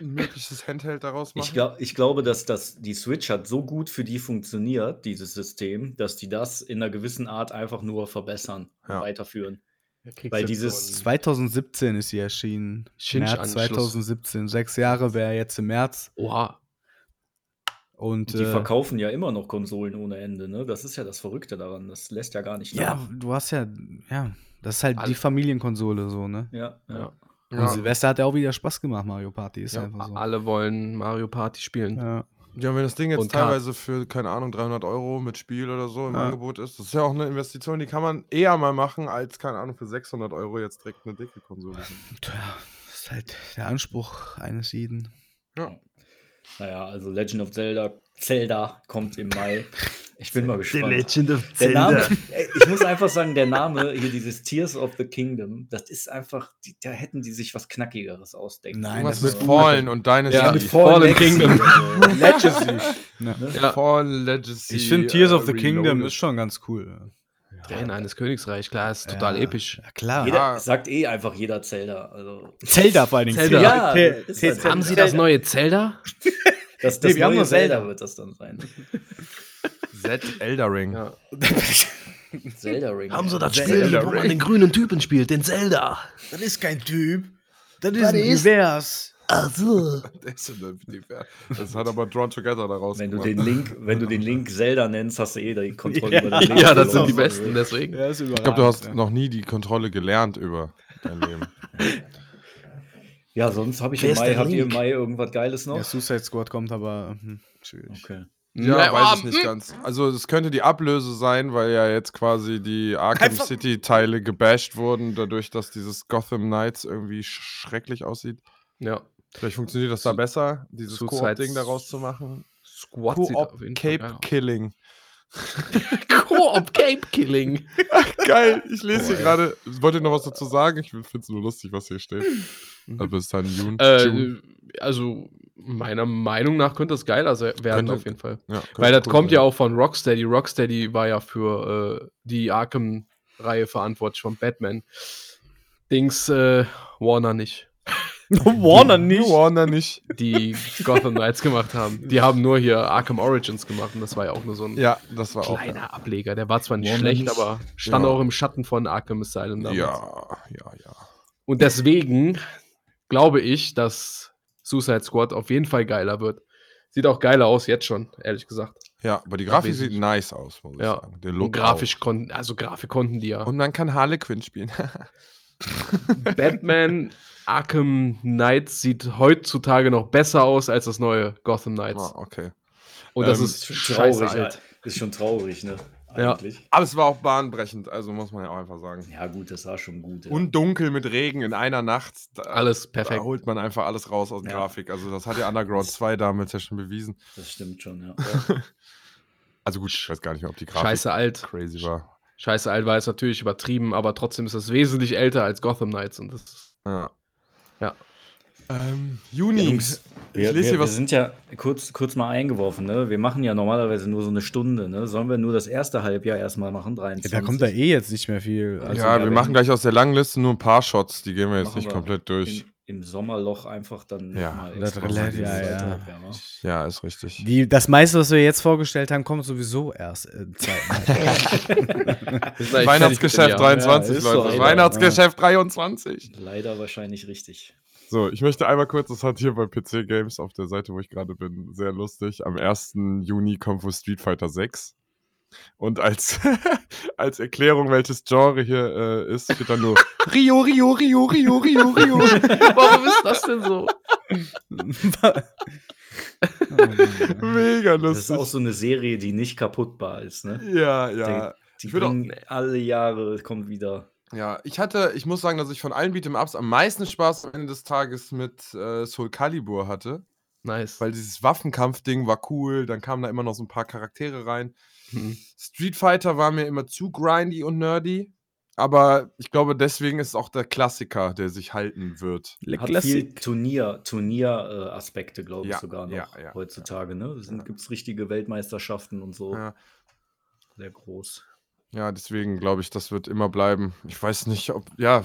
Speaker 3: ein mögliches Handheld daraus machen?
Speaker 4: Ich, glaub, ich glaube, dass das, die Switch hat so gut für die funktioniert, dieses System, dass die das in einer gewissen Art einfach nur verbessern,
Speaker 3: Ja.
Speaker 4: weiterführen. Weil dieses-
Speaker 6: 2017 ist sie erschienen. März
Speaker 5: Shinch-Anschluss.
Speaker 6: 2017. Sechs Jahre wäre jetzt im März.
Speaker 5: Oha.
Speaker 6: Und
Speaker 4: Die
Speaker 6: äh,
Speaker 4: verkaufen ja immer noch Konsolen ohne Ende, ne? Das ist ja das Verrückte daran. Das lässt ja gar nicht nach.
Speaker 6: ja, du hast ja, ja, das ist halt
Speaker 5: Alle-
Speaker 6: die Familienkonsole so, ne?
Speaker 4: Ja, ja.
Speaker 6: Und
Speaker 3: ja.
Speaker 6: Silvester hat ja auch wieder Spaß gemacht, Mario Party ist einfach so.
Speaker 5: Alle wollen Mario Party spielen.
Speaker 6: Ja.
Speaker 3: ja, wenn das Ding jetzt
Speaker 5: Und Karten.
Speaker 3: teilweise für, keine Ahnung, 300 Euro mit Spiel oder so im
Speaker 6: Ja.
Speaker 3: Angebot ist, das ist ja auch eine Investition, die kann man eher mal machen, als, keine Ahnung, für 600 Euro jetzt direkt eine dicke Konsole.
Speaker 6: Tja, das ist halt der Anspruch eines jeden.
Speaker 4: Naja, also Legend of Zelda, Zelda kommt im Mai. Ich bin mal gespannt.
Speaker 2: of
Speaker 4: Der Name, ey, ich muss einfach sagen, der Name hier, dieses Tears of the Kingdom, das ist einfach, die, da hätten die sich was Knackigeres ausdenken.
Speaker 6: Nein,
Speaker 3: Irgendwas
Speaker 6: das
Speaker 3: mit
Speaker 6: ist
Speaker 3: Fallen und deine
Speaker 5: Ja,
Speaker 4: mit
Speaker 5: Fallen
Speaker 4: Fallen
Speaker 5: Kingdom.
Speaker 4: Kingdom.
Speaker 6: Legacy.
Speaker 5: Ja.
Speaker 3: Fallen Legacy.
Speaker 6: Ne. Ich finde Tears
Speaker 3: äh,
Speaker 6: of the Kingdom
Speaker 3: Reloaded.
Speaker 6: ist schon ganz cool.
Speaker 5: Tränen eines Königreichs, klar, ist total
Speaker 6: Ja.
Speaker 5: episch.
Speaker 6: Ja, klar.
Speaker 4: Jeder,
Speaker 3: Ja.
Speaker 4: Sagt eh einfach jeder Zelda. Also,
Speaker 6: Zelda vor allen Dingen.
Speaker 5: Zelda.
Speaker 4: Ja,
Speaker 6: Te-
Speaker 4: das ist
Speaker 6: Te-
Speaker 4: halt
Speaker 6: Zelda.
Speaker 5: Haben Sie das neue Zelda?
Speaker 4: das,
Speaker 6: Nee,
Speaker 4: das
Speaker 6: wir haben
Speaker 4: neue
Speaker 6: nur Zelda.
Speaker 4: Zelda wird das dann sein.
Speaker 3: Set Elder Ring.
Speaker 5: Ja.
Speaker 4: Zelda Ring.
Speaker 2: Haben sie das
Speaker 6: Zelda
Speaker 2: Spiel,
Speaker 3: Ring.
Speaker 2: wo man den grünen Typen spielt, den Zelda?
Speaker 6: Das ist kein Typ. Das
Speaker 2: Was ist-
Speaker 6: Divers.
Speaker 2: Also.
Speaker 3: Das ist eine- die- Das hat aber Drawn Together daraus
Speaker 4: Wenn du
Speaker 3: gemacht.
Speaker 4: den Link, wenn du den Link Zelda nennst, hast du eh die Kontrolle über den Link.
Speaker 5: Ja, das sind die
Speaker 4: verloren.
Speaker 5: besten, deswegen.
Speaker 6: Ja, ist
Speaker 3: Ich glaube, du hast noch nie die Kontrolle gelernt über dein Leben.
Speaker 4: Ja, sonst habe ich
Speaker 2: Wer
Speaker 4: im
Speaker 2: ist
Speaker 4: Mai,
Speaker 2: der
Speaker 4: habt ihr im
Speaker 2: Link?
Speaker 4: Mai irgendwas Geiles noch?
Speaker 6: Ja, Suicide Squad kommt aber hm, schwierig.
Speaker 4: Okay.
Speaker 3: Ja,
Speaker 5: Na,
Speaker 3: weiß ich
Speaker 5: ah,
Speaker 3: nicht ganz. Also es könnte die Ablöse sein, weil ja jetzt quasi die Arkham
Speaker 6: Einfach-
Speaker 3: City Teile gebasht wurden, dadurch, dass dieses Gotham Knights irgendwie sch- schrecklich aussieht.
Speaker 5: Ja.
Speaker 3: Vielleicht funktioniert das da
Speaker 5: Su-
Speaker 3: besser, dieses
Speaker 5: Suicide
Speaker 3: Koop-Ding daraus zu machen.
Speaker 5: Squad sieht
Speaker 3: Koop
Speaker 5: auf jeden Fall geil
Speaker 3: Cape
Speaker 5: aus.
Speaker 3: Killing.
Speaker 5: Koop Cape Killing.
Speaker 3: Geil, ich lese hier gerade. Wollt ihr noch was dazu sagen? Ich finde es nur lustig, was hier steht. Aber es ist dann June. June.
Speaker 5: Mhm. äh, also, meiner Meinung nach könnte das geiler se- werden,
Speaker 3: Könnte-
Speaker 5: auf jeden Fall.
Speaker 3: Ja,
Speaker 5: Weil
Speaker 3: könnte
Speaker 5: das
Speaker 3: cool
Speaker 5: kommt ja
Speaker 3: sein.
Speaker 5: auch von Rocksteady. Rocksteady war ja für äh, die Arkham-Reihe verantwortlich von Batman. Dings äh, Warner nicht.
Speaker 6: Warner
Speaker 3: Warner nicht.
Speaker 5: Die Gotham Knights gemacht haben. Die haben nur hier Arkham Origins gemacht und das war ja auch nur so ein
Speaker 3: Ja, das war auch.
Speaker 5: kleiner Ableger. Der war zwar nicht
Speaker 4: Warner
Speaker 5: schlecht,
Speaker 4: nicht.
Speaker 5: aber stand
Speaker 3: Ja.
Speaker 5: auch im Schatten von Arkham Asylum damals.
Speaker 3: Ja, ja, ja.
Speaker 5: Und deswegen glaube ich, dass Suicide Squad auf jeden Fall geiler wird. Sieht auch geiler aus jetzt schon, ehrlich gesagt.
Speaker 3: Ja, aber die Grafik sieht
Speaker 5: Wesentlich.
Speaker 3: nice aus, muss ich
Speaker 5: Ja.
Speaker 3: sagen. Der
Speaker 5: Und
Speaker 3: Look
Speaker 5: grafisch konnten, also Grafik konnten die ja.
Speaker 3: Auch. Und man kann Harlequin spielen.
Speaker 5: Batman Arkham Knights sieht heutzutage noch besser aus als das neue Gotham
Speaker 3: ah,
Speaker 5: Knights.
Speaker 3: okay.
Speaker 5: Und das
Speaker 3: ähm,
Speaker 5: ist
Speaker 4: Ist schon
Speaker 5: scheiße
Speaker 4: traurig,
Speaker 5: alt.
Speaker 4: ist schon traurig, ne?
Speaker 5: Ja.
Speaker 4: Eigentlich.
Speaker 3: Aber es war auch bahnbrechend, also muss man ja auch einfach sagen.
Speaker 4: Ja, gut, das war schon gut. Ja.
Speaker 3: Und dunkel mit Regen in einer Nacht. Da,
Speaker 5: Alles
Speaker 3: da
Speaker 5: perfekt.
Speaker 3: holt man einfach alles raus aus der
Speaker 4: Ja.
Speaker 3: Grafik. Also das hat ja Underground 2 damals ja schon bewiesen.
Speaker 4: das stimmt schon, ja.
Speaker 3: Also gut, ich weiß gar nicht mehr, ob die Grafik
Speaker 5: Scheiße alt.
Speaker 3: crazy war.
Speaker 5: Scheiße alt war jetzt natürlich übertrieben, aber trotzdem ist das wesentlich älter als Gotham Knights. Und das ist
Speaker 3: Ja.
Speaker 5: Ja.
Speaker 3: Ähm,
Speaker 4: Ja,
Speaker 3: Juni.
Speaker 4: Jungs, wir,
Speaker 3: ich lese
Speaker 4: wir,
Speaker 3: hier
Speaker 4: wir
Speaker 3: was.
Speaker 4: sind ja kurz, kurz mal eingeworfen, ne? Wir machen ja normalerweise nur so eine Stunde, ne? Sollen wir nur das erste Halbjahr erstmal machen, 23?
Speaker 6: da kommt da eh jetzt nicht mehr viel. Also,
Speaker 3: ja,
Speaker 4: ja,
Speaker 3: wir
Speaker 4: wenn-
Speaker 3: machen gleich aus der langen Liste nur ein paar Shots. Die gehen wir jetzt
Speaker 4: Machen
Speaker 3: nicht
Speaker 4: wir
Speaker 3: komplett durch.
Speaker 4: Im, Im Sommerloch einfach dann
Speaker 3: Ja,
Speaker 4: mal
Speaker 6: das
Speaker 4: extra
Speaker 6: relativ-
Speaker 4: dieses
Speaker 6: ja, ja.
Speaker 4: zweite Halbjahr, ne?
Speaker 3: Ja, ist richtig.
Speaker 6: Die, das meiste, was wir jetzt vorgestellt haben, kommt sowieso erst äh, im zweiten Halbjahr.
Speaker 3: Weihnachtsgeschäft
Speaker 5: rein.
Speaker 3: 23,
Speaker 4: ist so,
Speaker 3: Leute.
Speaker 4: Alter.
Speaker 3: Weihnachtsgeschäft 23.
Speaker 4: Leider wahrscheinlich richtig.
Speaker 3: So, ich möchte einmal kurz, das hat hier bei PC Games auf der Seite, wo ich gerade bin, sehr lustig. Am 1. Juni kommt wohl Street Fighter 6. Und als, als Erklärung, welches Genre hier äh, ist, steht dann nur Rio, Rio, Rio, Rio, Rio, Rio.
Speaker 5: Warum ist das denn so?
Speaker 6: Oh,
Speaker 3: Mega
Speaker 4: Das ist
Speaker 3: lustig.
Speaker 4: auch so eine Serie, die nicht kaputtbar ist, ne?
Speaker 3: ja, ja.
Speaker 4: Die
Speaker 3: Ich würd auch-
Speaker 4: bringen alle Jahre, kommt wieder.
Speaker 3: Ja, ich hatte, ich muss sagen, dass ich von allen Beat'em-Ups am meisten Spaß am Ende des Tages mit äh, Soul Calibur hatte,
Speaker 5: Nice.
Speaker 3: weil dieses Waffenkampf-Ding war cool, dann kamen da immer noch so ein paar Charaktere rein.
Speaker 5: Mhm.
Speaker 3: Street Fighter war mir immer zu grindy und nerdy, aber ich glaube, deswegen ist es auch der Klassiker, der sich halten wird.
Speaker 4: Hat viel Turnier, Turnier-Aspekte, glaube ich,
Speaker 3: Ja,
Speaker 4: sogar noch
Speaker 3: ja, ja,
Speaker 4: heutzutage, ne?
Speaker 3: Ja.
Speaker 4: Gibt es richtige Weltmeisterschaften und so.
Speaker 3: Ja,
Speaker 4: Sehr groß.
Speaker 3: ja deswegen glaube ich, das wird immer bleiben. Ich weiß nicht, ob, ja,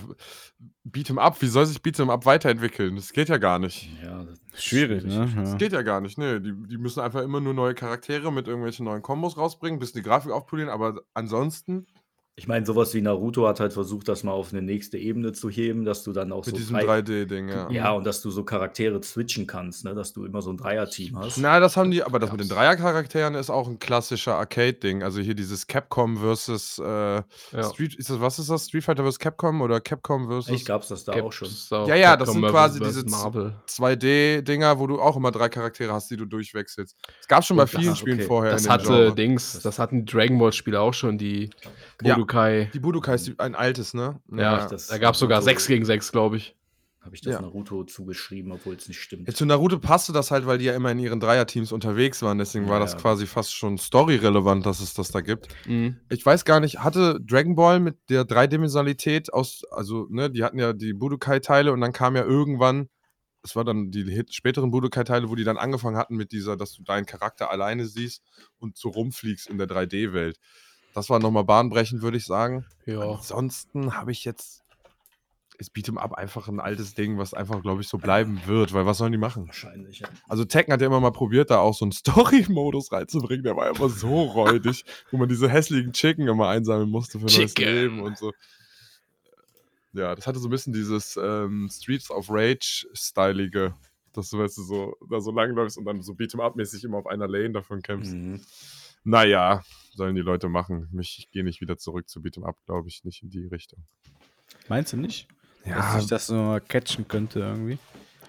Speaker 3: Beat'em-Up, wie soll sich Beat'em-Up weiterentwickeln? Das geht ja gar nicht.
Speaker 4: Ja, das ist
Speaker 6: Schwierig,
Speaker 3: Das
Speaker 6: ne? Ja.
Speaker 3: geht ja gar nicht, ne? Die, die müssen einfach immer nur neue Charaktere mit irgendwelchen neuen Kombos rausbringen, bisschen die Grafik aufpolieren, aber ansonsten
Speaker 4: Ich meine, sowas wie Naruto hat halt versucht, das mal auf eine nächste Ebene zu heben, dass du dann auch so
Speaker 3: mit diesem
Speaker 4: drei-
Speaker 3: 3D-Ding, ja.
Speaker 4: ja, und dass du so Charaktere switchen kannst, ne? dass du immer so ein Dreier-Team hast.
Speaker 3: Na, das haben die, aber das mit den Dreier-Charakteren ist auch ein klassischer Arcade-Ding. Also hier dieses Capcom versus äh,
Speaker 5: Ja.
Speaker 3: Street, ist das, was ist das? Street Fighter versus Capcom oder Capcom versus
Speaker 4: Eigentlich gab es das da auch schon.
Speaker 5: Ja,
Speaker 3: Ja, ja, das sind quasi diese Z-
Speaker 5: Marvel.
Speaker 3: 2D-Dinger, wo du auch immer drei Charaktere hast, die du durchwechselst. Das gab schon bei
Speaker 4: Ah,
Speaker 3: vielen Spielen
Speaker 4: okay.
Speaker 3: vorher.
Speaker 5: Oh, Das
Speaker 3: in dem Genre.
Speaker 5: hatte Dings, das hatten die Dragon Ball Spiele auch schon, die
Speaker 3: Ja.
Speaker 5: Budokai.
Speaker 3: die Budokai ist ein altes, ne?
Speaker 5: Ja,
Speaker 4: das-
Speaker 5: da gab es sogar
Speaker 4: so-
Speaker 5: 6 gegen 6, glaube ich.
Speaker 4: Habe ich das
Speaker 3: Ja.
Speaker 4: Naruto zugeschrieben, obwohl es nicht stimmt.
Speaker 3: Ja, zu Naruto passte das halt, weil die ja immer in ihren Dreierteams unterwegs waren. Deswegen war das
Speaker 4: Ja.
Speaker 3: quasi fast schon storyrelevant, dass es das da gibt.
Speaker 5: Mhm.
Speaker 3: Ich weiß gar nicht, hatte Dragon Ball mit der Dreidimensionalität aus, also, ne, die hatten ja die Budokai-Teile und dann kam ja irgendwann, es war dann die hit- späteren Budokai-Teile, wo die dann angefangen hatten mit dieser, dass du deinen Charakter alleine siehst und so rumfliegst in der 3D-Welt. Das war nochmal bahnbrechend, würde ich sagen.
Speaker 5: Ja.
Speaker 3: Ansonsten habe ich jetzt. Ist Beat'em Up einfach ein altes Ding, was einfach, glaube ich, so bleiben wird, weil was sollen die machen?
Speaker 4: Wahrscheinlich. Ja.
Speaker 3: Also Tekken hat ja immer mal probiert, da auch so einen Story-Modus reinzubringen. Der war immer so räudig, wo man diese hässlichen Chicken immer einsammeln musste für neues
Speaker 5: Chicken.
Speaker 3: Leben und so. Ja, das hatte so ein bisschen dieses ähm, Streets of Rage-stylige, dass du, weißt du, so, da so lang läufst und dann so Beat'em-up-mäßig immer auf einer Lane davon kämpfst.
Speaker 4: Mhm.
Speaker 3: Naja, sollen die Leute machen. Mich, ich gehe nicht wieder zurück zu Beat'em-up, glaube ich, nicht in die Richtung.
Speaker 6: Meinst du nicht?
Speaker 3: Ja,
Speaker 6: Dass ich das nochmal catchen könnte irgendwie.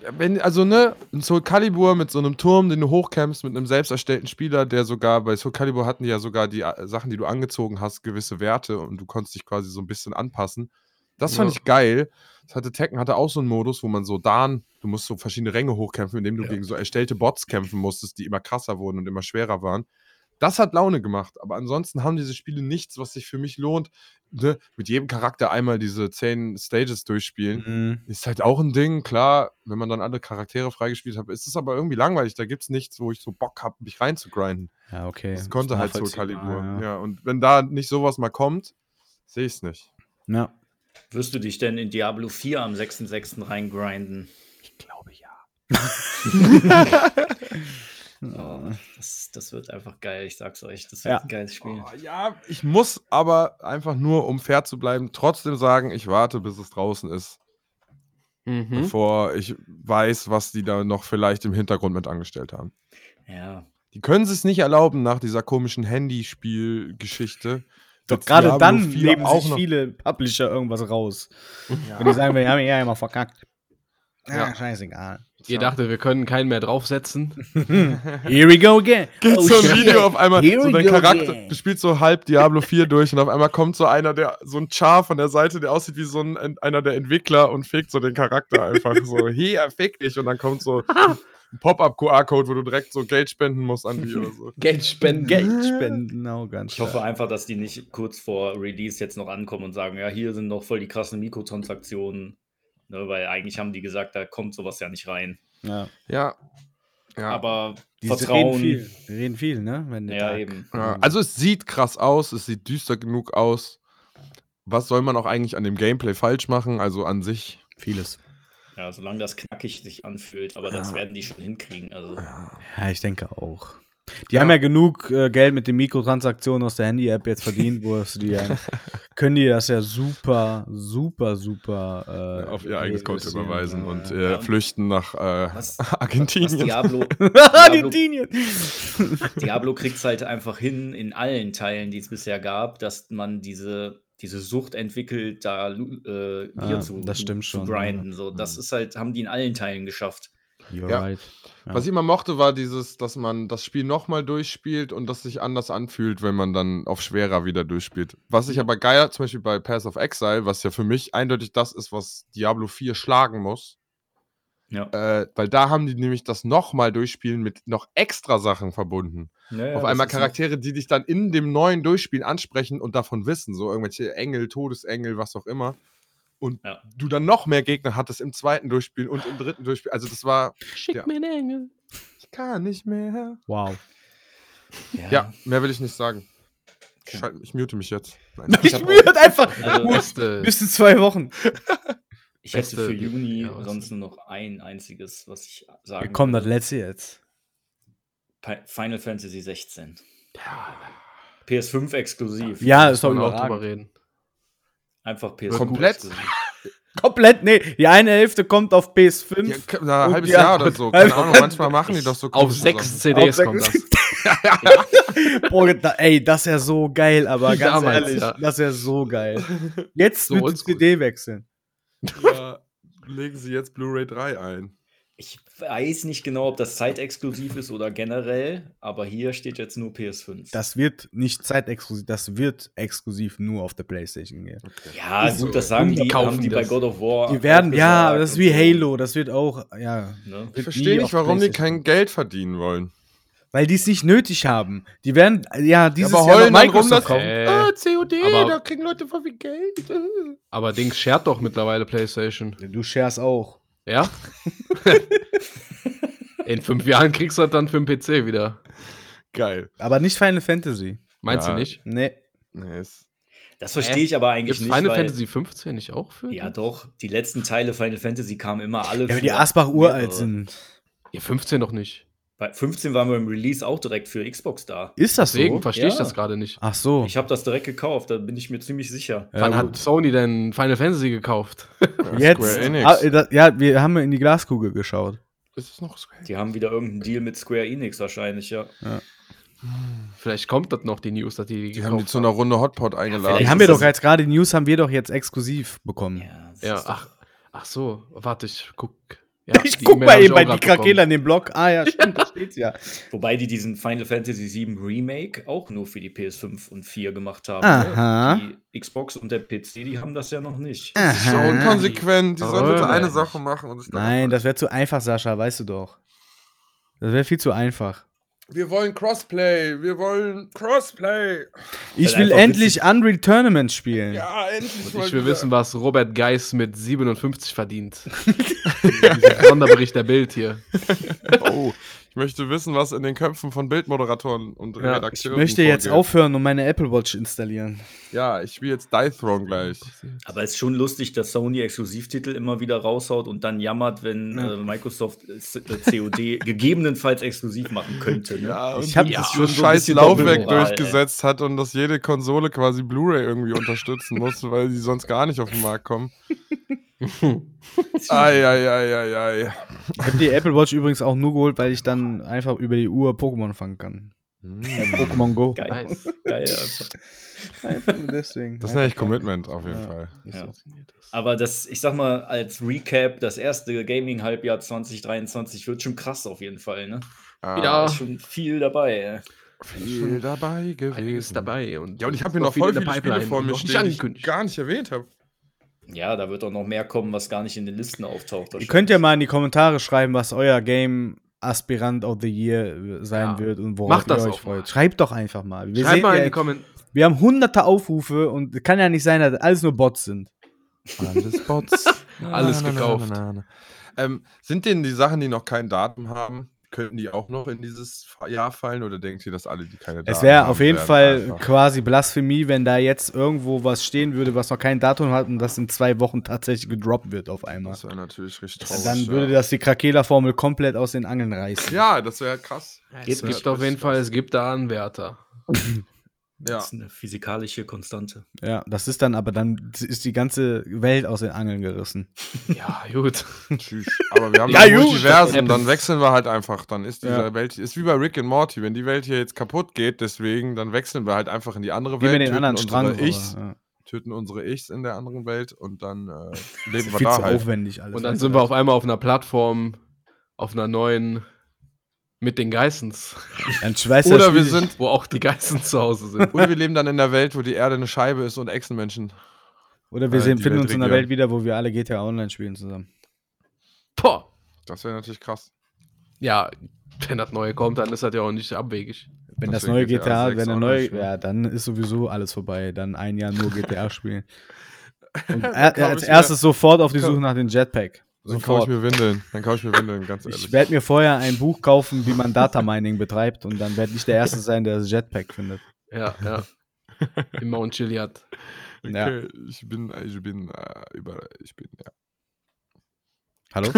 Speaker 3: Ja, Wenn, also, ne, ein Soul Calibur mit so einem Turm, den du hochkämpfst, mit einem selbst erstellten Spieler, der sogar, bei Soul Calibur hatten die ja sogar die äh, Sachen, die du angezogen hast, gewisse Werte und du konntest dich quasi so ein bisschen anpassen. Das fand
Speaker 5: Ja.
Speaker 3: ich geil. Das hatte Tekken hatte auch so einen Modus, wo man so Dan, du musst so verschiedene Ränge hochkämpfen, indem du
Speaker 4: Ja.
Speaker 3: gegen so erstellte Bots kämpfen musstest, die immer krasser wurden und immer schwerer waren. Das hat Laune gemacht, aber ansonsten haben diese Spiele nichts, was sich für mich lohnt. Ne? Mit jedem Charakter einmal diese zehn Stages durchspielen.
Speaker 6: Mhm.
Speaker 3: Ist halt auch ein Ding, klar, wenn man dann alle Charaktere freigespielt hat, ist es aber irgendwie langweilig. Da gibt es nichts, wo ich so Bock habe, mich reinzugrinden.
Speaker 6: Ja, okay.
Speaker 3: Das konnte
Speaker 6: Ist
Speaker 3: halt so
Speaker 6: nachvollziehbar,
Speaker 3: Kalibur. Ja.
Speaker 6: Ja.
Speaker 3: und wenn da nicht sowas mal kommt, sehe ich es nicht.
Speaker 6: Ja.
Speaker 4: Wirst du dich denn in Diablo 4 am 6.6. reingrinden?
Speaker 6: Ich glaube ja.
Speaker 4: Oh, Das, das wird einfach geil, ich sag's euch. Das wird
Speaker 6: Ja.
Speaker 4: ein geiles Spiel.
Speaker 3: Oh, ja, ich muss aber einfach nur, um fair zu bleiben, trotzdem sagen, ich warte, bis es draußen ist,
Speaker 5: Mhm.
Speaker 3: bevor ich weiß, was die da noch vielleicht im Hintergrund mit angestellt haben.
Speaker 4: Ja.
Speaker 3: Die können es nicht erlauben nach dieser komischen Handyspielgeschichte.
Speaker 6: Doch
Speaker 3: jetzt
Speaker 6: gerade
Speaker 3: Diablo
Speaker 6: dann
Speaker 3: 4
Speaker 6: nehmen
Speaker 3: auch
Speaker 6: sich
Speaker 3: noch-
Speaker 6: viele Publisher irgendwas raus. Und die sagen, wir haben ja immer verkackt. Ja,
Speaker 5: Ja.
Speaker 6: scheißegal.
Speaker 5: Ihr dachtet, wir können keinen mehr draufsetzen.
Speaker 6: Hm. Here we go again.
Speaker 3: Gibt
Speaker 6: Oh,
Speaker 3: so ein
Speaker 6: shit.
Speaker 3: Video auf einmal,
Speaker 6: Here
Speaker 3: so
Speaker 6: we
Speaker 3: dein
Speaker 6: go
Speaker 3: Charakter,
Speaker 6: again.
Speaker 3: du spielst so halb Diablo 4 durch und auf einmal kommt so einer, der, so ein Char von der Seite, der aussieht wie so ein, ein- einer der Entwickler und fegt so den Charakter einfach so, hier, fick dich und dann kommt so
Speaker 6: Ah.
Speaker 3: ein Pop-Up-QR-Code, wo du direkt so Geld spenden musst an die oder so.
Speaker 5: Geld spenden.
Speaker 6: Geld spenden, no, ganz
Speaker 4: Ich hoffe einfach, dass die nicht kurz vor Release jetzt noch ankommen und sagen, ja, hier sind noch voll die krassen Mikrotransaktionen. Ne, weil eigentlich haben die gesagt, da kommt sowas ja nicht rein.
Speaker 6: Ja.
Speaker 3: Ja. ja.
Speaker 4: Aber
Speaker 6: Die
Speaker 4: Vertrauen.
Speaker 6: Reden viel. Die reden viel, ne? Wenn der
Speaker 4: Ja,
Speaker 6: Tag-
Speaker 4: eben.
Speaker 3: Ja, also es sieht krass aus, es sieht düster genug aus. Was soll man auch eigentlich an dem Gameplay falsch machen? Also an sich.
Speaker 6: Vieles.
Speaker 4: Ja, solange das knackig sich anfühlt, aber das
Speaker 6: Ja.
Speaker 4: werden die schon hinkriegen. Also,
Speaker 6: Ja, ich denke auch. Die haben ja genug äh, Geld mit den Mikrotransaktionen aus der Handy-App jetzt verdient, wo es die ja, können die das ja super, super, super äh,
Speaker 3: Auf ihr eigenes Konto
Speaker 6: investieren,
Speaker 3: überweisen
Speaker 6: ja,
Speaker 3: und
Speaker 6: ja.
Speaker 3: äh,
Speaker 4: Ja.
Speaker 3: flüchten nach äh,
Speaker 4: was, was
Speaker 3: Argentinien.
Speaker 4: Diablo,
Speaker 6: die
Speaker 4: Diablo,
Speaker 6: Dinien.
Speaker 4: Diablo kriegt es halt einfach hin, in allen Teilen, die es bisher gab, dass man diese, diese Sucht entwickelt, da Lu- äh, Bier
Speaker 6: Ah,
Speaker 4: zu,
Speaker 6: das stimmt
Speaker 4: zu
Speaker 6: schon,
Speaker 4: grinden.
Speaker 6: ja.
Speaker 4: So, das
Speaker 6: Mhm.
Speaker 4: ist halt, haben die in allen Teilen geschafft.
Speaker 6: You're
Speaker 3: Ja.
Speaker 6: right. Ja.
Speaker 3: Was ich immer mochte, war dieses, dass man das Spiel nochmal durchspielt und das sich anders anfühlt, wenn man dann auf schwerer wieder durchspielt. Was ich aber geil, zum Beispiel bei Pass of Exile, was ja für mich eindeutig das ist, was Diablo 4 schlagen muss,
Speaker 4: Ja.
Speaker 3: äh, weil da haben die nämlich das nochmal durchspielen mit noch extra Sachen verbunden.
Speaker 4: Naja,
Speaker 3: auf
Speaker 4: das
Speaker 3: einmal
Speaker 4: ist ein-
Speaker 3: Charaktere, die dich dann in dem neuen Durchspiel ansprechen und davon wissen, so irgendwelche Engel, Todesengel, was auch immer. Und
Speaker 4: Ja.
Speaker 3: du dann noch mehr Gegner hattest im zweiten Durchspiel und im dritten Durchspiel. Also das war,
Speaker 2: Schick
Speaker 3: Ja.
Speaker 2: mir einen Engel.
Speaker 3: ich kann nicht mehr.
Speaker 6: Wow.
Speaker 4: Ja.
Speaker 3: Ja, mehr will ich nicht sagen.
Speaker 4: Äh. Okay.
Speaker 3: Schal- Ich mute mich jetzt. Nein.
Speaker 4: Ich
Speaker 6: Ich
Speaker 4: hab
Speaker 6: spürt einfach
Speaker 4: Also,
Speaker 5: Beste.
Speaker 6: bis in zwei Wochen.
Speaker 4: ich hätte
Speaker 5: Beste-
Speaker 4: für Juni
Speaker 5: ja, was-
Speaker 4: sonst nur noch ein einziges, was ich sagen
Speaker 6: Komm, das
Speaker 4: würde.
Speaker 6: letzte jetzt.
Speaker 4: Pi- Final Fantasy 16. PS5 exklusiv.
Speaker 6: Ja, ist doch
Speaker 5: Sollen wir auch drüber
Speaker 6: überragend.
Speaker 5: reden.
Speaker 4: Einfach PS5
Speaker 3: Komplett?
Speaker 4: exklusiv.
Speaker 6: Komplett, nee. Die eine Hälfte kommt auf PS5.
Speaker 3: Ja, k- na,
Speaker 6: Und
Speaker 3: ein halbes
Speaker 6: die
Speaker 3: Jahr oder
Speaker 6: anderen-
Speaker 3: so. Keine Ahnung, manchmal machen die doch so
Speaker 5: Auf
Speaker 3: komische
Speaker 5: sechs
Speaker 3: Sachen.
Speaker 5: CDs
Speaker 6: Auf
Speaker 5: kommt das.
Speaker 6: sechs- Boah, da, ey, das ist ja so geil, aber ganz
Speaker 5: Damals,
Speaker 6: ehrlich,
Speaker 5: ja.
Speaker 6: das ist ja so geil. Jetzt
Speaker 5: So
Speaker 6: mit
Speaker 5: oldschool.
Speaker 6: CD wechseln.
Speaker 3: Ja, legen sie jetzt Blu-ray 3 ein.
Speaker 4: Ich weiß nicht genau, ob das zeitexklusiv ist oder generell, aber hier steht jetzt nur PS5.
Speaker 6: Das wird nicht zeitexklusiv, das wird exklusiv nur auf der Playstation gehen.
Speaker 4: ja,
Speaker 5: ist
Speaker 4: gut,
Speaker 5: so.
Speaker 4: das sagen die,
Speaker 5: Die
Speaker 4: haben
Speaker 5: kaufen
Speaker 4: die bei
Speaker 5: das.
Speaker 4: God of War.
Speaker 6: Die werden,
Speaker 4: auch
Speaker 6: ja,
Speaker 4: gesagt also
Speaker 6: aber das ist
Speaker 4: und
Speaker 6: wie
Speaker 4: so,
Speaker 6: Halo, das wird auch, ja.
Speaker 4: Ne?
Speaker 6: wird
Speaker 3: Ich
Speaker 6: nie
Speaker 3: verstehe
Speaker 6: auf
Speaker 3: nicht, warum die
Speaker 6: PlayStation.
Speaker 3: kein Geld verdienen wollen.
Speaker 6: Weil die es nicht nötig haben. Die werden, ja, dieses
Speaker 3: aber
Speaker 6: Jahr
Speaker 3: heulen
Speaker 6: noch
Speaker 3: dann rum,
Speaker 6: Microsoft
Speaker 3: dass-
Speaker 6: kaufen.
Speaker 5: Äh,
Speaker 3: COD,
Speaker 5: aber-
Speaker 3: kriegen Leute voll viel Geld. äh.
Speaker 5: aber Dings shared doch mittlerweile PlayStation.
Speaker 6: Du sharest auch.
Speaker 5: Ja? In fünf Jahren kriegst du das dann für den PC wieder.
Speaker 3: Geil.
Speaker 6: Aber nicht Final Fantasy.
Speaker 5: Meinst
Speaker 3: Ja.
Speaker 5: du nicht?
Speaker 6: Nee.
Speaker 3: Nee, ist-
Speaker 4: Das verstehe ich aber eigentlich
Speaker 5: Gibt's
Speaker 4: nicht.
Speaker 5: Final
Speaker 4: weil,
Speaker 5: Fantasy 15 nicht auch für?
Speaker 4: Ja, doch. Die letzten Teile Final Fantasy kamen immer alle.
Speaker 6: Ja,
Speaker 4: für
Speaker 6: wenn die Asbach uralt
Speaker 4: mehrere.
Speaker 6: sind.
Speaker 5: Ja, 15 doch nicht.
Speaker 4: Bei 15 waren wir im Release auch direkt für Xbox da.
Speaker 6: Ist das
Speaker 5: Deswegen
Speaker 6: so?
Speaker 5: verstehe ich
Speaker 4: Ja.
Speaker 5: das gerade nicht.
Speaker 6: Ach so.
Speaker 4: Ich habe das direkt gekauft, da bin ich mir ziemlich sicher.
Speaker 6: Ja,
Speaker 5: Wann
Speaker 6: gut.
Speaker 5: hat Sony denn Final Fantasy gekauft?
Speaker 6: Jetzt.
Speaker 3: Square Enix.
Speaker 6: Ah, das, ja, wir haben in die Glaskugel geschaut.
Speaker 3: Ist es noch Square
Speaker 4: Die haben wieder irgendeinen Deal mit Square Enix wahrscheinlich, ja.
Speaker 5: Vielleicht kommt das noch, die News, dass die die
Speaker 3: Die haben die
Speaker 5: gekauft
Speaker 3: zu einer Runde Hotpot eingeladen.
Speaker 6: Die
Speaker 4: vielleicht
Speaker 6: haben
Speaker 4: ist
Speaker 6: wir doch
Speaker 4: das-
Speaker 6: jetzt gerade, die News haben wir doch jetzt exklusiv bekommen.
Speaker 4: das
Speaker 5: Ja,
Speaker 4: ist doch-
Speaker 5: ach, ach so, warte, ich guck. Ja, die
Speaker 6: guck
Speaker 5: E-Mail hab auch grad bekommen.
Speaker 6: Krakela in dem Blog. Ah ja, stimmt, da steht's ja.
Speaker 4: Wobei die diesen Final Fantasy VII Remake auch nur für die PS5 und 4 gemacht haben.
Speaker 6: Aha.
Speaker 4: ne? Die Xbox und der PC, die haben das ja noch nicht.
Speaker 3: Das ist so
Speaker 6: Aha.
Speaker 3: unkonsequent. Die sollen bitte
Speaker 5: Aber-
Speaker 3: eine Sache machen. Und es dann-
Speaker 6: Nein, das wäre zu einfach, Sascha, weißt du doch. Das wäre viel zu einfach.
Speaker 3: wir wollen Crossplay. Wir wollen Crossplay.
Speaker 6: Ich
Speaker 4: Halt
Speaker 6: will
Speaker 4: einfach
Speaker 6: endlich Unreal Tournament spielen.
Speaker 3: Ja, endlich. mal
Speaker 5: Ich will
Speaker 3: wieder.
Speaker 5: wissen, was Robert Geis mit 57 verdient. Dieser Sonderbericht der Bild hier.
Speaker 3: Oh, ich möchte wissen, was in den Köpfen von Bildmoderatoren und
Speaker 5: Ja, ich
Speaker 6: Ich
Speaker 3: Redakteuren
Speaker 6: möchte jetzt
Speaker 3: vorgeht.
Speaker 6: aufhören und meine Apple Watch installieren.
Speaker 3: Ja, ich spiele jetzt Die Throne gleich.
Speaker 4: Aber es ist schon lustig, dass Sony Exklusivtitel immer wieder raushaut und dann jammert, wenn äh, Microsoft äh, C- äh, COD gegebenenfalls exklusiv machen könnte. Ne?
Speaker 3: Ja, und
Speaker 6: Ich hab
Speaker 3: die
Speaker 6: das
Speaker 3: so
Speaker 6: schon
Speaker 3: ein
Speaker 6: so ein
Speaker 3: scheiß
Speaker 6: bisschen
Speaker 3: Laufwerk
Speaker 4: doppelmoral, ey.
Speaker 3: durchgesetzt hat und dass jede Konsole quasi Blu-ray irgendwie unterstützen muss, weil sie sonst gar nicht auf den Markt kommen. Eieieiei.
Speaker 6: Ich habe die Apple Watch übrigens auch nur geholt, weil ich dann einfach über die Uhr Pokémon fangen kann.
Speaker 3: Hm.
Speaker 6: Pokémon Go.
Speaker 4: Geil.
Speaker 5: Nice.
Speaker 4: Geil, einfach.
Speaker 6: Einfach nur deswegen.
Speaker 3: Das nenne ich Commitment auf jeden
Speaker 6: Ja.
Speaker 3: Fall.
Speaker 4: Ja. Aber das, ich sag mal, als Recap, das erste Gaming-Halbjahr 2023 wird schon krass auf jeden Fall. Ne?
Speaker 3: Ah,
Speaker 5: Ja.
Speaker 4: Ist schon viel dabei. Ey.
Speaker 3: Viel dabei
Speaker 5: Einiges
Speaker 3: gewesen.
Speaker 5: dabei. Und
Speaker 3: Ja, und ich habe hier noch voll viele Spiele vor mir
Speaker 5: noch nicht
Speaker 3: stehen, die ich
Speaker 5: angekündigt.
Speaker 3: gar nicht erwähnt habe.
Speaker 4: Ja, da wird auch noch mehr kommen, was gar nicht in den Listen auftaucht.
Speaker 6: Ihr könnt ja mal in die Kommentare schreiben, was euer Game Aspirant of the Year äh, sein
Speaker 5: Ja.
Speaker 6: wird und worauf
Speaker 5: Macht das
Speaker 6: ihr euch
Speaker 5: auch mal.
Speaker 6: freut. Schreibt doch einfach mal. Wir,
Speaker 5: Schreibt
Speaker 6: sehen
Speaker 5: mal in
Speaker 6: ja,
Speaker 5: die Kommentare.
Speaker 6: wir haben hunderte Aufrufe und kann ja nicht sein, dass alles nur Bots sind.
Speaker 3: Alles Bots.
Speaker 5: Alles gekauft.
Speaker 3: Ähm, sind denn die Sachen, die noch kein Datum haben, könnten die auch noch in dieses Fa- Jahr fallen oder denkt ihr, dass alle, die keine Daten
Speaker 6: Es wäre auf
Speaker 3: haben,
Speaker 6: jeden
Speaker 3: werden
Speaker 6: Fall
Speaker 3: einfach-
Speaker 6: quasi Blasphemie, wenn da jetzt irgendwo was stehen würde, was noch kein Datum hat und das in zwei Wochen tatsächlich gedroppt wird auf einmal.
Speaker 3: Das wäre natürlich richtig traurig.
Speaker 6: Also Dann würde
Speaker 3: ja.
Speaker 6: das die Krakela-Formel komplett aus den Angeln reißen.
Speaker 3: Ja, das wäre krass.
Speaker 5: Es
Speaker 4: Ja,
Speaker 5: gibt auf jeden Fall, es gibt da Anwärter.
Speaker 3: Ja.
Speaker 4: Das ist eine physikalische Konstante.
Speaker 6: Ja, das ist dann, aber dann ist die ganze Welt aus den Angeln gerissen.
Speaker 5: Ja, gut.
Speaker 3: Tschüss. Aber wir haben
Speaker 6: Ja,
Speaker 3: ja,
Speaker 6: gut,
Speaker 3: Multiversen,
Speaker 6: das-
Speaker 3: dann wechseln wir halt einfach. Dann ist diese
Speaker 6: Ja.
Speaker 3: Welt, ist wie bei Rick and Morty, wenn die Welt hier jetzt kaputt geht, deswegen, dann wechseln wir halt einfach in die andere
Speaker 6: Wie
Speaker 3: Welt.
Speaker 6: mit den anderen Strang.
Speaker 3: unsere Ichs,
Speaker 6: aber,
Speaker 3: töten unsere Ichs in der anderen Welt und dann äh,
Speaker 6: ja.
Speaker 3: leben wir
Speaker 6: Viel
Speaker 3: da
Speaker 6: zu
Speaker 3: halt.
Speaker 6: aufwendig alles.
Speaker 5: Und dann sind wir auf einmal auf einer Plattform, auf einer neuen mit den Geissens,
Speaker 6: Dann schweißt das
Speaker 3: Oder wir
Speaker 6: Spiel-
Speaker 3: sind,
Speaker 5: wo auch die Geissens zu Hause sind.
Speaker 3: oder wir leben dann in der Welt, wo die Erde eine Scheibe ist und Echsenmenschen.
Speaker 6: Oder wir
Speaker 3: äh,
Speaker 6: sehen,
Speaker 3: die
Speaker 6: finden uns in einer
Speaker 3: Weltregion.
Speaker 6: Welt wieder, wo wir alle GTA Online spielen zusammen.
Speaker 5: Boah.
Speaker 3: Das wäre natürlich krass.
Speaker 5: Ja, wenn das neue kommt, dann ist das ja auch nicht abwegig.
Speaker 6: Wenn das
Speaker 3: Deswegen
Speaker 6: neue
Speaker 3: GTA
Speaker 6: GTA,
Speaker 3: 6
Speaker 6: wenn der
Speaker 3: online
Speaker 6: neue,
Speaker 3: spielen.
Speaker 6: ja, dann ist sowieso alles vorbei. Dann ein Jahr nur GTA spielen. Und er,
Speaker 3: glaub
Speaker 6: als
Speaker 3: ich mir-
Speaker 6: erstes sofort auf die
Speaker 3: Komm.
Speaker 6: Suche nach dem Jetpack.
Speaker 3: Dann kaufe ich
Speaker 6: Sofort.
Speaker 3: mir Windeln. Dann kaufe ich mir Windeln, ganz ehrlich.
Speaker 6: Ich werde mir vorher ein Buch kaufen, wie man Data Mining betreibt und dann werde ich der Erste sein, der das Jetpack findet.
Speaker 5: Ja, ja. Immer und Chiliad.
Speaker 3: okay, ich bin, ich bin äh, über, ich bin, ja.
Speaker 6: Hallo?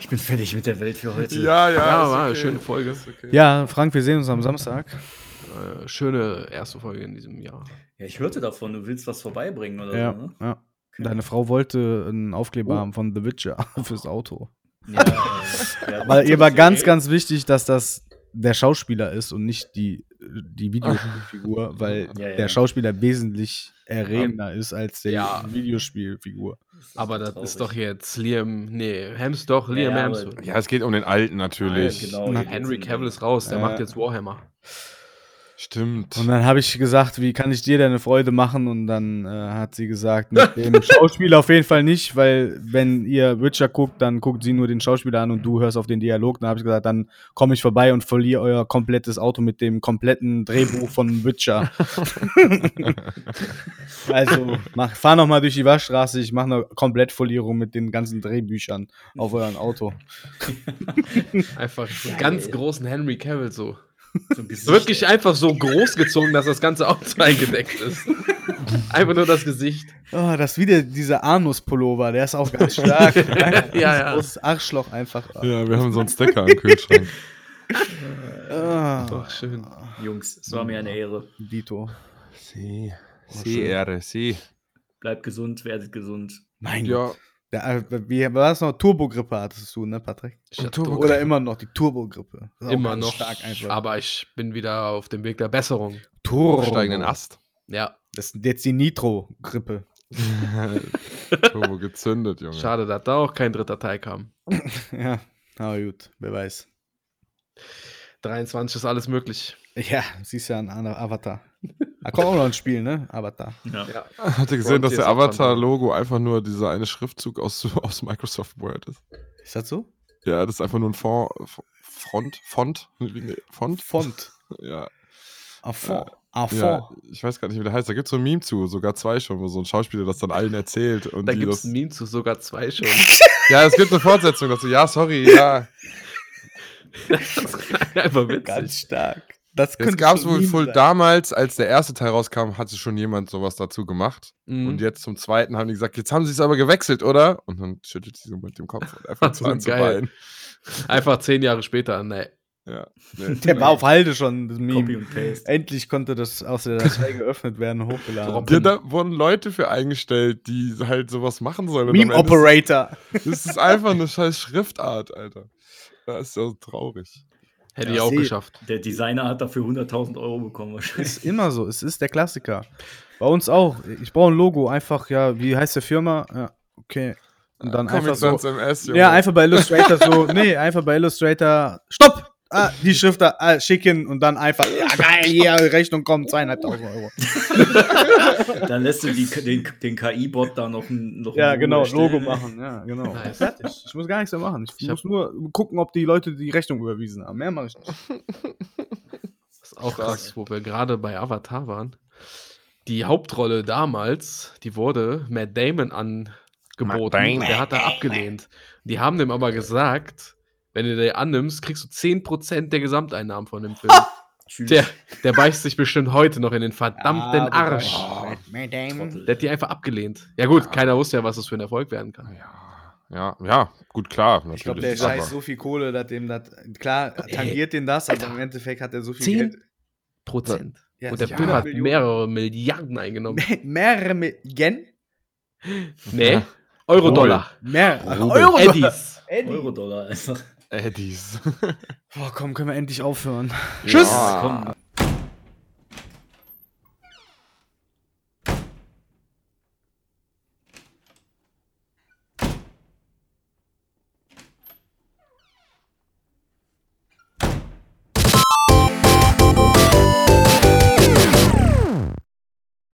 Speaker 4: Ich bin fertig mit der Welt für heute.
Speaker 5: Ja,
Speaker 3: Ja, ist
Speaker 5: war eine
Speaker 3: okay.
Speaker 5: schöne Folge.
Speaker 3: Ist okay.
Speaker 6: Ja, Frank, wir sehen uns am Samstag.
Speaker 5: Äh, schöne erste Folge in diesem Jahr.
Speaker 4: Ja, ich hörte davon, du willst was vorbeibringen oder
Speaker 6: Ja,
Speaker 4: so, ne?
Speaker 6: ja. Deine Frau wollte einen Aufkleber
Speaker 5: Oh.
Speaker 6: haben von The Witcher fürs Auto.
Speaker 4: Ja, äh, ja,
Speaker 6: Weil ihr
Speaker 4: das
Speaker 6: war
Speaker 4: ist
Speaker 6: ganz,
Speaker 4: okay.
Speaker 6: ganz wichtig, dass das der Schauspieler ist und nicht die, die Videospielfigur, weil
Speaker 4: Ja, ja.
Speaker 6: der Schauspieler wesentlich erregender ist als die
Speaker 5: Ja.
Speaker 6: Videospielfigur.
Speaker 4: Das ist
Speaker 5: Aber das
Speaker 4: traurig.
Speaker 5: ist doch jetzt Liam, nee, Hems doch, Liam
Speaker 4: Ja, aber-
Speaker 5: Hemsworth.
Speaker 3: Ja, es geht um den Alten natürlich.
Speaker 4: Ja, genau,
Speaker 6: Na,
Speaker 4: hier
Speaker 5: Henry
Speaker 4: geht's um-
Speaker 5: Cavill ist raus, der
Speaker 6: Ja.
Speaker 5: macht jetzt Warhammer.
Speaker 3: genau. Stimmt.
Speaker 6: Und dann habe ich gesagt, wie kann ich dir deine Freude machen? Und dann äh, hat sie gesagt, mit dem Schauspieler auf jeden Fall nicht, weil wenn ihr Witcher guckt, dann guckt sie nur den Schauspieler an und du hörst auf den Dialog. Dann habe ich gesagt, dann komme ich vorbei und verliere euer komplettes Auto mit dem kompletten Drehbuch von Witcher. also mach, fahr noch mal durch die Waschstraße, ich mache eine Komplettfolierung mit den ganzen Drehbüchern auf eurem Auto.
Speaker 5: Einfach so
Speaker 4: Geil.
Speaker 5: ganz großen Henry Cavill so.
Speaker 4: So ein Gesicht,
Speaker 5: Wirklich
Speaker 4: ey.
Speaker 5: einfach so groß gezogen, dass das ganze Auto eingedeckt ist. Einfach nur das Gesicht.
Speaker 6: Oh, das ist wieder dieser Anus-Pullover, der ist auch ganz stark. ja,
Speaker 5: ja.
Speaker 6: Großes Arschloch einfach.
Speaker 3: Ja, wir haben so einen Stecker im Kühlschrank.
Speaker 6: Ah,
Speaker 5: Doch, schön.
Speaker 4: Jungs, es war mir eine Ehre.
Speaker 6: Dito.
Speaker 3: Sie.
Speaker 6: schön.
Speaker 3: Sie, Ehre, sie.
Speaker 4: Bleibt gesund, werdet gesund.
Speaker 6: Mein Gott.
Speaker 3: Ja,
Speaker 6: Da, äh, wie war das noch? Turbogrippe hattest du, ne, Patrick?
Speaker 5: Ich hab
Speaker 3: Turbo-
Speaker 5: Druck.
Speaker 6: Oder immer noch die Turbogrippe. Das ist auch
Speaker 5: immer
Speaker 6: ganz
Speaker 5: noch.
Speaker 6: Stark einfach.
Speaker 5: aber ich bin wieder auf dem Weg der Besserung.
Speaker 6: Turbo.
Speaker 3: steigenden Ast.
Speaker 5: Ja,
Speaker 6: Das ist jetzt die Nitro-Grippe.
Speaker 3: Turbo gezündet, Junge.
Speaker 5: schade, dass da auch kein dritter Teil kam.
Speaker 6: ja, aber gut, wer weiß.
Speaker 5: 23 ist alles möglich.
Speaker 6: Ja, siehst ja ein anderer Avatar. Da kommt auch noch ein Spiel, ne? Avatar.
Speaker 4: Ja.
Speaker 5: Ja.
Speaker 3: Hatte gesehen, dass der
Speaker 5: Frontiers
Speaker 3: Avatar-Logo einfach nur dieser eine Schriftzug aus, aus Microsoft Word ist.
Speaker 6: Ist das so?
Speaker 3: Ja, das ist einfach nur ein Font. Front? Font? Wie- nee, Font?
Speaker 6: Font.
Speaker 3: Ja.
Speaker 6: Affon. Affon.
Speaker 3: ja. Ich weiß gar nicht, wie der heißt. Da gibt es so ein Meme zu, sogar zwei schon, wo so ein Schauspieler das dann allen erzählt. Und
Speaker 5: Da
Speaker 3: die
Speaker 5: gibt
Speaker 3: das,
Speaker 5: es ein Meme zu, sogar zwei schon.
Speaker 3: Ja, es gibt eine Fortsetzung dazu. Ja, sorry, ja.
Speaker 5: das ist einfach
Speaker 6: Ganz
Speaker 5: witzig.
Speaker 6: stark. Das
Speaker 3: Es
Speaker 6: könnte
Speaker 3: gab es
Speaker 6: schon
Speaker 3: wohl
Speaker 6: Meme
Speaker 3: voll
Speaker 6: sein.
Speaker 3: damals, als der erste Teil rauskam, hatte schon jemand sowas dazu gemacht.
Speaker 5: Mhm.
Speaker 3: Und jetzt zum zweiten haben die gesagt, jetzt haben sie es aber gewechselt, oder? Und dann schüttelt sie so mit dem Kopf und einfach
Speaker 5: So
Speaker 3: zu zu
Speaker 5: geil.
Speaker 3: Beinen.
Speaker 5: Einfach zehn Jahre später, nee.
Speaker 3: Nee.
Speaker 6: Der war auf Halde schon, das Meme.
Speaker 4: Copy und Paste.
Speaker 6: Endlich konnte das aus der Datei geöffnet werden, und hochgeladen.
Speaker 5: Drop.
Speaker 3: Ja, da wurden Leute für eingestellt, die halt sowas machen sollen. Und am Ende
Speaker 6: Operator.
Speaker 3: ist- Das ist einfach eine scheiß Schriftart, Alter. Das ist ja so traurig.
Speaker 5: Hätte
Speaker 6: Ja,
Speaker 5: ich auch
Speaker 6: seh-
Speaker 5: geschafft.
Speaker 4: Der Designer hat dafür 100.000 Euro bekommen wahrscheinlich.
Speaker 6: Ist immer so, es ist der Klassiker. Bei uns auch. Ich brauche ein Logo, einfach, ja, wie heißt der Firma? Ja, okay. Und dann
Speaker 3: Comic
Speaker 6: einfach so.
Speaker 3: Sans MS, Junge.
Speaker 6: Ja, einfach bei Illustrator so, nee, einfach bei Illustrator, stopp! Ah, die Schrift da, ah, schicken und dann einfach, ja geil, hier, Rechnung kommt, zweieinhalbtausend Euro.
Speaker 4: Dann lässt du die, den, den KI-Bot da noch ein noch ein
Speaker 6: Ja, genau,
Speaker 4: erstellen.
Speaker 6: Logo machen, ja, genau.
Speaker 5: Nice.
Speaker 6: Fertig. Ich muss gar nichts mehr machen. Ich,
Speaker 5: Ich hab-
Speaker 6: muss nur gucken, ob die Leute die Rechnung überwiesen haben. Mehr mache ich nicht.
Speaker 5: Das ist auch krass, wo wir gerade bei Avatar waren. Die Hauptrolle damals, die wurde Matt Damon an, geboten. Und der hat da abgelehnt. Die haben dem aber gesagt, wenn du den annimmst, kriegst du 10% der Gesamteinnahmen von dem Film.
Speaker 4: Tschüss.
Speaker 5: Der, der beißt sich bestimmt heute noch in den verdammten
Speaker 6: Ah, du
Speaker 5: Arsch.
Speaker 6: Arsch.
Speaker 4: Trottel.
Speaker 5: Der hat die einfach abgelehnt. Ja gut, keiner wusste ja, was das für ein Erfolg werden kann.
Speaker 3: Ja, ja, ja, gut, klar. Natürlich.
Speaker 6: Ich glaube, der
Speaker 3: ist das
Speaker 6: scheißt
Speaker 3: wahr.
Speaker 6: so viel Kohle, dass dem das. Klar, tangiert den das, aber im Endeffekt hat er so viel
Speaker 5: Zehn?
Speaker 6: Geld.
Speaker 5: Prozent.
Speaker 6: Ja,
Speaker 5: Und der
Speaker 6: sicher.
Speaker 5: Film hat
Speaker 6: Millionen.
Speaker 5: mehrere Milliarden eingenommen.
Speaker 6: Mehrere Mi- Yen?
Speaker 5: Nee, Euro-Dollar.
Speaker 6: Mehrere
Speaker 3: Rubel.
Speaker 6: Euro.
Speaker 5: Eddies.
Speaker 6: Eddie.
Speaker 4: Euro-Dollar einfach.
Speaker 3: Eddies.
Speaker 6: Boah, komm, können wir endlich aufhören.
Speaker 5: Tschüss.
Speaker 3: Ja.
Speaker 4: Komm,